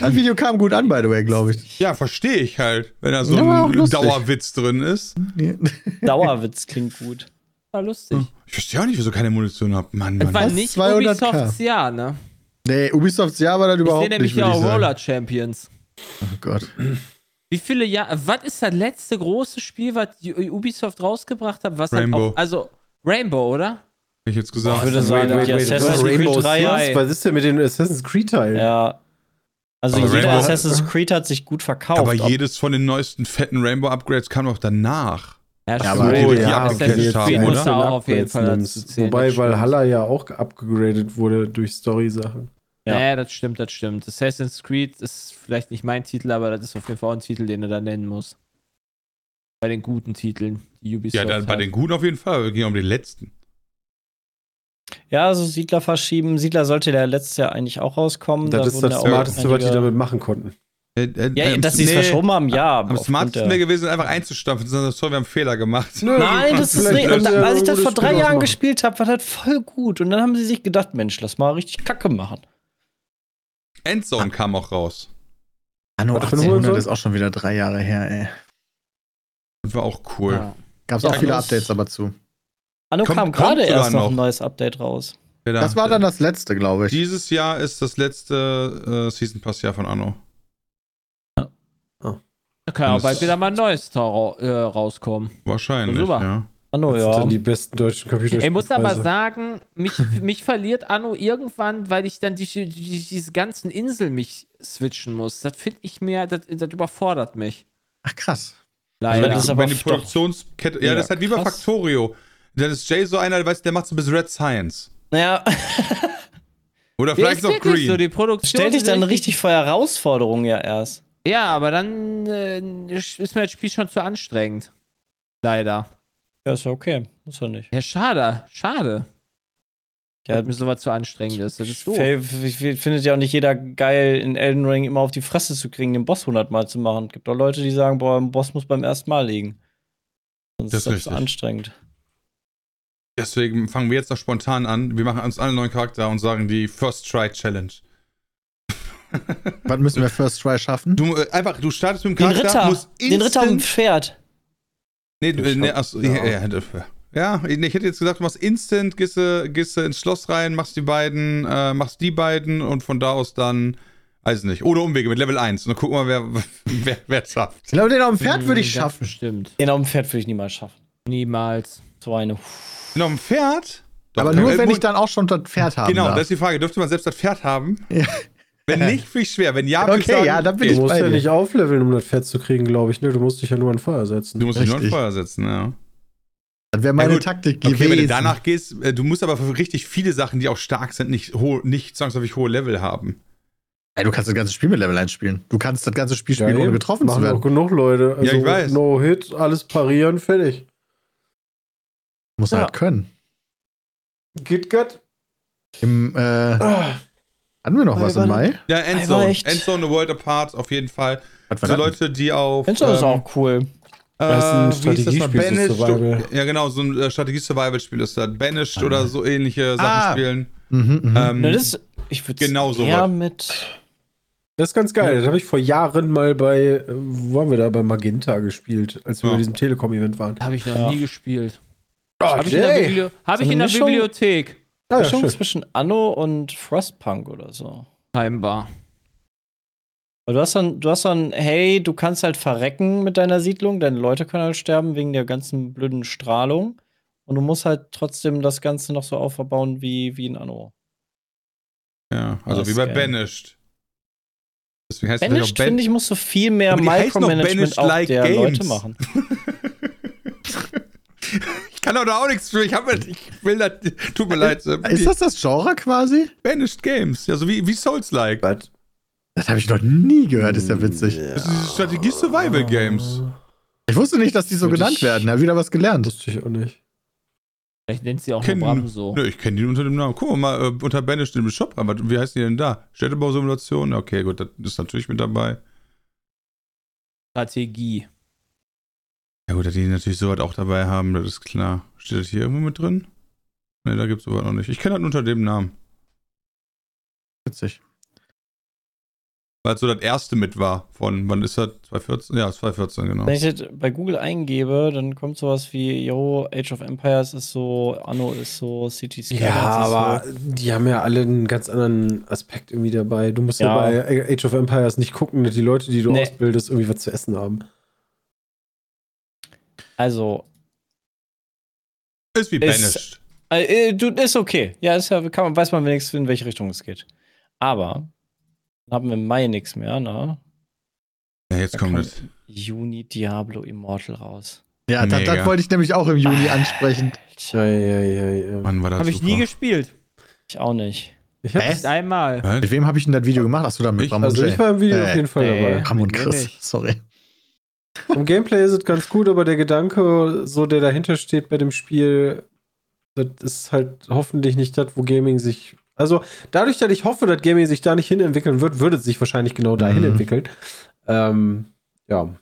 Speaker 2: Das Video kam gut an, by the way, glaube ich.
Speaker 4: Ja, verstehe ich halt, wenn da so
Speaker 2: Ja, war auch
Speaker 4: ein
Speaker 2: lustig.
Speaker 4: Dauerwitz drin ist.
Speaker 1: ey. Dauerwitz klingt gut.
Speaker 6: War lustig.
Speaker 4: Ich verstehe auch nicht, wieso keine Munition hab. Mann, Mann.
Speaker 6: War
Speaker 2: Hm. Was?
Speaker 6: nicht
Speaker 2: 200k?
Speaker 6: Ubisofts Jahr, ne?
Speaker 2: Nee, Ubisofts Jahr war das
Speaker 6: Ich sehe
Speaker 2: überhaupt
Speaker 6: nämlich
Speaker 2: nicht.
Speaker 6: ja
Speaker 2: würde Ich
Speaker 6: auch
Speaker 2: sagen.
Speaker 6: Roller Champions.
Speaker 2: Oh Gott.
Speaker 6: Wie viele Jahre? Was ist das letzte große Spiel, was U- Ubisoft rausgebracht hat? Was dann
Speaker 4: Rainbow.
Speaker 6: Auch, also Rainbow, oder?
Speaker 4: Hätte ich jetzt gesagt.
Speaker 1: Ich würde sagen, die
Speaker 5: Wait, wait, wait,
Speaker 1: Assassin's
Speaker 5: was?
Speaker 1: Creed
Speaker 5: Rainbow
Speaker 1: 3.
Speaker 5: Six? Was ist denn mit den Assassin's Creed-Teilen?
Speaker 1: Ja. Also
Speaker 4: Aber
Speaker 1: jeder
Speaker 4: Rainbow-
Speaker 1: Assassin's Creed hat sich gut verkauft.
Speaker 4: aber
Speaker 1: Ob-
Speaker 4: jedes von den neuesten fetten Rainbow-Upgrades kam doch danach.
Speaker 2: Ja,
Speaker 6: stimmt.
Speaker 2: aber die- die
Speaker 6: Assassin's
Speaker 4: abgekriegt haben,
Speaker 6: Creed
Speaker 4: oder?
Speaker 6: muss da auch auf jeden Fall dazu
Speaker 5: nimmst.
Speaker 6: zählen.
Speaker 5: Wobei
Speaker 6: das stimmt.
Speaker 5: Valhalla ja auch abgegradet wurde durch Story-Sachen.
Speaker 1: Ja.
Speaker 6: Ja, das stimmt, das stimmt. Assassin's Creed ist vielleicht nicht mein Titel, aber das ist auf jeden Fall auch ein Titel, den er da nennen muss. Bei den guten Titeln, die Ubisoft.
Speaker 4: Ja, dann bei
Speaker 6: hat.
Speaker 4: den guten auf jeden Fall. Wir gehen um den letzten.
Speaker 1: Ja, so Siedler verschieben. Siedler sollte der letztes Jahr eigentlich auch rauskommen.
Speaker 5: Das ist
Speaker 1: wurden
Speaker 5: das
Speaker 1: ja auch
Speaker 5: Smarteste, was die
Speaker 1: einige-
Speaker 5: damit machen konnten.
Speaker 4: Äh, äh,
Speaker 1: Ja,
Speaker 4: ähm,
Speaker 1: dass sie es
Speaker 4: nee,
Speaker 1: verschoben haben, ja.
Speaker 4: Am
Speaker 1: aufgrund
Speaker 4: smartesten
Speaker 1: der-
Speaker 4: wäre gewesen, einfach einzustampfen. zu sagen, Sorry, wir haben Fehler gemacht.
Speaker 1: Nein, das ist
Speaker 5: Vielleicht
Speaker 1: nicht.
Speaker 5: lassen
Speaker 1: Und
Speaker 5: sie
Speaker 1: da,
Speaker 5: ja
Speaker 1: als ich
Speaker 5: ein
Speaker 1: das vor
Speaker 5: gutes
Speaker 1: drei
Speaker 5: Spiel
Speaker 1: Jahren
Speaker 5: ausmachen.
Speaker 1: gespielt habe, war das voll gut. Und dann haben sie sich gedacht, Mensch, lass mal richtig Kacke machen.
Speaker 4: Endzone kam auch raus.
Speaker 2: Anno
Speaker 5: Was für eine Hohlsohle?
Speaker 2: 1800 ist auch schon wieder drei Jahre her, ey.
Speaker 4: Und war auch cool.
Speaker 6: Ja.
Speaker 2: Gab's
Speaker 1: Ja,
Speaker 2: auch viele
Speaker 1: das-
Speaker 2: Updates aber zu.
Speaker 1: Anno
Speaker 4: Kommt-
Speaker 1: kam
Speaker 4: kommt
Speaker 1: gerade
Speaker 4: sogar
Speaker 1: erst noch,
Speaker 4: noch.
Speaker 1: ein neues Update raus.
Speaker 4: Verdammt.
Speaker 2: Das war dann das letzte, glaube ich.
Speaker 4: Dieses Jahr ist das letzte äh, Season Pass Jahr von Anno.
Speaker 6: Da kann ja auch
Speaker 4: Das-
Speaker 6: bald wieder mal ein neues Tor ra- äh, rauskommen.
Speaker 4: Wahrscheinlich.
Speaker 6: Super.
Speaker 4: Ja.
Speaker 1: Anno,
Speaker 5: Das sind
Speaker 1: ja.
Speaker 5: dann die besten deutschen Computerspiele. Also,
Speaker 6: Ich muss aber sagen, mich, mich verliert Anno irgendwann, weil ich dann die, die, diese ganzen Inseln mich switchen muss. Das finde ich mir, das, das überfordert mich.
Speaker 2: Ach krass.
Speaker 4: Also
Speaker 1: Leider.
Speaker 4: wenn,
Speaker 1: Das ist
Speaker 4: die,
Speaker 1: aber
Speaker 4: wenn die
Speaker 1: doch-
Speaker 4: Produktionskette. Ja,
Speaker 1: Ja,
Speaker 4: das ist halt wie bei
Speaker 1: krass.
Speaker 4: Factorio. Dann ist Jay so einer, der weiß, der macht so bis Red Science.
Speaker 1: Naja,
Speaker 4: Oder
Speaker 6: Ja,
Speaker 4: vielleicht
Speaker 6: ist
Speaker 4: noch
Speaker 6: wirklich
Speaker 4: Green.
Speaker 6: So, die Produktion
Speaker 1: stellt dich
Speaker 6: ist
Speaker 1: dann richtig vor Herausforderungen ja erst.
Speaker 6: Ja, aber dann äh, ist mir das Spiel schon zu anstrengend. Leider.
Speaker 1: Ja, ist ja okay. Muss ja nicht.
Speaker 6: Ja, schade. Schade.
Speaker 1: Ja,
Speaker 6: dass mir sowas zu anstrengend ist. Das ist doof.
Speaker 1: Fail- f- f- Findet ja auch nicht jeder geil, in Elden Ring immer auf die Fresse zu kriegen, den Boss 100 Mal zu machen. Gibt auch Leute, die sagen, boah, ein Boss muss beim ersten Mal liegen. Sonst
Speaker 4: Das
Speaker 1: das ist
Speaker 4: ist
Speaker 1: das
Speaker 4: richtig.
Speaker 1: anstrengend.
Speaker 4: Deswegen fangen wir jetzt noch spontan an. Wir machen uns alle einen neuen Charakter und sagen die First Try Challenge.
Speaker 2: Wann müssen wir First Try schaffen?
Speaker 4: Du äh, einfach, du startest mit dem
Speaker 1: Den
Speaker 4: Charakter,
Speaker 1: Ritter,
Speaker 4: musst
Speaker 1: den Ritter um auf dem
Speaker 4: instant-
Speaker 1: Pferd.
Speaker 4: Nee, du,
Speaker 5: Ich
Speaker 4: nee,
Speaker 5: hab-
Speaker 4: achso, ja. Ja,
Speaker 5: ja.
Speaker 4: ja, ja, nee, ich hätte jetzt gesagt, du machst instant, gehst, du- gehst du ins Schloss rein, machst die beiden, äh, machst die beiden und von da aus dann, weiß nicht, ohne Umwege mit Level 1. Und dann gucken wir, wer *laughs* wer, wer es schafft.
Speaker 2: Ich glaube, den auf dem Pferd würde ich
Speaker 6: Hm, das
Speaker 2: schaffen.
Speaker 6: Bestimmt.
Speaker 1: Den auf dem Pferd würde ich niemals schaffen.
Speaker 6: Niemals.
Speaker 1: So eine.
Speaker 4: Noch Genau, ein Pferd?
Speaker 2: Aber
Speaker 4: Doch,
Speaker 2: nur,
Speaker 4: äh,
Speaker 2: wenn
Speaker 4: mu-
Speaker 2: ich dann auch schon das Pferd habe.
Speaker 4: Genau, das
Speaker 2: darf.
Speaker 4: ist die Frage. Dürfte man selbst das Pferd haben?
Speaker 2: Ja. *laughs*
Speaker 4: Wenn nicht, finde ich schwer. Wenn ja, würde ich
Speaker 2: Okay,
Speaker 4: sagen,
Speaker 2: ja, dann bin
Speaker 5: Du
Speaker 2: ich
Speaker 5: musst
Speaker 2: bei
Speaker 5: ja
Speaker 2: dir.
Speaker 5: nicht aufleveln, um das Pferd zu kriegen, glaube ich. Ne? Du musst dich ja nur an Feuer setzen.
Speaker 4: Du musst dich nur ein
Speaker 2: Richtig.
Speaker 4: Feuer setzen, ja.
Speaker 2: Das wäre meine
Speaker 4: Ja, gut.
Speaker 2: Taktik
Speaker 4: Okay, wenn du
Speaker 2: gewesen.
Speaker 4: danach gehst, äh, du musst aber für richtig viele Sachen, die auch stark sind, nicht, ho nicht zwangsläufig hohe Level haben.
Speaker 2: Ey, du kannst das ganze Spiel mit Level 1 spielen. Du kannst das ganze Spiel spielen, ohne
Speaker 5: eben.
Speaker 2: getroffen
Speaker 5: Machen
Speaker 2: zu werden.
Speaker 5: auch genug Leute. Also,
Speaker 4: Ja, ich weiß.
Speaker 5: No Hit, alles parieren, fertig.
Speaker 2: Muss
Speaker 1: Ja.
Speaker 2: halt können.
Speaker 5: GitGat.
Speaker 2: Im, äh, hatten
Speaker 5: Ah,
Speaker 2: wir noch
Speaker 1: Wir
Speaker 2: was im
Speaker 1: waren-
Speaker 2: Mai?
Speaker 4: Ja, Endzone.
Speaker 1: echt-
Speaker 4: Endzone, The World Apart, auf jeden Fall.
Speaker 2: Was
Speaker 4: Also Leute, die auf. ähm,
Speaker 1: Endzone ist auch cool.
Speaker 4: äh,
Speaker 5: Das ist ein
Speaker 4: wie hieß
Speaker 5: Strategiespiel,
Speaker 4: das mal?
Speaker 5: so
Speaker 4: Banished.
Speaker 5: Survival.
Speaker 4: Ja, genau, so ein äh, Strategie-Survival-Spiel ist das.
Speaker 1: Ah.
Speaker 4: Banished oder so ähnliche Sachen
Speaker 2: Ah.
Speaker 4: spielen.
Speaker 2: Mhm, mhm.
Speaker 4: Ähm,
Speaker 1: Ne, Hm. das, ich würde
Speaker 4: Genau so
Speaker 1: eher
Speaker 4: was.
Speaker 1: mit.
Speaker 5: Das ist ganz geil. Das habe ich vor Jahren mal bei, äh, wo haben wir da, bei Magenta gespielt, als wir
Speaker 4: Ja.
Speaker 5: bei diesem Telekom-Event waren.
Speaker 6: Habe ich noch
Speaker 1: Ja.
Speaker 6: nie gespielt.
Speaker 5: Ah,
Speaker 6: Habe ich, in der,
Speaker 5: Oh, Jay.
Speaker 6: Bibli hab
Speaker 1: So
Speaker 6: ich
Speaker 1: eine
Speaker 6: in der
Speaker 1: Mischung?
Speaker 6: Bibliothek.
Speaker 5: Ah, ja,
Speaker 1: Mischung
Speaker 5: schön.
Speaker 1: zwischen Anno und Frostpunk oder so.
Speaker 6: Scheinbar.
Speaker 1: Weil du hast dann, du hast dann, hey, du kannst halt verrecken mit deiner Siedlung, deine Leute können halt sterben wegen der ganzen blöden Strahlung. Und du musst halt trotzdem das Ganze noch so aufbauen wie, wie in Anno.
Speaker 4: ja, also
Speaker 1: das
Speaker 4: wie bei
Speaker 1: ist geil.
Speaker 4: Banished. Deswegen heißt es vielleicht auch
Speaker 1: Banished, finde ich, musst du viel mehr
Speaker 4: Aber die heißen doch
Speaker 1: Micromanagement
Speaker 4: Banished
Speaker 1: auch
Speaker 4: Like
Speaker 1: der
Speaker 4: Games.
Speaker 1: Leute machen.
Speaker 4: Ich kann doch da auch nichts für. Ich, hab, halt, ich will das. *laughs* Tut mir leid. äh,
Speaker 2: Ist das das Genre quasi?
Speaker 4: Banished Games. Ja, so wie, wie Souls-like.
Speaker 5: Was?
Speaker 2: Das habe ich noch nie gehört, ist ja witzig.
Speaker 4: Das sind diese Strategie-Survival-Games.
Speaker 2: Ich wusste nicht, dass die so
Speaker 5: Würde
Speaker 2: genannt
Speaker 5: ich-
Speaker 2: werden. Hab wieder was gelernt.
Speaker 5: Wusste ich auch nicht.
Speaker 6: Vielleicht nennt sie auch nur
Speaker 4: Kennen-
Speaker 6: Bram so.
Speaker 4: Nö, ich kenne die unter dem Namen. Guck mal, äh, unter Banished im Shop. Aber wie heißen die denn da? Städtebausimulation? Okay, gut, das ist natürlich mit dabei.
Speaker 6: Strategie.
Speaker 4: Ja, gut, dass die natürlich sowas auch dabei haben, das ist klar. Steht das hier irgendwo mit drin? Ne, da gibt's sowas noch nicht. Ich kenne das unter dem Namen.
Speaker 2: Witzig.
Speaker 4: Weil es so das erste mit war. Von, wann ist das? 2014? Ja, 2014, genau.
Speaker 1: Wenn ich das bei Google eingebe, dann kommt sowas wie, yo, Age of Empires ist so, Anno ist so, City Skylines
Speaker 5: Ja,
Speaker 1: ist
Speaker 5: aber
Speaker 1: so.
Speaker 5: die haben ja alle einen ganz anderen Aspekt irgendwie dabei. Du musst ja,
Speaker 1: Ja.
Speaker 5: bei Age of Empires nicht gucken, dass die Leute, die du
Speaker 1: Nee.
Speaker 5: ausbildest, irgendwie was zu essen haben.
Speaker 1: Also,
Speaker 4: ist wie
Speaker 1: ist-
Speaker 4: Banished.
Speaker 1: äh, äh, du, ist okay. Ja, ist ja, kann man, weiß man wenigstens, in welche Richtung es geht. Aber, dann haben wir im Mai nichts mehr, ne?
Speaker 4: Ja, jetzt
Speaker 1: Da
Speaker 4: kommt
Speaker 1: kommt-
Speaker 4: das.
Speaker 1: Juni Diablo Immortal raus.
Speaker 2: Ja, das,
Speaker 4: Mega.
Speaker 2: das wollte ich nämlich auch im Juni ansprechen.
Speaker 5: Ja, ja, ja, ja.
Speaker 4: Wann war das?
Speaker 6: Habe ich nie
Speaker 4: super?
Speaker 6: gespielt.
Speaker 1: Ich auch nicht.
Speaker 5: Ich, hab,
Speaker 2: Hä?
Speaker 6: Nicht einmal.
Speaker 2: Mit wem habe ich denn das Video gemacht? Achso, da mit
Speaker 4: Ich-
Speaker 2: Ram und
Speaker 5: also
Speaker 2: Jay.
Speaker 5: ich war im Video
Speaker 2: Äh,
Speaker 5: auf jeden Fall
Speaker 6: nee.
Speaker 5: dabei.
Speaker 2: Ram und
Speaker 6: Nee,
Speaker 2: Chris,
Speaker 6: nicht.
Speaker 2: sorry.
Speaker 5: Im Gameplay ist es ganz gut, aber der Gedanke, so der dahinter steht bei dem Spiel, Das ist halt hoffentlich nicht das, wo Gaming sich. Also, dadurch, dass ich hoffe, dass Gaming sich da nicht hin entwickeln wird, würde es sich wahrscheinlich genau dahin
Speaker 2: Mhm.
Speaker 5: entwickeln. Ähm, ja.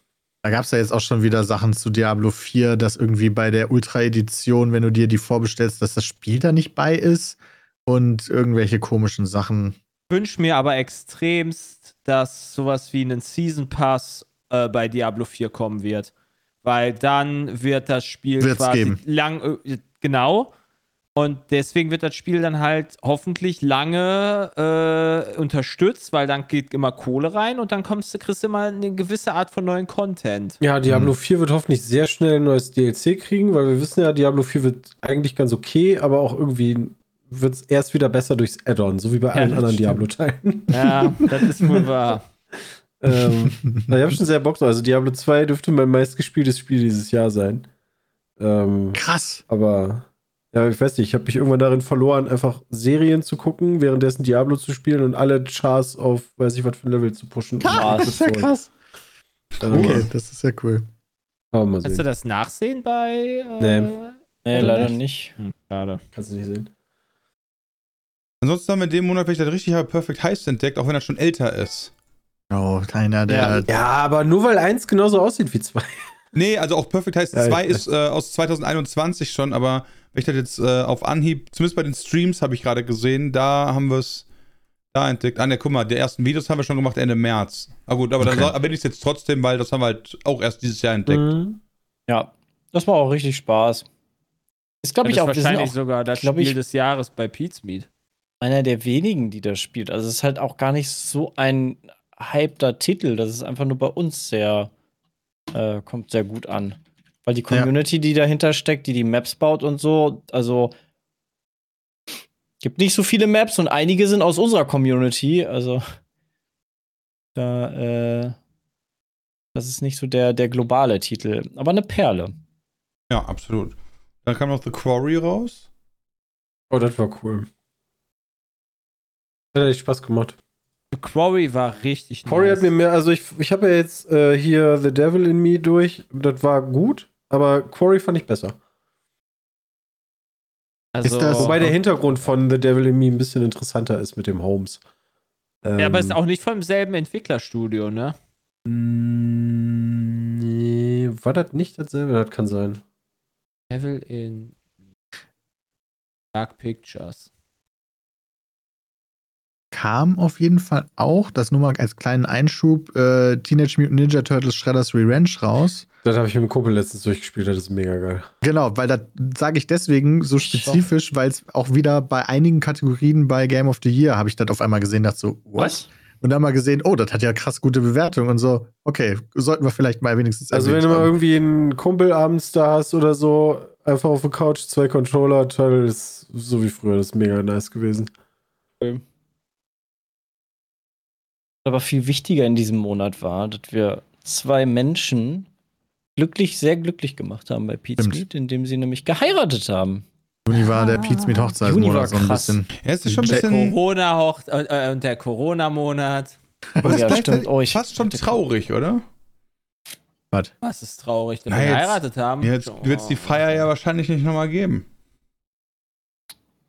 Speaker 2: Da gab es ja jetzt auch schon wieder Sachen zu Diablo 4, dass irgendwie bei der Ultra-Edition, wenn du dir die vorbestellst, dass das Spiel da nicht bei ist und irgendwelche komischen Sachen.
Speaker 6: wünsche mir aber extremst, dass sowas wie einen Season Pass äh, bei Diablo 4 kommen wird. Weil dann wird das Spiel
Speaker 2: Wird's geben.
Speaker 6: lang äh, genau. Und deswegen wird das Spiel dann halt hoffentlich lange äh, unterstützt, weil dann geht immer Kohle rein und dann kommst du, kriegst du immer eine gewisse Art von
Speaker 2: *laughs*
Speaker 6: neuen Content.
Speaker 5: Ja, Diablo 4 wird hoffentlich sehr schnell ein neues DLC kriegen, weil wir wissen ja, Diablo 4 wird eigentlich ganz okay, aber auch irgendwie wird es erst wieder besser durchs Add-on, so wie bei allen
Speaker 6: das
Speaker 5: anderen
Speaker 6: stimmt.
Speaker 5: Diablo-Teilen.
Speaker 6: Ja, das ist wohl wahr.
Speaker 5: ähm, na, ich habe schon sehr Bock drauf. Also Diablo 2 dürfte mein meistgespieltes Spiel dieses Jahr sein. Ähm,
Speaker 2: Krass.
Speaker 5: aber ja, ich weiß nicht, ich habe mich irgendwann darin verloren, einfach Serien zu gucken, währenddessen Diablo zu spielen und alle Chars auf, weiß ich was für ein Level zu pushen.
Speaker 2: Das ist ja krass. Okay,
Speaker 5: Okay.
Speaker 2: das ist ja cool.
Speaker 5: Aber Ähm, mal
Speaker 6: Kannst du
Speaker 5: sehen.
Speaker 6: das nachsehen bei
Speaker 5: Nee.
Speaker 6: äh,
Speaker 1: Nee,
Speaker 6: Oder
Speaker 1: leider
Speaker 6: nicht?
Speaker 1: nicht.
Speaker 6: Hm, Schade.
Speaker 5: Kannst du nicht sehen.
Speaker 4: Ansonsten haben wir in dem Monat, wenn ich das richtig habe, Perfect Heist entdeckt, auch wenn er schon älter ist.
Speaker 2: Oh, einer der.
Speaker 5: Ja, aber nur weil eins genauso aussieht wie zwei. *laughs*
Speaker 4: Nee, also auch Perfect Heist
Speaker 5: Ja, ich
Speaker 4: 2
Speaker 5: weiß.
Speaker 4: ist äh, aus 2021 schon, aber wenn ich das jetzt äh, auf Anhieb, zumindest bei den Streams habe ich gerade gesehen, da haben wir es da entdeckt. Ah, ne, guck mal, die ersten Videos haben wir schon gemacht Ende März. Ah gut, aber
Speaker 2: Okay.
Speaker 4: dann erwähne ich es jetzt trotzdem, weil das haben wir halt auch erst dieses Jahr entdeckt.
Speaker 5: Mhm.
Speaker 1: Ja, das war auch richtig Spaß. Ist, glaube ich,
Speaker 6: das
Speaker 1: auch, wir
Speaker 6: ist
Speaker 1: sind
Speaker 6: wahrscheinlich
Speaker 1: auch
Speaker 6: sogar das
Speaker 1: glaub
Speaker 6: Spiel
Speaker 1: ich-
Speaker 6: des Jahres bei Pete's Meet.
Speaker 1: einer der wenigen, die das spielt. Also es ist halt auch gar nicht so ein hypter Titel. Das ist einfach nur bei uns sehr, äh, kommt sehr gut an. Weil die Community, die dahinter steckt, die die Maps baut und so, also gibt nicht so viele Maps und einige sind aus unserer Community. Also da, äh, das ist nicht so der, der globale Titel, aber eine Perle.
Speaker 4: Ja, absolut. Dann kam noch The Quarry raus.
Speaker 5: Oh, das war cool. Hat echt Spaß gemacht.
Speaker 6: Quarry war richtig
Speaker 5: Corey hat mir mehr, also ich, ich habe ja jetzt äh, hier The Devil in Me durch. Das war gut, aber Quarry fand ich besser.
Speaker 6: also,
Speaker 2: Ist das-
Speaker 5: Wobei der Hintergrund von The Devil in Me ein bisschen interessanter ist mit dem Holmes. Ähm,
Speaker 6: ja, aber ist auch nicht vom selben Entwicklerstudio, ne?
Speaker 5: Mm, Nee, war das nicht dasselbe? Das kann sein.
Speaker 6: Devil in Dark Pictures.
Speaker 2: kam auf jeden Fall auch, das nur mal als kleinen Einschub, äh, Teenage Mutant Ninja Turtles Shredder's Revenge raus.
Speaker 5: Das habe ich mit dem Kumpel letztens durchgespielt, das ist mega geil.
Speaker 2: Genau, weil das sage ich deswegen so spezifisch, weil es auch wieder bei einigen Kategorien bei Game of the Year habe ich das auf einmal gesehen, dachte so, what? Und dann mal gesehen, oh, das hat ja krass gute Bewertung und so, okay, sollten wir vielleicht mal wenigstens
Speaker 5: Also wenn
Speaker 2: erwähnt
Speaker 5: du mal
Speaker 2: haben.
Speaker 5: irgendwie einen Kumpel abends da hast oder so, einfach auf der Couch, zwei Controller, Turtle ist so wie früher, das ist mega nice gewesen.
Speaker 1: aber viel wichtiger in diesem Monat war, dass wir zwei Menschen glücklich, sehr glücklich gemacht haben bei Pete's
Speaker 2: Stimmt.
Speaker 1: Meet, indem sie nämlich geheiratet haben.
Speaker 2: Juni war der Pizza mit
Speaker 1: Juni war
Speaker 2: Hochzeitsmonat so ein
Speaker 1: krass.
Speaker 2: bisschen.
Speaker 4: Ja,
Speaker 5: Mhm.
Speaker 4: es ist schon ein
Speaker 2: Jack-
Speaker 4: bisschen
Speaker 6: Corona hocht äh, äh, und der Corona Monat.
Speaker 4: aber es
Speaker 1: Ja,
Speaker 4: ist
Speaker 1: stimmt.
Speaker 4: gleichzeitig
Speaker 1: Oh, ich-
Speaker 4: fast schon traurig, oder?
Speaker 6: Was ist traurig, dass
Speaker 4: Na,
Speaker 6: wir
Speaker 4: jetzt-
Speaker 6: geheiratet haben? Oh.
Speaker 4: Jetzt wird es die Feier ja wahrscheinlich nicht nochmal geben.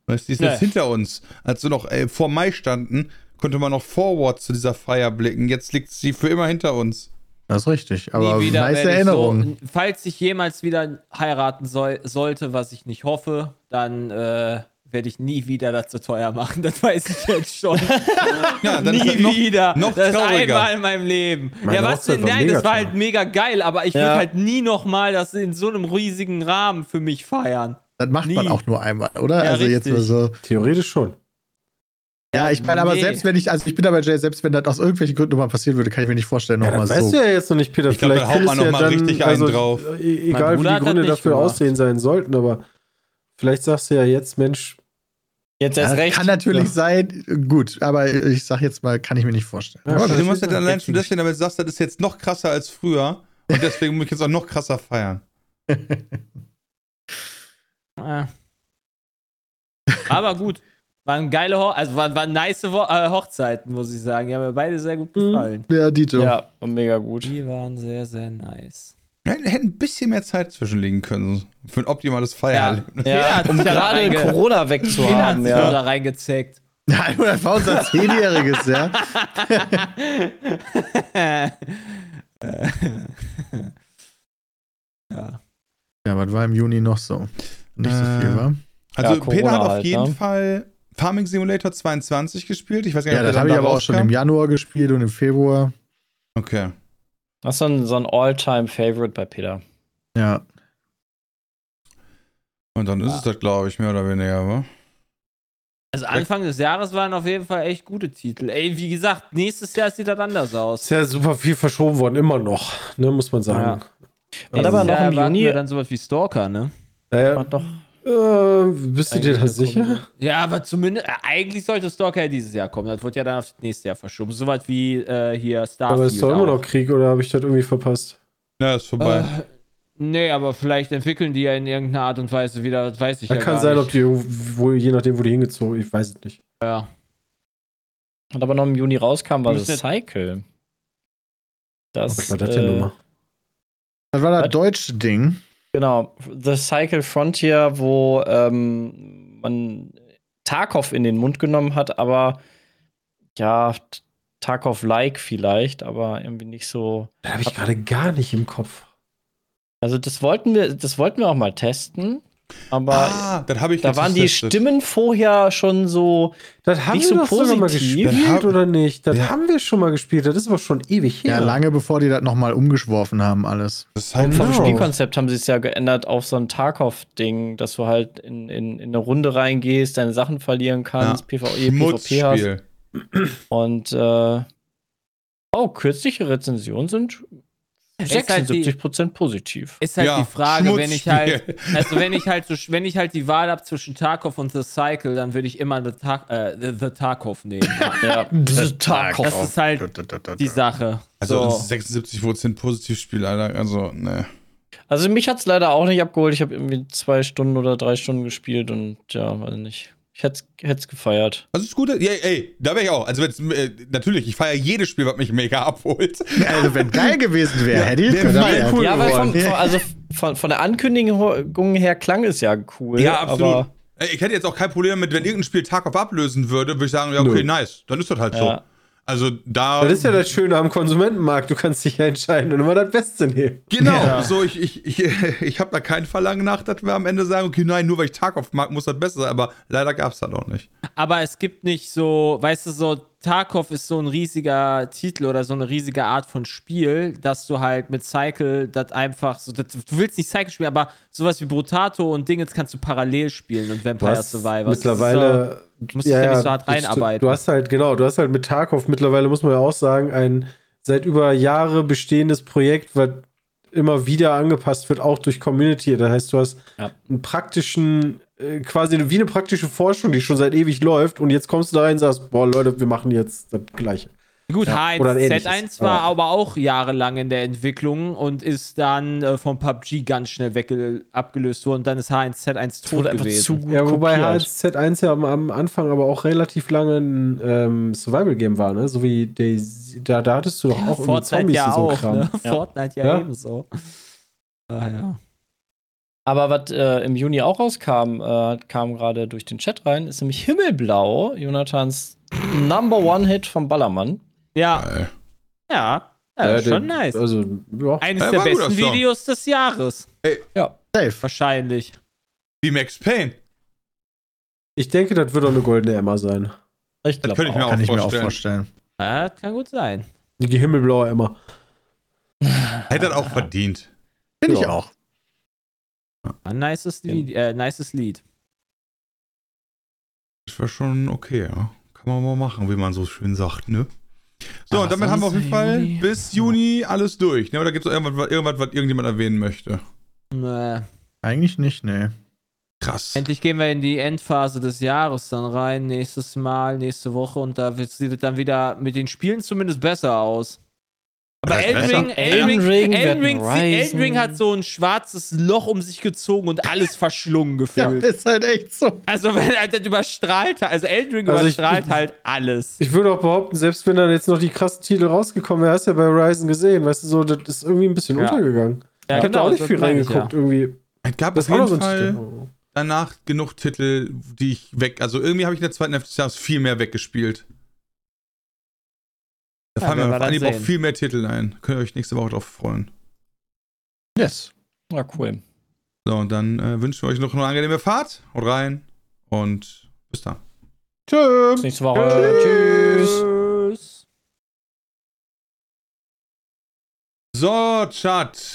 Speaker 4: Weißt du, die ist
Speaker 6: Nee.
Speaker 4: jetzt hinter uns. Als wir noch äh, vor Mai standen, konnte man noch forward zu dieser Feier blicken. Jetzt liegt sie für immer hinter uns.
Speaker 2: Das ist richtig, aber
Speaker 6: Nie
Speaker 2: nice
Speaker 6: wieder werde ich
Speaker 2: Erinnerung.
Speaker 6: So, falls ich jemals wieder heiraten soll, sollte, was ich nicht hoffe, dann äh, werde ich nie wieder das so teuer machen. *laughs* Das weiß ich jetzt schon.
Speaker 4: Ja, dann
Speaker 6: nie
Speaker 4: ist noch,
Speaker 6: wieder.
Speaker 4: noch
Speaker 6: das ist
Speaker 4: trauriger.
Speaker 6: einmal in meinem Leben.
Speaker 5: Meine
Speaker 6: ja, was
Speaker 5: Hochzeit
Speaker 6: denn?
Speaker 5: war
Speaker 6: Nein,
Speaker 5: mega
Speaker 6: das war
Speaker 5: teuer.
Speaker 6: halt mega geil, aber ich würde
Speaker 1: Ja.
Speaker 6: halt nie nochmal das in so einem riesigen Rahmen für mich feiern.
Speaker 2: das macht man
Speaker 6: nie.
Speaker 2: auch nur einmal, oder?
Speaker 6: Ja,
Speaker 2: also jetzt mal
Speaker 6: richtig.
Speaker 2: so.
Speaker 5: Theoretisch schon.
Speaker 2: Ja, ich meine, aber
Speaker 6: nee.
Speaker 2: selbst wenn ich, also ich bin dabei, Jay, selbst wenn das aus irgendwelchen Gründen nochmal passieren würde, kann ich mir nicht vorstellen,
Speaker 5: Ja,
Speaker 2: nochmal
Speaker 5: das
Speaker 2: so.
Speaker 5: weißt du ja jetzt noch nicht, Peter.
Speaker 4: Ich glaub, da haut
Speaker 5: findest
Speaker 4: man
Speaker 5: du
Speaker 4: noch mal richtig einen drauf.
Speaker 5: e-
Speaker 6: Mein
Speaker 5: Egal, wie die
Speaker 6: Bruder hat das
Speaker 5: Gründe
Speaker 6: nicht
Speaker 5: dafür
Speaker 6: gemacht.
Speaker 5: aussehen sein sollten, aber vielleicht sagst du ja jetzt, Mensch,
Speaker 1: Jetzt
Speaker 2: Ja,
Speaker 1: erst
Speaker 2: das
Speaker 1: recht.
Speaker 2: Kann natürlich
Speaker 5: Ja.
Speaker 2: sein, gut, aber ich sag jetzt mal, kann ich mir nicht vorstellen.
Speaker 5: Ja,
Speaker 2: Aber
Speaker 4: Du
Speaker 5: das
Speaker 4: musst
Speaker 5: ist
Speaker 4: halt allein
Speaker 5: jetzt
Speaker 4: schon deswegen, damit du sagst, das ist jetzt noch krasser als früher. Und deswegen muss ich jetzt auch noch krasser feiern.
Speaker 6: Äh. Aber gut. Waren geile, Ho also waren, waren nice Wo äh, Hochzeiten, muss ich sagen. Die haben mir beide sehr gut gefallen.
Speaker 2: ja, Dito.
Speaker 1: ja, und mega gut.
Speaker 6: Die waren sehr, sehr nice.
Speaker 4: Hätten ein bisschen mehr Zeit zwischenlegen können für ein optimales Feierabend.
Speaker 1: Ja,
Speaker 6: hat's
Speaker 1: um
Speaker 6: ja
Speaker 1: gerade
Speaker 6: reinge-
Speaker 1: Corona wegzuhaben.
Speaker 6: Finanz-
Speaker 1: Ja.
Speaker 6: da *laughs* reingezeckt.
Speaker 2: Nein, oder war unser Zehnjähriges, ja. Ja, was war im Juni noch so? Nicht so
Speaker 4: Äh,
Speaker 2: viel, war.
Speaker 4: Also
Speaker 1: Ja,
Speaker 4: Peter
Speaker 1: Corona
Speaker 4: hat auf
Speaker 1: halt,
Speaker 4: jeden
Speaker 1: ne?
Speaker 4: Fall Farming Simulator 22 gespielt. Ich weiß gar nicht,
Speaker 2: Ja, das
Speaker 4: der
Speaker 2: habe
Speaker 4: dann
Speaker 2: ich
Speaker 4: da
Speaker 2: aber auch schon im
Speaker 4: rauskam.
Speaker 2: Januar gespielt und im Februar.
Speaker 4: Okay.
Speaker 1: Das ist so ein, so ein All-Time-Favorite bei Peter.
Speaker 2: Ja.
Speaker 4: Und dann ist es das, glaube ich, mehr oder weniger, wa?
Speaker 6: Also Anfang des Jahres waren auf jeden Fall echt gute Titel. Ey, wie gesagt, nächstes Jahr sieht das anders
Speaker 5: Ist
Speaker 6: aus.
Speaker 5: ja super viel verschoben worden, immer noch, ne, muss man sagen.
Speaker 1: Ja,
Speaker 5: Also,
Speaker 1: aber noch im
Speaker 6: erwarten
Speaker 1: Juni-
Speaker 6: wir dann sowas wie Stalker, ne?
Speaker 5: naja,
Speaker 1: Hat doch
Speaker 5: äh, bist du dir da sicher?
Speaker 6: Ja, aber zumindest, äh, eigentlich sollte Stalker ja dieses Jahr kommen. Das wird ja dann auf das nächste Jahr verschoben. Soweit wie äh, hier Starfield.
Speaker 5: Aber ist doch immer
Speaker 6: auch.
Speaker 5: noch Krieg oder habe ich das irgendwie verpasst?
Speaker 4: Na, ist vorbei.
Speaker 6: Äh, nee, aber vielleicht entwickeln die ja in irgendeiner Art und Weise wieder, das weiß ich
Speaker 5: Da
Speaker 6: ja
Speaker 5: kann
Speaker 6: gar
Speaker 5: sein,
Speaker 6: nicht.
Speaker 5: ob die irgendwo, je nachdem, wo die hingezogen, ich weiß es nicht.
Speaker 6: ja.
Speaker 1: Hat aber noch im Juni rauskam, war
Speaker 6: Müsste-
Speaker 1: das Cycle. Das,
Speaker 5: Was war das denn
Speaker 1: äh,
Speaker 5: nochmal?
Speaker 2: Das war
Speaker 1: Was?
Speaker 2: das deutsche Ding.
Speaker 1: Genau, The Cycle Frontier, wo ähm, man Tarkov in den Mund genommen hat, aber ja, T- Tarkov-like vielleicht, aber irgendwie nicht so.
Speaker 5: Da habe ich gerade gar nicht im Kopf.
Speaker 1: Also das wollten wir, das wollten wir auch mal testen, aber
Speaker 4: ah, das habe ich
Speaker 1: da
Speaker 4: jetzt
Speaker 1: waren die
Speaker 4: getestet.
Speaker 1: Stimmen vorher schon so.
Speaker 5: Das haben
Speaker 1: Nicht
Speaker 5: wir
Speaker 1: so
Speaker 5: doch sogar mal
Speaker 1: positiv.
Speaker 5: gespielt,
Speaker 4: Das hab-
Speaker 5: oder nicht? Das
Speaker 4: Ja.
Speaker 5: haben wir schon mal gespielt. Das ist aber schon ewig her.
Speaker 2: Ja, lange bevor die das nochmal umgeschworfen haben, alles.
Speaker 4: Das ist halt
Speaker 1: Vom
Speaker 5: Genau.
Speaker 1: Spielkonzept haben sie es ja geändert auf so ein Tarkov-Ding, dass du halt in, in, in eine Runde reingehst, deine Sachen verlieren kannst, E, PvE, PvP hast.
Speaker 4: Schmutzspiel.
Speaker 1: Und äh, oh, kürzliche Rezensionen sind
Speaker 6: halt
Speaker 1: 76% positiv.
Speaker 6: Ist halt
Speaker 4: Ja,
Speaker 6: die Frage, wenn ich halt,
Speaker 4: Schmutzspiel.
Speaker 6: also wenn ich halt, so, wenn ich halt die Wahl habe zwischen Tarkov und The Cycle, dann würde ich immer The, Tar äh, The, The Tarkov nehmen.
Speaker 1: Ja,
Speaker 2: Ah,
Speaker 6: Das ist halt die Sache.
Speaker 4: *laughs* Also
Speaker 6: so.
Speaker 4: 76% Positivspiel, Alter. Also, ne.
Speaker 1: Also mich hat's leider auch nicht abgeholt. Ich habe irgendwie zwei Stunden oder drei Stunden gespielt und ja, weiß nicht. Ich hätte es gefeiert.
Speaker 4: Also, das Gute, ja, ey, da wäre ich auch. Also, wenn's, äh, natürlich, ich feiere jedes Spiel, was mich mega *laughs* abholt.
Speaker 2: Also, wenn geil gewesen wäre, hätte ich es
Speaker 4: wär
Speaker 2: gefeiert.
Speaker 4: cool
Speaker 1: ja, weil vom,
Speaker 4: geworden.
Speaker 1: vom, also von, von der Ankündigung her klang es ja cool.
Speaker 4: *laughs* Ja, absolut.
Speaker 1: Aber,
Speaker 4: Ey, ich hätte jetzt auch kein Problem damit, wenn irgendein Spiel Tarkov ablösen würde, würde ich sagen, ja, okay, nice, dann ist das halt so.
Speaker 1: Ja.
Speaker 4: Also da.
Speaker 5: Das ist ja das Schöne am Konsumentenmarkt. Du kannst dich ja entscheiden und immer das Beste nehmen.
Speaker 4: genau, so ich, ich, ich, ich *laughs* habe da kein Verlangen nach, dass wir am Ende sagen, okay, nein, nur weil ich Tarkov mag, muss das besser sein, aber leider gab es das auch nicht.
Speaker 6: Aber es gibt nicht so, weißt du, so Tarkov ist so ein riesiger Titel oder so eine riesige Art von Spiel, dass du halt mit Cycle das einfach so, das, du willst nicht Cycle spielen, aber sowas wie Brutato und Dingens kannst du parallel spielen und Vampire Survivors. Das ist so-
Speaker 5: mittlerweile.
Speaker 6: musst dich ja nicht so hart
Speaker 5: das-
Speaker 6: reinarbeiten.
Speaker 5: Du hast halt, genau, du hast halt mit Tarkov mittlerweile, muss man ja auch sagen, ein seit über Jahre bestehendes Projekt, was immer wieder angepasst wird, auch durch Community. Das heißt, du hast
Speaker 1: Ja.
Speaker 5: einen praktischen, äh, quasi wie eine praktische Forschung, die schon seit ewig läuft. Und jetzt kommst du da rein und sagst, boah, Leute, wir machen jetzt das Gleiche.
Speaker 6: Gut,
Speaker 5: oder ein
Speaker 6: H1Z1
Speaker 5: ähnliches,
Speaker 6: war
Speaker 5: aber-
Speaker 6: aber auch jahrelang in der Entwicklung und ist dann äh, von PUBG ganz schnell weg abgelöst worden. Dann ist H1Z1 tot
Speaker 1: wurde einfach
Speaker 6: gewesen.
Speaker 1: zu gut
Speaker 5: Ja, wobei halt-
Speaker 1: kopiert.
Speaker 5: HZ1 ja am, am Anfang aber auch relativ lange ein ähm, Survival-Game war, ne? So wie Daisy, da, da hattest du doch auch irgendwie
Speaker 6: Fortnite ja
Speaker 5: und
Speaker 6: auch, ne?
Speaker 1: Ja.
Speaker 6: Fortnite ja,
Speaker 5: Ja.
Speaker 6: ebenso. Ah, ja.
Speaker 1: Aber was äh, im Juni auch rauskam, äh, kam gerade durch den Chat rein, ist nämlich Himmelblau, Jonathans Number One Hit vom Ballermann.
Speaker 6: Ja,
Speaker 4: Geil.
Speaker 6: ja. ja,
Speaker 5: Ja,
Speaker 6: schon
Speaker 5: der-
Speaker 6: nice.
Speaker 5: Also, ja.
Speaker 6: Eines
Speaker 4: Ja,
Speaker 6: der
Speaker 4: war ein guter
Speaker 6: besten
Speaker 4: Song.
Speaker 6: Videos des Jahres.
Speaker 2: Safe.
Speaker 6: Wahrscheinlich.
Speaker 4: Wie Max Payne.
Speaker 5: Ich denke, das wird auch eine goldene Emma sein.
Speaker 1: Ich
Speaker 4: Das
Speaker 1: glaub
Speaker 4: könnte ich mir
Speaker 1: auch.
Speaker 4: auch
Speaker 2: Kann ich mir auch
Speaker 4: vorstellen.
Speaker 2: vorstellen.
Speaker 6: Ja, das kann gut sein.
Speaker 5: Die himmelblaue Emma.
Speaker 4: Hätte das auch verdient.
Speaker 2: Finde ich
Speaker 5: Ja.
Speaker 2: auch.
Speaker 6: Ein nices, Lied, äh, nices Lied.
Speaker 4: Das war schon okay, ja. Kann man mal machen, wie man so schön sagt, ne? So,
Speaker 6: Aber
Speaker 4: und damit haben wir auf
Speaker 6: sonst
Speaker 4: jeden
Speaker 6: der
Speaker 4: Fall
Speaker 6: Juni-
Speaker 4: bis Juni alles durch, ne? Oder gibt es irgendwas, irgendwas, was irgendjemand erwähnen möchte?
Speaker 6: Äh,
Speaker 2: Eigentlich nicht, nee.
Speaker 4: Krass.
Speaker 6: endlich gehen wir in die Endphase des Jahres dann rein. Nächstes Mal, nächste Woche. Und da wird- sieht es dann wieder mit den Spielen zumindest besser aus. Aber
Speaker 4: Das ist
Speaker 6: Elden Ring,
Speaker 1: besser.
Speaker 6: Elden Ring,
Speaker 1: Elden Ring, wir
Speaker 6: Elden
Speaker 1: hatten
Speaker 6: Ring, Elden
Speaker 1: Ryzen.
Speaker 6: Ring hat so ein schwarzes Loch um sich gezogen und alles verschlungen
Speaker 2: Ja,
Speaker 6: gefühlt.
Speaker 2: ist halt echt so.
Speaker 6: Also, *laughs* wenn er das überstrahlt, hat- also Elden Ring
Speaker 5: Also ich-
Speaker 6: überstrahlt halt alles.
Speaker 5: Ich würde auch behaupten, selbst wenn dann jetzt noch die krassen Titel rausgekommen wären, hast du ja genau, bei Ryzen gesehen, weißt du, so, das ist irgendwie ein bisschen
Speaker 6: Ja. genau,
Speaker 5: untergegangen. ich habe da auch nicht
Speaker 6: das
Speaker 5: viel
Speaker 6: meine ich,
Speaker 5: reingeguckt, irgendwie.
Speaker 4: Es gab
Speaker 5: Das
Speaker 4: auf
Speaker 5: war doch so
Speaker 4: jeden
Speaker 5: ein
Speaker 4: Fall
Speaker 5: Stimme.
Speaker 4: danach genug Titel, die ich weg. Also irgendwie habe ich in der zweiten Hälfte des Jahres viel mehr weggespielt. Da
Speaker 6: Ja,
Speaker 4: fallen
Speaker 6: wer
Speaker 4: mir
Speaker 6: war
Speaker 4: auf
Speaker 6: das
Speaker 4: Anhieb auch
Speaker 6: sehen?
Speaker 4: viel mehr Titel ein. Könnt ihr euch nächste Woche drauf freuen.
Speaker 2: Yes.
Speaker 1: Ja, cool.
Speaker 4: So, und dann äh, wünschen wir euch noch eine angenehme Fahrt. Haut rein und bis dann.
Speaker 1: Bis nächste Woche. Tschüss.
Speaker 6: Tschüss.
Speaker 4: So, Chat.